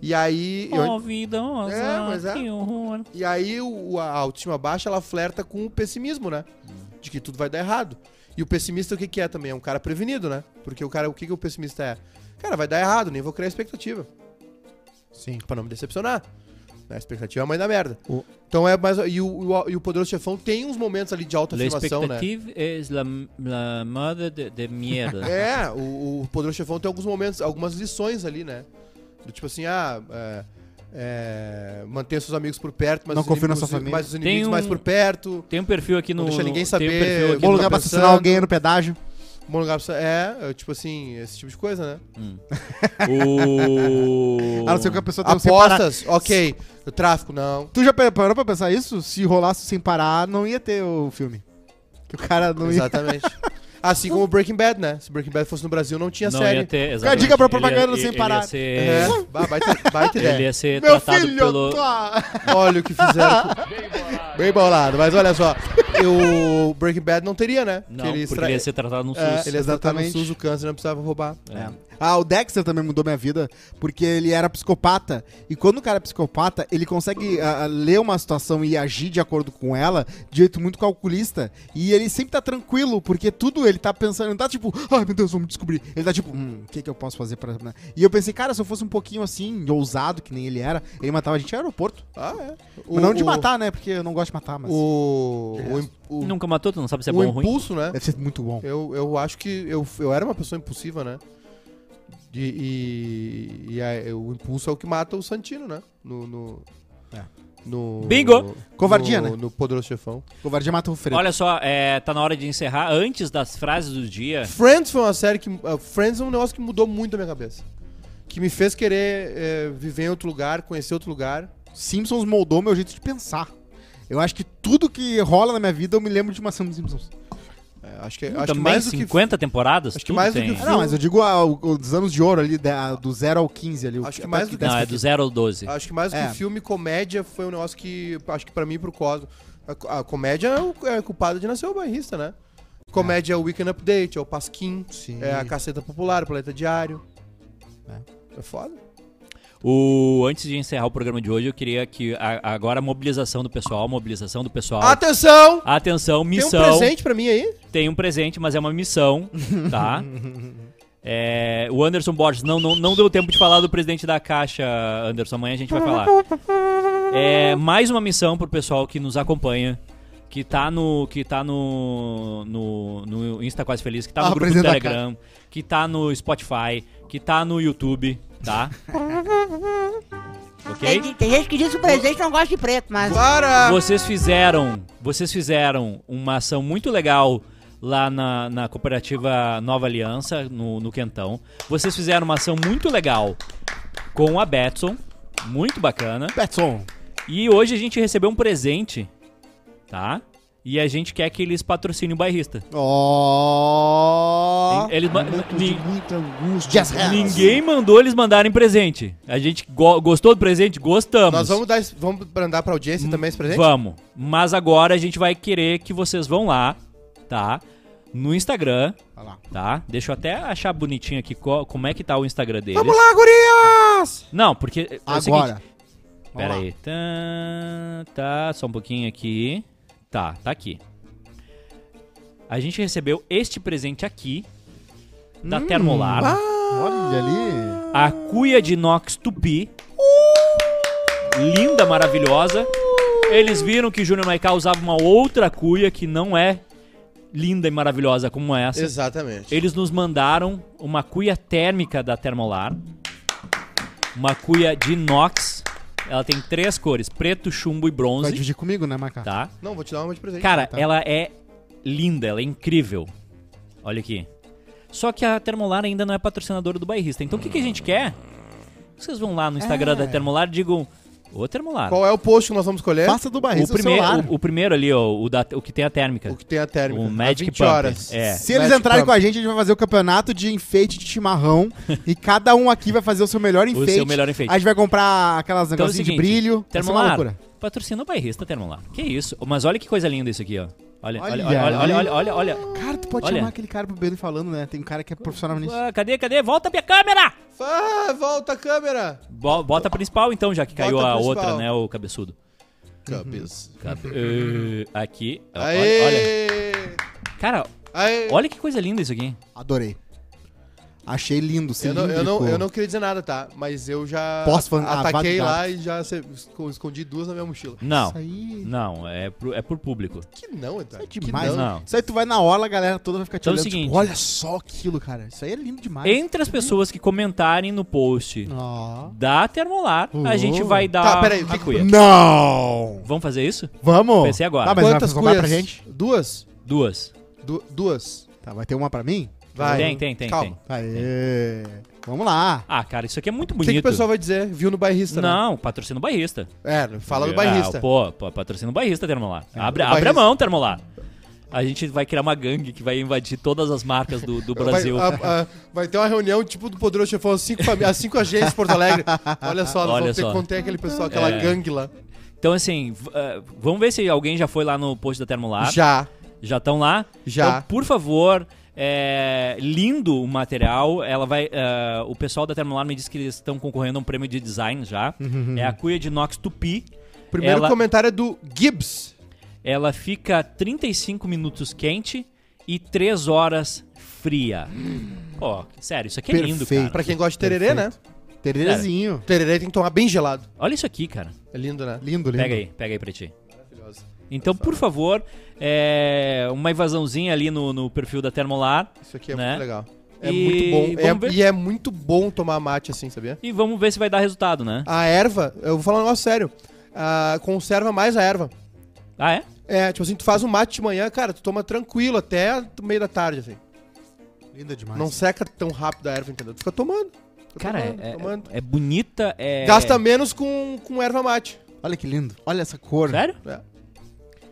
Speaker 3: E aí. eu-
Speaker 2: Oh, vida, nossa,
Speaker 3: É, mas é.
Speaker 2: que um horror.
Speaker 3: e aí o- a autoestima baixa, ela flerta com o pessimismo, né?
Speaker 1: Hum.
Speaker 3: De que tudo vai dar errado. E o pessimista o que que é também? É um cara prevenido, né? Porque o cara, o que que o pessimista é? Cara, vai dar errado, nem vou criar expectativa. Sim. Pra não me decepcionar. A expectativa é a mãe da merda.
Speaker 1: O-
Speaker 3: Então é mais... E o, e o Poderoso Chefão tem uns momentos ali de
Speaker 2: La
Speaker 3: autoafirmação, né?
Speaker 2: expectative is la, la mother de, de mierda.
Speaker 3: É, o, o Poderoso Chefão tem alguns momentos, algumas lições ali, né? Do tipo assim, ah... É, é, manter seus amigos por perto, mas
Speaker 1: Não
Speaker 3: os
Speaker 1: confie na
Speaker 3: inimigos-
Speaker 1: sua família.
Speaker 3: Mas os
Speaker 2: Tem
Speaker 3: inimigos mais
Speaker 2: um-
Speaker 3: por perto.
Speaker 2: Tem um perfil aqui no.
Speaker 3: Não deixa ninguém
Speaker 2: Tem
Speaker 3: saber,
Speaker 2: um perfil aqui
Speaker 1: Bom
Speaker 3: tá
Speaker 2: no-
Speaker 1: lugar pra
Speaker 3: pensando.
Speaker 1: assassinar alguém é no pedágio.
Speaker 3: Bom lugar pra... É, é, tipo assim, esse tipo de coisa, né?
Speaker 2: O.
Speaker 1: A não ser que a pessoa tenha um sem parar.
Speaker 3: Apostas, ok. O tráfico, não.
Speaker 1: Tu já pe- parou pra pensar isso? Se rolasse sem parar, não ia ter o filme. Que o cara não ia.
Speaker 3: Exatamente. assim como Breaking Bad, né? Se Breaking Bad fosse no Brasil, não tinha
Speaker 2: não
Speaker 3: série.
Speaker 2: ia ter.
Speaker 1: Fica a dica
Speaker 2: exatamente.
Speaker 1: pra propaganda
Speaker 2: Ele ia-
Speaker 1: sem
Speaker 2: ele
Speaker 1: parar.
Speaker 2: Ia ser,
Speaker 3: É, bah, baita, baita
Speaker 2: Ele
Speaker 3: ideia.
Speaker 2: ia ser
Speaker 1: Meu
Speaker 2: tratado
Speaker 1: filho! Ah.
Speaker 2: pelo.
Speaker 1: tua-
Speaker 3: Olha o que fizeram. com- Bem bolado, mas olha só. eu- O Breaking Bad não teria, né?
Speaker 2: Não,
Speaker 3: Que ele
Speaker 2: porque
Speaker 3: extra-
Speaker 2: ele ia ser um tratado no SUS.
Speaker 3: É, ele ia tratar no
Speaker 1: Exatamente.
Speaker 3: SUS o câncer, não precisava roubar.
Speaker 1: É. Ah, o Dexter também mudou minha vida, porque ele era psicopata. E quando o cara é psicopata, ele consegue ah, ah, ler uma situação e agir de acordo com ela de jeito muito calculista. E ele sempre tá tranquilo, porque tudo ele tá pensando, ele não tá tipo, ai meu Deus, vamos descobrir. Ele tá tipo, hum, o que que eu posso fazer pra. né?" E eu pensei, cara, se eu fosse um pouquinho assim, ousado, que nem ele era, ele matava a gente no aeroporto.
Speaker 3: Ah, é. O-
Speaker 1: Mas não de
Speaker 3: o-
Speaker 1: matar, né? Porque eu não gosto de matar, mas.
Speaker 3: O, o, im- o-
Speaker 2: Nunca matou, tu não sabe se é
Speaker 3: o
Speaker 2: bom ou ruim.
Speaker 3: impulso, né?
Speaker 1: Deve ser muito bom.
Speaker 3: Eu, eu acho que eu, eu era uma pessoa impulsiva, né? De- e e a- o impulso é o que mata o Santino, né? No, no,
Speaker 1: É.
Speaker 3: No,
Speaker 2: Bingo!
Speaker 1: Covardia,
Speaker 3: no-
Speaker 1: né?
Speaker 3: No Poderoso Chefão.
Speaker 1: Covardia mata o freio.
Speaker 2: Olha só, é, tá na hora de encerrar. Antes das frases do dia,
Speaker 3: Friends foi uma série que. ah, Friends é um negócio que mudou muito a minha cabeça. Que me fez querer eh, viver em outro lugar, conhecer outro lugar.
Speaker 1: Simpsons moldou meu jeito de pensar. Eu acho que tudo que rola na minha vida eu me lembro de uma cena dos Simpsons.
Speaker 3: É, acho que,
Speaker 2: Hum,
Speaker 3: acho que
Speaker 2: também
Speaker 3: mais do que.
Speaker 2: 50 temporadas,
Speaker 3: acho que
Speaker 2: tudo
Speaker 3: mais do
Speaker 2: tem.
Speaker 3: que
Speaker 1: Ah, não, mas eu digo ah, o- os anos de ouro ali, da- do 0 ao 15 ali. o-
Speaker 3: Acho que
Speaker 1: até
Speaker 3: mais do Ah. que-
Speaker 2: Não,
Speaker 1: desce
Speaker 2: é
Speaker 1: pra
Speaker 2: do 0 ao 12.
Speaker 3: Acho que mais do
Speaker 1: É.
Speaker 3: que filme, comédia foi um negócio que. Acho que pra mim e pro Cosmo. A, co- a comédia é, o, é culpada de nascer o bairrista, né? Comédia é o Weekend Update, é o Pasquim,
Speaker 1: Sim.
Speaker 3: é a Caceta Popular, o Planeta Diário. É, foda.
Speaker 2: O, antes de encerrar o programa de hoje, eu queria que a- agora a mobilização do pessoal, mobilização do pessoal.
Speaker 3: Atenção!
Speaker 2: Atenção, missão.
Speaker 3: Tem um presente pra mim aí?
Speaker 2: Tem um presente, mas é uma missão, tá? É, o Anderson Borges, não, não, não deu tempo de falar do presidente da Caixa, Anderson. Amanhã a gente vai falar. É, mais uma missão pro pessoal que nos acompanha, que tá no. Que tá no. no, no Insta Quase Feliz, que tá no
Speaker 1: Ah, o
Speaker 2: grupo do
Speaker 1: presidente da
Speaker 2: Telegram, que tá no Spotify, que tá no YouTube, tá? ok?
Speaker 5: Tem, tem gente que diz que o presente não gosta de preto, mas.
Speaker 3: Para!
Speaker 2: Vocês fizeram, vocês fizeram uma ação muito legal lá na, na cooperativa Nova Aliança, no, no Quentão. Vocês fizeram uma ação muito legal com a Betson, muito bacana.
Speaker 1: Petson.
Speaker 2: E hoje a gente recebeu um presente, tá? E a gente quer que eles patrocinem o bairrista.
Speaker 1: Ó.
Speaker 2: Eles ma- ni-
Speaker 7: muita angústia.
Speaker 1: Just Hands.
Speaker 2: ninguém mandou eles mandarem presente. A gente go- gostou do presente? Gostamos.
Speaker 3: Nós vamos dar esse- vamos mandar pra audiência também esse presente?
Speaker 2: Hum, Vamos. Mas agora a gente vai querer que vocês vão lá, tá? No Instagram,
Speaker 1: Olha lá.
Speaker 2: tá? Deixa eu até achar bonitinho aqui qual- como é que tá o Instagram deles.
Speaker 3: Vamos lá, gurias!
Speaker 2: Não, porque é o
Speaker 1: Agora.
Speaker 2: seguinte,
Speaker 1: Vamos
Speaker 2: pera
Speaker 1: lá.
Speaker 2: aí. Tá, tá, só um pouquinho aqui. Tá, tá aqui. A gente recebeu este presente aqui da
Speaker 3: Hum,
Speaker 2: Termolar,
Speaker 3: ah,
Speaker 1: Olha ali.
Speaker 2: a cuia de inox tupi. Linda, maravilhosa. Eles viram que Júnior Maiká usava uma outra cuia que não é linda e maravilhosa como essa.
Speaker 3: Exatamente.
Speaker 2: Eles nos mandaram uma cuia térmica da Termolar. Uma cuia de inox. Ela tem três cores: preto, chumbo e
Speaker 1: Vai
Speaker 2: bronze.
Speaker 1: dividir comigo, né, Maca?
Speaker 2: Tá?
Speaker 3: Não, vou te dar uma de presente.
Speaker 2: Cara,
Speaker 1: Tá.
Speaker 2: ela é linda, ela é incrível. Olha aqui. Só que a Termolar ainda não é patrocinadora do bairrista. Então o que, que a gente quer? Vocês vão lá no Instagram da Termolar e digam: Ô Termolar.
Speaker 3: É. Qual é o post que nós vamos escolher?
Speaker 1: Faça do
Speaker 2: o,
Speaker 1: barrista o
Speaker 2: primeiro,
Speaker 1: celular.
Speaker 2: o, o primeiro ali, ó, o, da- o que tem a térmica.
Speaker 3: O que tem a térmica.
Speaker 2: O
Speaker 3: Há
Speaker 2: Magic
Speaker 3: 20
Speaker 2: Pump.
Speaker 3: horas.
Speaker 2: É.
Speaker 1: Se eles
Speaker 3: Magic
Speaker 1: entrarem
Speaker 3: Pump.
Speaker 1: com a gente, a gente vai fazer o campeonato de enfeite de chimarrão. e cada um aqui vai fazer o seu melhor enfeite.
Speaker 2: seu melhor enfeite.
Speaker 1: A gente vai comprar aquelas
Speaker 2: Então é o
Speaker 1: negocinhas
Speaker 2: seguinte,
Speaker 1: de brilho. Vai ser uma
Speaker 2: Termolar,
Speaker 1: loucura.
Speaker 2: patrocina o bairrista, Termolar. Que isso? Mas olha que coisa linda isso aqui, ó. Olha,
Speaker 1: Olha
Speaker 2: olha, olha, olha,
Speaker 1: aí.
Speaker 2: olha, olha, olha.
Speaker 1: Cara, tu pode
Speaker 2: Olha.
Speaker 1: chamar aquele cara pro Bedo falando, né? Tem um cara que é profissional nisso.
Speaker 2: Ah, cadê, cadê? Volta a minha câmera!
Speaker 3: Ah, volta a câmera!
Speaker 1: Uhum.
Speaker 2: Bo- Bota a principal então, já que caiu
Speaker 3: Bota a
Speaker 2: a
Speaker 3: principal.
Speaker 2: outra, né, o cabeçudo.
Speaker 3: Cabeça.
Speaker 2: Cabe- Eh, aqui. ó, Olha, olha.
Speaker 3: Aê!
Speaker 2: Cara,
Speaker 3: Aê!
Speaker 2: olha que coisa linda isso aqui.
Speaker 1: Adorei. Achei lindo,
Speaker 3: Eu
Speaker 1: cilíndrico.
Speaker 3: não, eu, não, eu não queria dizer nada, tá? Mas eu já
Speaker 1: Posso fan- ah, vai-
Speaker 3: ataquei lá e já se- esco- escondi duas na minha mochila.
Speaker 2: Não,
Speaker 1: Isso aí...
Speaker 2: não, é por, é por público.
Speaker 3: Que não, então.
Speaker 1: É demais,
Speaker 3: que não.
Speaker 1: né?
Speaker 2: não.
Speaker 1: Isso aí tu vai na orla, a galera toda vai ficar te
Speaker 2: Então é o
Speaker 1: olhando, tipo,
Speaker 2: seguinte.
Speaker 1: olha só aquilo, cara. Isso aí é lindo
Speaker 3: Ah,
Speaker 1: demais.
Speaker 2: Entre as pessoas que comentarem no post
Speaker 1: Ó.
Speaker 2: da Termolar, a
Speaker 1: Uhum.
Speaker 2: gente vai dar
Speaker 3: Tá, peraí, o
Speaker 2: a
Speaker 3: que-
Speaker 2: cuia.
Speaker 1: Não!
Speaker 2: Vamos fazer isso?
Speaker 1: Vamos!
Speaker 2: Pensei agora.
Speaker 1: Tá, mas
Speaker 3: Quantas
Speaker 1: vai comprar
Speaker 3: cuias?
Speaker 1: pra gente?
Speaker 3: Duas?
Speaker 2: Duas.
Speaker 3: Du- duas.
Speaker 1: Tá, vai ter uma pra mim?
Speaker 3: Vai.
Speaker 2: Tem, tem, tem,
Speaker 3: Calma.
Speaker 2: tem.
Speaker 1: Aê! Vamos lá!
Speaker 2: Ah, cara, isso aqui é muito
Speaker 3: O
Speaker 2: bonito.
Speaker 3: que, que o pessoal vai dizer? Viu no bairrista, né?
Speaker 2: Não, patrocina o bairrista.
Speaker 3: É, fala do
Speaker 2: Ah,
Speaker 3: bairrista. É,
Speaker 2: pô, pô, patrocina o bairrista, Termolar. Abre,
Speaker 3: o
Speaker 2: abre a
Speaker 3: bairrista.
Speaker 2: mão, Termolar. A gente vai criar uma gangue que vai invadir todas as marcas do, do Brasil.
Speaker 3: Vai, ah. a- a- vai ter uma reunião tipo do Poderoso Chefão, as cinco, fami- as cinco agências de Porto Alegre. Olha só, nós
Speaker 2: Olha
Speaker 3: vamos ter
Speaker 2: só.
Speaker 3: que conter aquele pessoal, aquela
Speaker 2: É.
Speaker 3: gangue lá.
Speaker 2: Então, assim, v- ah, vamos ver se alguém já foi lá no post da Termolar.
Speaker 3: Já.
Speaker 2: Já estão lá?
Speaker 3: Já.
Speaker 2: Então, por favor, é, lindo o material. Ela vai. ah, o pessoal da Termolar me disse que eles estão concorrendo a um prêmio de design já.
Speaker 3: Uhum.
Speaker 2: É a cuia de Nox Tupi.
Speaker 3: Primeiro
Speaker 2: Ela-
Speaker 3: comentário é do Gibbs.
Speaker 2: Ela fica 35 minutos quente e 3 horas fria. Pô, sério, isso aqui é lindo,
Speaker 1: Perfeito.
Speaker 2: cara.
Speaker 3: Pra quem gosta de tererê,
Speaker 1: Perfeito.
Speaker 3: né?
Speaker 1: Tererezinho.
Speaker 3: Tererê tem que tomar bem gelado.
Speaker 2: Olha isso aqui, cara.
Speaker 3: É lindo, né?
Speaker 1: Lindo, lindo.
Speaker 2: Pega aí, pega aí pra ti. Então, por favor, é, uma invasãozinha ali no, no perfil da Termolar.
Speaker 3: Isso aqui é
Speaker 2: Né?
Speaker 3: muito legal. É
Speaker 2: E
Speaker 3: muito bom. É-
Speaker 2: vamos ver.
Speaker 3: e é muito bom tomar mate assim, sabia?
Speaker 2: E vamos ver se vai dar resultado, né?
Speaker 3: A erva, eu vou falar um negócio sério. ah, conserva mais a erva.
Speaker 2: Ah, é?
Speaker 3: É, tipo assim, tu faz um mate de manhã, cara, tu toma tranquilo até o meio da tarde, assim.
Speaker 1: Linda demais.
Speaker 3: Não seca tão rápido a erva, entendeu? Tu fica tomando. Fica
Speaker 2: Cara, é,
Speaker 3: tomando, tomando.
Speaker 2: é, é bonita, é...
Speaker 3: Gasta menos com, com erva mate.
Speaker 1: Olha que lindo. Olha essa cor.
Speaker 2: Sério?
Speaker 3: É.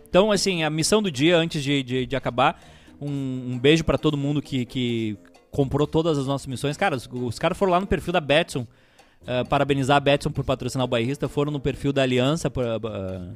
Speaker 2: Então, assim, a missão do dia, antes de, de, de acabar, um, um beijo pra todo mundo que, que comprou todas as nossas missões. Cara, os, os caras foram lá no perfil da Betson, eh, parabenizar a Betson por patrocinar o Bairrista, foram no perfil da Aliança por, ah,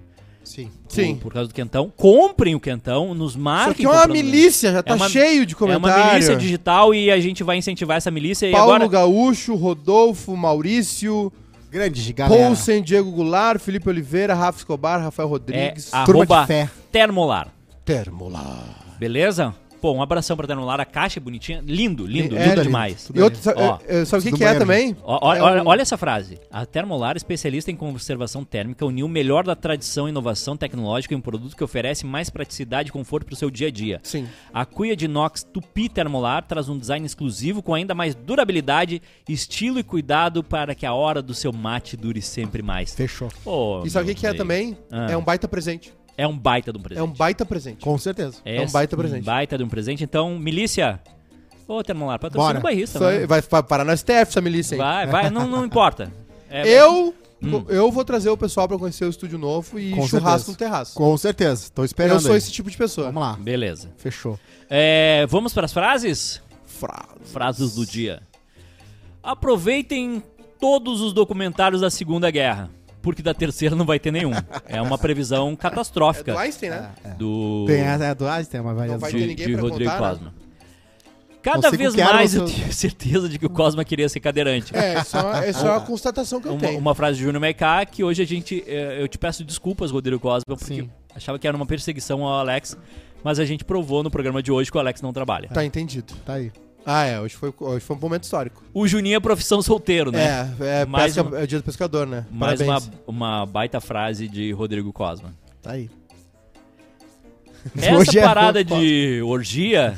Speaker 1: Sim.
Speaker 3: Sim.
Speaker 2: por, por causa do Quentão. Comprem o Quentão, nos
Speaker 3: Isso
Speaker 2: marquem.
Speaker 3: aqui é uma
Speaker 2: comprando.
Speaker 3: milícia, já tá
Speaker 2: uma-
Speaker 3: cheio de
Speaker 2: É
Speaker 3: comentário.
Speaker 2: uma milícia digital e a gente vai incentivar essa milícia.
Speaker 3: Paulo
Speaker 2: e agora,
Speaker 3: Gaúcho, Rodolfo, Maurício,
Speaker 1: Grande, galera.
Speaker 3: Poulsen, Diego Goulart, Felipe Oliveira, Rafa Escobar,
Speaker 2: é
Speaker 3: Rafael Rodrigues.
Speaker 1: Turma
Speaker 2: arroba
Speaker 1: de fé.
Speaker 2: Termolar.
Speaker 4: Termolar.
Speaker 2: Beleza? Pô, um abração pra Termolar. A caixa é bonitinha. Lindo, lindo, lindo
Speaker 3: É,
Speaker 1: lindo.
Speaker 2: demais.
Speaker 3: E outro, sa-
Speaker 2: Ó.
Speaker 3: eh, eh, sabe o que,
Speaker 1: do
Speaker 3: que é
Speaker 1: banheiro.
Speaker 3: também?
Speaker 2: Ó- ó-
Speaker 3: É
Speaker 2: olha,
Speaker 3: um-
Speaker 2: olha essa frase. A Termolar, especialista em conservação térmica, uniu o melhor da tradição e inovação tecnológica em um produto que oferece mais praticidade e conforto para o seu dia a dia.
Speaker 3: Sim.
Speaker 2: A cuia de inox Tupi Termolar traz um design exclusivo com ainda mais durabilidade, estilo e cuidado para que a hora do seu mate dure sempre mais.
Speaker 1: Fechou.
Speaker 2: Pô,
Speaker 3: E sabe o
Speaker 2: meu
Speaker 3: que, que é
Speaker 2: Deus.
Speaker 3: também?
Speaker 2: Ah.
Speaker 3: É um baita presente.
Speaker 2: É um baita de um presente.
Speaker 3: É um baita presente.
Speaker 1: Com certeza.
Speaker 2: É
Speaker 3: um baita presente.
Speaker 2: Um baita de um presente. Então, milícia, ô Termolar, patrocina
Speaker 1: Bora.
Speaker 2: o bairrista.
Speaker 3: Isso aí
Speaker 2: né?
Speaker 3: vai, vai parar no STF essa milícia aí.
Speaker 2: Vai, vai, não, não importa. É,
Speaker 3: Eu, eu vou trazer o pessoal pra conhecer o estúdio novo e
Speaker 1: Com
Speaker 3: churrasco
Speaker 1: certeza.
Speaker 3: no terraço.
Speaker 1: Com certeza. Tô esperando.
Speaker 3: eu sou
Speaker 1: aí.
Speaker 3: esse tipo de pessoa.
Speaker 1: Vamos lá.
Speaker 2: Beleza.
Speaker 1: Fechou.
Speaker 2: É, vamos para as frases?
Speaker 3: Frase.
Speaker 2: Frases do dia. Aproveitem todos os documentários da Segunda Guerra, porque da terceira não vai ter nenhum. É uma previsão
Speaker 3: É do
Speaker 2: catastrófica
Speaker 3: Einstein, né?
Speaker 2: do
Speaker 1: Tem a, a do Einstein, mas vai.
Speaker 3: Não vai- ter
Speaker 2: de,
Speaker 3: ninguém
Speaker 2: de
Speaker 3: pra
Speaker 2: Rodrigo
Speaker 3: contar, né?
Speaker 2: Cosma. Cada
Speaker 1: Consigo
Speaker 2: vez
Speaker 1: que era
Speaker 2: mais eu
Speaker 1: o seu-
Speaker 2: tenho certeza de que o Cosma queria ser cadeirante.
Speaker 3: É, isso é uma, isso é uma constatação que eu
Speaker 2: Uma,
Speaker 3: tenho.
Speaker 2: uma frase de Júnior Maiká que hoje a gente. eh, Eu te peço desculpas, Rodrigo Cosma, porque
Speaker 1: Sim.
Speaker 2: achava que era uma perseguição ao Alex, mas a gente provou no programa de hoje que o Alex não trabalha.
Speaker 3: Tá entendido.
Speaker 1: Tá aí.
Speaker 3: Ah, é. Hoje foi, hoje foi um momento histórico.
Speaker 2: O Juninho é profissão solteiro, né?
Speaker 3: É, é,
Speaker 2: Mais
Speaker 3: pesca-
Speaker 2: uma-
Speaker 3: é o dia do pescador, né?
Speaker 2: Mais uma,
Speaker 3: Parabéns.
Speaker 2: uma baita frase de Rodrigo Cosma.
Speaker 1: Tá aí.
Speaker 2: Essa
Speaker 1: Hoje é
Speaker 2: parada
Speaker 1: Rodrigo
Speaker 2: de orgia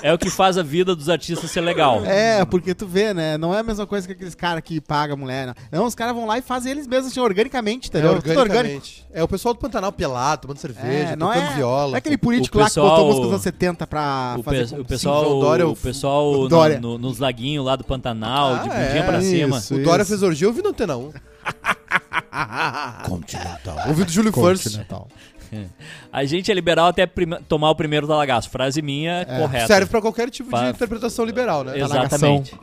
Speaker 2: é o que faz a vida dos artistas ser legal.
Speaker 1: É, porque tu vê, né? Não é a mesma coisa que aqueles caras que pagam mulher. Não. não, os caras vão lá e fazem eles mesmos, assim, organicamente,
Speaker 3: É,
Speaker 1: entendeu? Tudo orgânico.
Speaker 3: organicamente. É o pessoal do Pantanal pelado, tomando cerveja,
Speaker 1: É, não
Speaker 3: tocando
Speaker 1: é,
Speaker 3: viola.
Speaker 1: não é aquele político
Speaker 2: O
Speaker 1: lá
Speaker 2: pessoal-
Speaker 1: que botou música dos anos 70 pra
Speaker 2: O,
Speaker 1: fazer...
Speaker 2: pe-
Speaker 1: com-
Speaker 2: o pessoal,
Speaker 3: João Dória,
Speaker 2: o
Speaker 3: o-
Speaker 2: pessoal no-
Speaker 1: Dória.
Speaker 2: no- nos laguinhos lá do Pantanal, de
Speaker 3: Ah,
Speaker 2: bundinha
Speaker 3: é,
Speaker 2: pra cima.
Speaker 1: isso.
Speaker 3: O Dória fez orgia, eu vi na Antena 1.
Speaker 4: Continental.
Speaker 3: Ouvi do Júlio
Speaker 1: Coach,
Speaker 3: First.
Speaker 1: né, tal.
Speaker 2: A gente é liberal até prime- tomar o primeiro talagaço. Frase minha, correta.
Speaker 3: Serve pra qualquer tipo
Speaker 2: Fa-
Speaker 3: de interpretação liberal, né?
Speaker 2: Exatamente.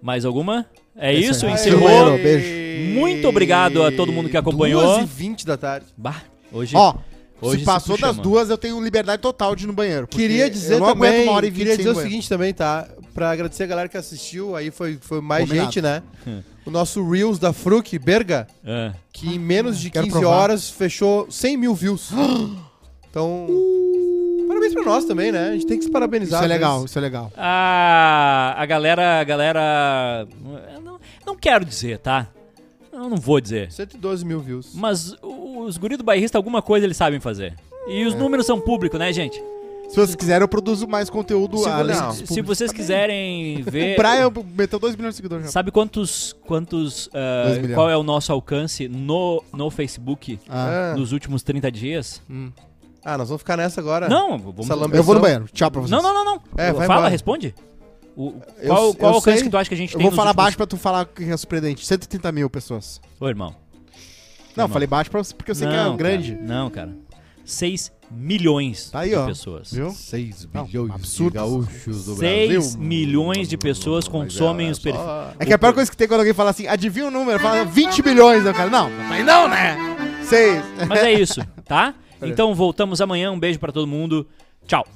Speaker 2: Mais alguma? É isso,
Speaker 3: Tá
Speaker 1: aí.
Speaker 2: encerrou.
Speaker 1: Aê. beijo.
Speaker 2: Muito obrigado a todo mundo que acompanhou.
Speaker 3: 2h20 da tarde.
Speaker 2: Bah, hoje,
Speaker 1: Ó,
Speaker 2: hoje
Speaker 1: se passou
Speaker 2: puxa,
Speaker 1: das
Speaker 2: mano.
Speaker 1: duas, eu tenho liberdade total de ir no banheiro. porque
Speaker 3: Queria dizer
Speaker 1: eu não
Speaker 3: também,
Speaker 1: aguento uma hora e vinte
Speaker 3: queria
Speaker 1: sem
Speaker 3: dizer o
Speaker 1: banheiro.
Speaker 3: seguinte também, tá? Pra agradecer a galera que assistiu, aí foi, foi mais
Speaker 1: Combinado. Hum.
Speaker 3: gente, né? O nosso Reels da Fruc, Berga,
Speaker 2: É.
Speaker 3: que em menos de
Speaker 1: Quero
Speaker 3: 15
Speaker 1: provar.
Speaker 3: horas fechou 100 mil views. Então, parabéns pra nós também, né? A gente tem que se parabenizar.
Speaker 1: Isso é
Speaker 3: às
Speaker 1: legal,
Speaker 3: vezes.
Speaker 1: isso é legal.
Speaker 2: Ah, a galera, a galera, eu não, não quero dizer, tá? Eu não vou dizer.
Speaker 3: 112 mil views.
Speaker 2: Mas o- os guri do bairrista, alguma coisa eles sabem fazer. E
Speaker 1: É.
Speaker 2: os números são públicos, né, gente?
Speaker 1: Se vocês quiserem, eu produzo mais conteúdo Tipo,
Speaker 3: Se
Speaker 1: além
Speaker 3: não.
Speaker 1: dos
Speaker 2: Se
Speaker 1: públicos.
Speaker 2: vocês quiserem ver...
Speaker 1: O Brian meteu 2 milhões de seguidores já.
Speaker 2: Sabe quantos, quantos, ah,
Speaker 1: Dois milhões.
Speaker 2: qual é o nosso alcance no, no Facebook
Speaker 1: Ah.
Speaker 3: Ah,
Speaker 2: nos últimos 30 dias?
Speaker 3: ah, nós vamos ficar nessa
Speaker 1: É.
Speaker 3: agora.
Speaker 2: Não, vamos...
Speaker 3: Essa lambeção.
Speaker 1: Eu vou no banheiro. Tchau pra vocês.
Speaker 2: Não, não, não, não. Fala,
Speaker 3: É, vai embora.
Speaker 2: responde. O,
Speaker 3: Eu-
Speaker 2: qual qual
Speaker 3: eu
Speaker 2: alcance
Speaker 3: sei.
Speaker 2: que tu acha que a gente
Speaker 1: Eu
Speaker 2: tem
Speaker 1: vou
Speaker 2: nos
Speaker 1: falar
Speaker 2: últimos-
Speaker 1: baixo pra tu falar que é surpreendente. 130 mil pessoas.
Speaker 2: Ô, irmão.
Speaker 1: Não,
Speaker 2: Irmão.
Speaker 1: falei baixo pra você porque eu sei que é um grande.
Speaker 2: Cara, não, cara. 6 milhões
Speaker 1: Tá aí,
Speaker 2: de
Speaker 1: ó.
Speaker 2: pessoas.
Speaker 1: Viu?
Speaker 4: 6
Speaker 1: Não,
Speaker 4: bilhões de
Speaker 1: absurdo.
Speaker 4: gaúchos do
Speaker 2: 6
Speaker 4: Brasil.
Speaker 2: milhões de pessoas consomem os perfis.
Speaker 3: Ah,
Speaker 1: É que a pior coisa que tem quando alguém fala assim, adivinha o número, fala 20 bilhões, eu cara. Não, aí não, né? Seis.
Speaker 2: Mas é isso, tá? Então voltamos amanhã. Um beijo pra todo mundo. Tchau.